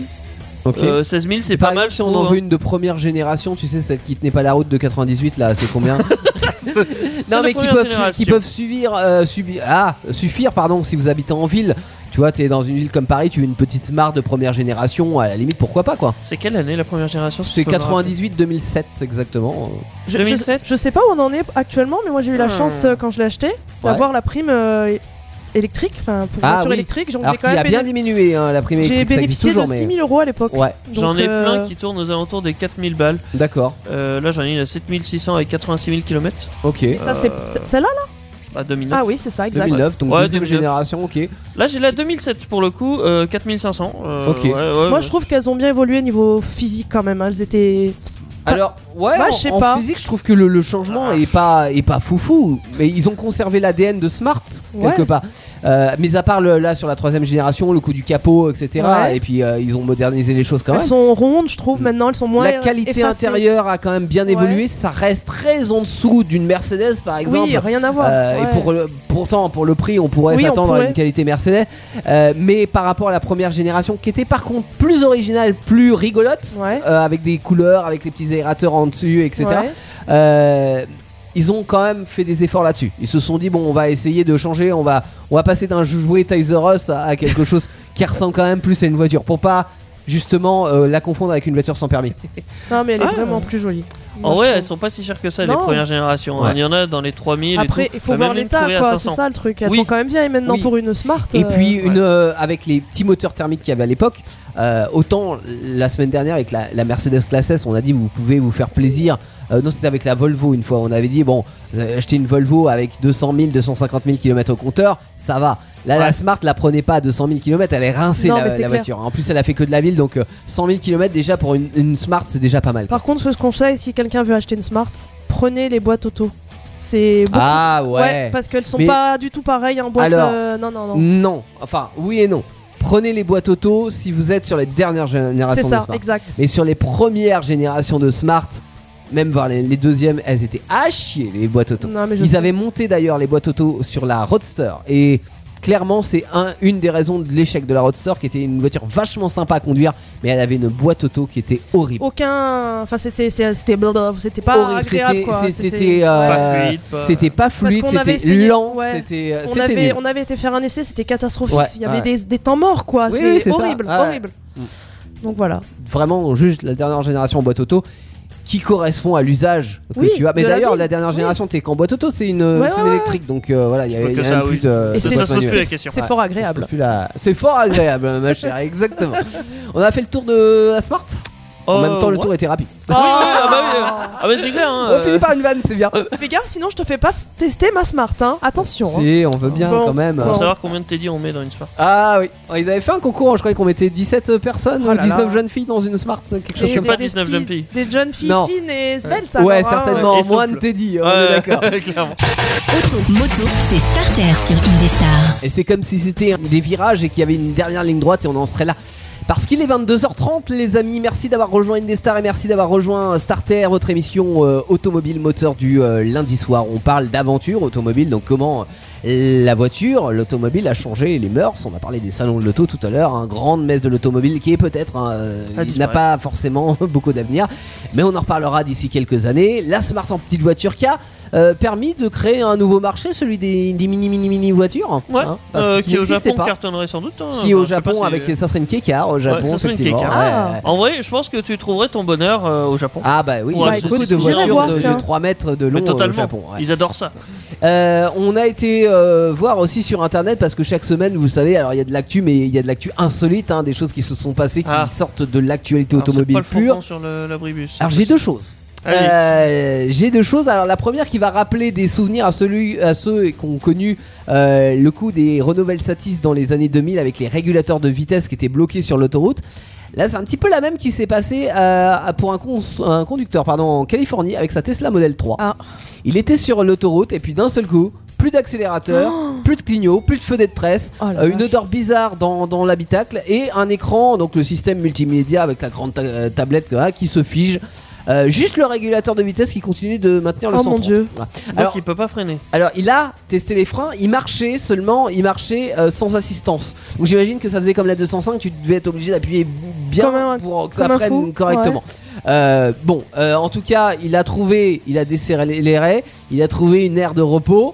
Ok.
Euh, 16 000, c'est
Par
pas mal.
exemple, si on
je
en
trouve,
veut
hein.
une de première génération, tu sais, celle qui tenait pas la route de 98, là, c'est combien
la
Non, mais qui
première
peuvent, su-
génération.
qui peuvent subir, euh, subi- ah, suffire, pardon, si vous habitez en ville. Tu vois, t'es dans une ville comme Paris, tu veux une petite Smart de première génération, à la limite, pourquoi pas, quoi.
C'est quelle année la première génération si
C'est
tu peux me rappeler
98-2007, exactement.
Je,
2007.
je- je sais pas où on en est actuellement, mais moi j'ai eu la
Hmm.
chance euh, quand je l'ai acheté d'avoir la prime euh, électrique, enfin pour
Ah
voiture
oui.
électrique. Donc
Alors
j'ai quand
qu'il
même
a bien
béné-
diminué, hein, la prime
j'ai
électrique, ça existe
bénéficié
toujours,
de
mais.
6000 euros à l'époque.
Ouais,
J'en
Donc,
ai
euh,
plein qui tournent aux alentours des 4000 balles.
d'accord,
Euh, là, j'en ai une à 7400 et 86 000 km.
ok.
Euh,
Ça, c'est- c'est- Celle-là là
Bah, 2009.
Ah oui, c'est ça, exact.
2009, donc
Ouais,
deuxième
2009.
génération, ok.
Là, j'ai la 2007 pour le coup, euh, 4500. euh,
Ok.
ouais, ouais,
Moi,
ouais.
je trouve qu'elles ont bien évolué niveau physique quand même. hein. Elles étaient.
Alors, ouais,
Moi,
en-
je sais
en,
pas. Ah.
physique, je trouve que le, le changement est pas est pas foufou, mais ils ont conservé l'ADN de Smart
Ouais.
quelque part. Euh, mais à part le- là sur la troisième génération, le coup du capot, etc.
Ouais.
Et puis euh, ils ont modernisé les choses quand
Elles
même. Mm.
sont rondes, je trouve. Maintenant, elles sont moins.
la qualité
effacées.
intérieure a quand même bien évolué. Ça reste très en dessous d'une Mercedes, par exemple.
Oui, rien à voir.
Euh,
ouais.
Et pour le- pourtant, pour le prix, on pourrait
Oui, on
s'attendre à
pourrait.
une qualité Mercedes. Euh, mais par rapport à la première génération, qui était par contre plus originale, plus rigolote,
Ouais.
euh, avec des couleurs, avec les petits aérateurs en dessus, etc.
Ouais.
Euh, ils ont quand même fait des efforts là-dessus. Ils se sont dit bon, on va essayer de changer, on va, on va passer d'un jeu jouet Tizer Us à, à quelque chose qui ressemble quand même plus à une voiture, pour pas justement euh, la confondre avec une voiture sans permis.
Non, mais elle est
Ah.
vraiment plus jolie.
En
Moi,
vrai,
je
elles
trouve.
sont pas si chères que ça, les
Non.
premières générations. hein.
Ouais.
Il y en a dans les 3000. et
Après,
tout.
il faut
T'as
voir
même une
l'état,
trouée à
quoi. C'est
500.
ça le truc. Elles
Oui.
sont quand même vieilles maintenant
Oui.
pour une Smart.
Et
euh,
puis
ouais.
une, euh, avec les petits moteurs thermiques qu'il y avait à l'époque, euh, autant la semaine dernière avec la, la Mercedes Classe S, on a dit vous pouvez vous faire plaisir. Euh, non, c'était avec la Volvo une fois. On avait dit bon, vous avez acheté une Volvo avec 200 000, 250 000 km au compteur, ça va. Là, la
Ouais.
Smart, la prenez pas à 200 000 km, elle est rincée
Non,
la,
mais c'est
la
clair.
voiture. En plus, elle a fait que de la ville, donc euh, 100 000 km déjà pour une, une Smart, c'est déjà pas mal.
Par contre, ce qu'on sait, si quelqu'un veut acheter une Smart, prenez les boîtes auto. C'est beaucoup-
Ah ouais.
parce qu'elles sont
Mais-
pas du tout pareilles en boîte.
Alors-
euh, Non, non, non.
Non, enfin oui et non. Prenez les boîtes auto si vous êtes sur les dernières générations
C'est
de
ça,
Smart.
exact.
Et sur les premières générations de Smart, même voir les, les deuxièmes, elles étaient à chier les boîtes auto.
Non, mais je
Ils
sais.
avaient monté d'ailleurs les boîtes auto sur la Roadster et clairement c'est un, une des raisons de l'échec de la Roadster qui était une voiture vachement sympa à conduire mais elle avait une boîte auto qui était horrible.
Aucun. Enfin, c'est- c'est- c'est- c'était blablabla, c'était pas
Horrible,
agréable
c'était-
quoi.
c'est- c'était, euh,
Pas fluide, pas-
C'était pas fluide,
qu'on avait
c'était
essayé,
lent,
ouais.
c'était euh,
on,
c'était
avait,
nul.
on avait été faire un essai, c'était catastrophique.
Ouais,
Il y avait
ouais.
des, des temps morts quoi.
Oui, oui, c'est
c'est
ça,
horrible,
ouais.
horrible.
Mm.
Donc voilà.
Vraiment juste la dernière génération en boîte auto qui correspond à l'usage que
Oui,
tu as. Mais
de la
d'ailleurs
ville,
la dernière
oui.
génération t'es qu'en boîte auto, c'est une,
Ouais,
c'est une
ouais, ouais.
électrique donc euh, voilà, il y a,
Je crois
il y a
que
même
ça,
plus
oui.
de,
Et
de
Ça,
c'est-
boîte
ça se pose
manuelle.
plus la question.
C'est
Ouais.
fort agréable.
Plus la- C'est fort agréable, hein, ma chère, exactement. On a fait le tour de la Smart.
Oh,
en même temps, le tour était rapide.
Oui, oui, ah bah oui, euh, Oh, ah bah c'est clair. hein,
On finit
euh,
par une vanne, c'est bien.
Fais gaffe, sinon je te fais pas f- tester ma smart. hein. Attention. hein.
Si, on veut bien
Bon.
quand même.
Pour
Bon.
savoir combien de Teddy on met dans une Smart.
Ah oui, ils avaient fait un concours, hein. je croyais qu'on mettait 17 personnes
Oh
ou
là là.
19 jeunes filles dans une Smart, quelque chose
Et
comme
des-
ça.
pas
des
19
filles-
jeunes filles.
Des jeunes filles
Non.
fines et sveltes.
Ouais,
alors, hein,
certainement,
ouais. Et
moins
souple.
de Teddy, on est
Ouais,
d'accord.
clairement.
Auto, moto, c'est starter sur Indestar.
Et c'est comme si c'était des virages et qu'il y avait une dernière ligne droite et on en serait là. Parce qu'il est 22h30 les amis, merci d'avoir rejoint Indestar et merci d'avoir rejoint Starter, votre émission euh, automobile moteur du euh, lundi soir. On parle d'aventure automobile, donc comment euh, la voiture, l'automobile a changé les mœurs. On a parlé des salons de l'auto tout à l'heure, hein, grande messe de l'automobile qui est peut-être, hein, euh,
A
il n'a
disparaître.
pas forcément beaucoup d'avenir, mais on en reparlera d'ici quelques années. La Smart en petite voiture qui a euh, permis de créer un nouveau marché, celui des, des mini mini mini voitures.
Ouais,
hein, parce
euh,
qu'il
qui au
n'existait
Japon
pas.
cartonnerait sans doute. hein.
Qui au
Enfin, je sais pas
Japon
si-
avec ça serait une K-car au Japon
Ouais, ça serait une
effectivement.
K-car.
Ouais,
Ah.
ouais.
En vrai, je pense que tu trouverais ton bonheur euh, au Japon.
Ah bah oui,
Ouais,
il y a
bah,
beaucoup
écoute,
de
j'irai
voitures
voir,
euh, de, de
tiens.
3 mètres de long
Mais
euh, au
totalement.
Japon. ouais.
Ils adorent ça.
Euh, on a été euh, voir aussi sur internet parce que chaque semaine, vous savez, alors il y a de l'actu, mais il y a de l'actu insolite, hein, des choses qui se sont passées, qui
Ah.
sortent de l'actualité
Alors, c'est
automobile Ah,
pas le
pure.
fourgon sur le- l'abribus.
Alors j'ai deux choses.
Allez.
Euh, j'ai deux choses. Alors la première qui va rappeler des souvenirs à, celui, à ceux qui ont connu euh, le coup des Renault Velsatis dans les années 2000 avec les régulateurs de vitesse qui étaient bloqués sur l'autoroute. Là c'est un petit peu la même qui s'est passée euh, pour un, cons- un conducteur pardon, en Californie avec sa Tesla Model 3.
Ah.
Il était sur l'autoroute et puis d'un seul coup, plus d'accélérateur, plus de clignot, plus de feu des tresses,
Oh la
euh, une
vache.
odeur bizarre dans, dans l'habitacle et un écran, donc le système multimédia avec la grande ta- euh, tablette voilà, qui se fige. Euh, juste le régulateur de vitesse qui continue de maintenir le
Oh
130.
mon Dieu.
Voilà.
Donc
Alors,
il peut pas freiner.
alors il a testé les freins, il marchait seulement, il marchait euh, sans assistance. Donc j'imagine que ça faisait comme la 205, tu devais être obligé d'appuyer b- bien
Comme un-
pour que
comme
ça
un
freine
fou,
correctement. Euh, bon, euh, en tout cas, il a trouvé, il a desserré les- les raies, il a trouvé une aire de repos.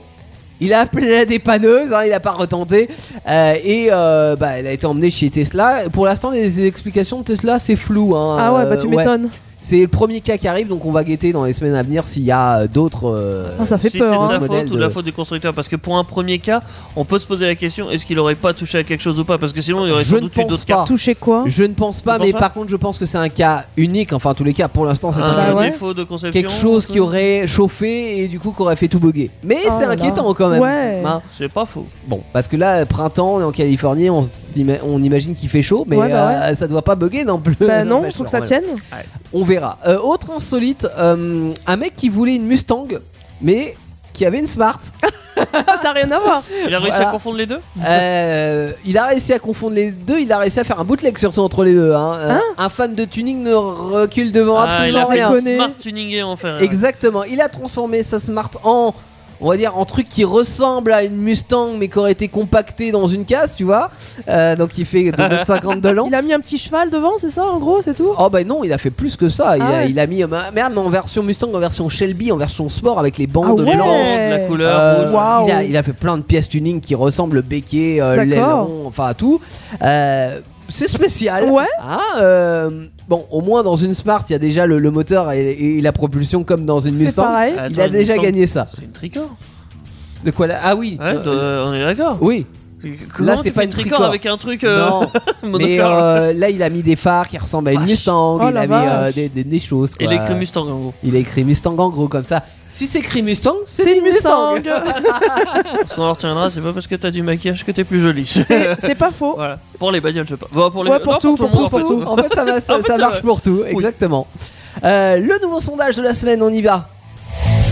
Il a appelé la dépanneuse, hein, il n'a pas retenté. euh, et euh, bah, elle a été emmenée chez Tesla. Pour l'instant, les explications de Tesla, c'est flou. hein,
Ah ouais, bah
euh,
tu m'étonnes.
C'est le premier cas qui arrive, donc on va guetter dans les semaines à venir s'il y a euh, d'autres. euh,
Ah, ça fait
si c'est de
peur. hein.
sa
Modèle
faute ou de la
de-
faute du constructeur parce que pour un premier cas on peut se poser la question est-ce qu'il aurait pas touché à quelque chose ou pas parce que sinon il y aurait
Je
sans
ne
doute eu
pense
d'autres
pas.
cas
hein. Toucher quoi
Je ne pense pas,
Tu penses
mais
pas Ah
par contre, je pense que c'est un cas unique. Enfin, en tous les cas, pour l'instant, c'est un
Bah
cas
un
ouais.
défaut de conception
Ah quelque chose qui aurait chauffé et du coup qui aurait fait tout bugger. Mais
Oh
c'est
là là.
inquiétant quand même.
Ouais.
Hein
c'est pas faux
bon, parce que là, printemps en Californie, on, s'ima- on imagine qu'il fait chaud, mais
Ouais, bah ouais.
euh, ça doit pas bugger non plus.
Bah non,
N'empêche,
faut que ça
normal.
tienne.
On verra. Euh, autre insolite, euh, un mec qui voulait une Mustang, mais qui avait une Smart.
Ah, ça n'a rien à voir.
il a réussi
Voilà.
à confondre les deux
Euh, il a réussi à confondre les deux, il a réussi à faire un bootleg surtout entre les deux. hein. Euh,
Hein
un fan de tuning ne recule devant
ah, il
absolument
a fait
rien. Euh,
rien.
une smart tuning et hein. en fer
Exactement, il a transformé sa Smart en, on va dire, en truc qui ressemble à une Mustang mais qui aurait été compactée dans une case, tu vois. Euh, donc il fait 2m50 de long.
Il a mis un petit cheval devant, c'est ça en gros, c'est tout
Oh bah non, il a fait plus que ça. Il,
Ah
a,
ouais.
il a mis, euh, merde, mais en version Mustang, en version Shelby, en version sport avec les bandes
Ah ouais.
les
blanches.
blanches de la couleur
Euh,
rouge.
Waouh.
il, a, il a fait plein de pièces tuning qui ressemblent le béquet, euh,
D'accord.
l'aileron, enfin tout. Euh, c'est spécial.
Ouais.
Hein, euh, bon, au moins dans une Smart, il y a déjà le, le moteur et, et la propulsion comme dans une
C'est
Mustang.
pareil.
Attends,
Il a
une
déjà
Mustang,
gagné ça.
c'est une tricor
De quoi là Ah oui.
ouais,
euh,
de- on est d'accord
Oui.
Comment
c'est
tu fais
pas
une
une
tricor,
tricor.
avec un truc euh,
Non. Mais
monocoque
euh, là, il a mis des phares qui ressemblent à une
Vache.
Mustang.
Oh
il
la
a mis euh,
vache.
des, des- des choses.
et
quoi.
les écrit Mustang en gros
Il a écrit Mustang en gros comme ça. Si c'est écrit Mustang, c'est
C'est
une Mustang.
parce qu'on en retiendra c'est pas parce que t'as du maquillage que t'es plus jolie
C'est c'est pas faux.
voilà pour les bagnoles je sais pas Bon, pour les
Ouais, pour
non,
tout,
le monde,
pour
en fait.
tout.
En fait, ça, va- ça-
En fait,
ça
ça
marche
va.
pour tout, exactement. Euh, le nouveau sondage de la semaine, on y va.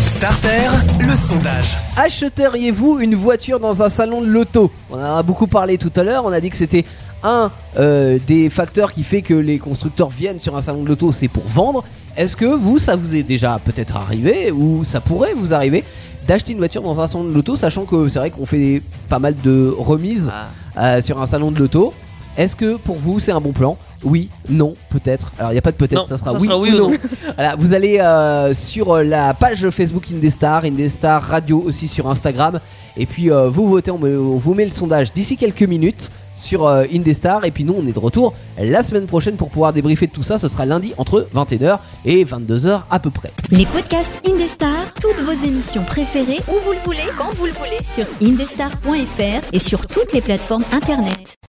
Starter, le sondage.
Acheteriez-vous une voiture dans un salon de l'auto On en a beaucoup parlé tout à l'heure, on a dit que c'était un euh, des facteurs qui fait que les constructeurs viennent sur un salon de l'auto, c'est pour vendre. Est-ce que vous, ça vous est déjà peut-être arrivé, ou ça pourrait vous arriver, d'acheter une voiture dans un salon de l'auto, sachant que c'est vrai qu'on fait des- pas mal de remises
Ah.
euh, sur un salon de l'auto. Est-ce que pour vous c'est un bon plan Oui, non, peut-être. Alors il n'y a pas de
Non,
peut-être, ça sera
ça
oui,
sera oui
ou
ou
non.
non.
Voilà, vous allez euh, sur euh, la page Facebook Indestar, Indestar Radio aussi sur Instagram. Et puis euh, vous votez, on, met- on vous met le sondage d'ici quelques minutes sur euh, Indestar. Et puis nous on est de retour la semaine prochaine pour pouvoir débriefer de tout ça. Ce sera lundi entre 21h et 22h à peu près.
Les podcasts Indestar, toutes vos émissions préférées, où vous le voulez, quand vous le voulez, sur indestar.fr et sur toutes les plateformes internet.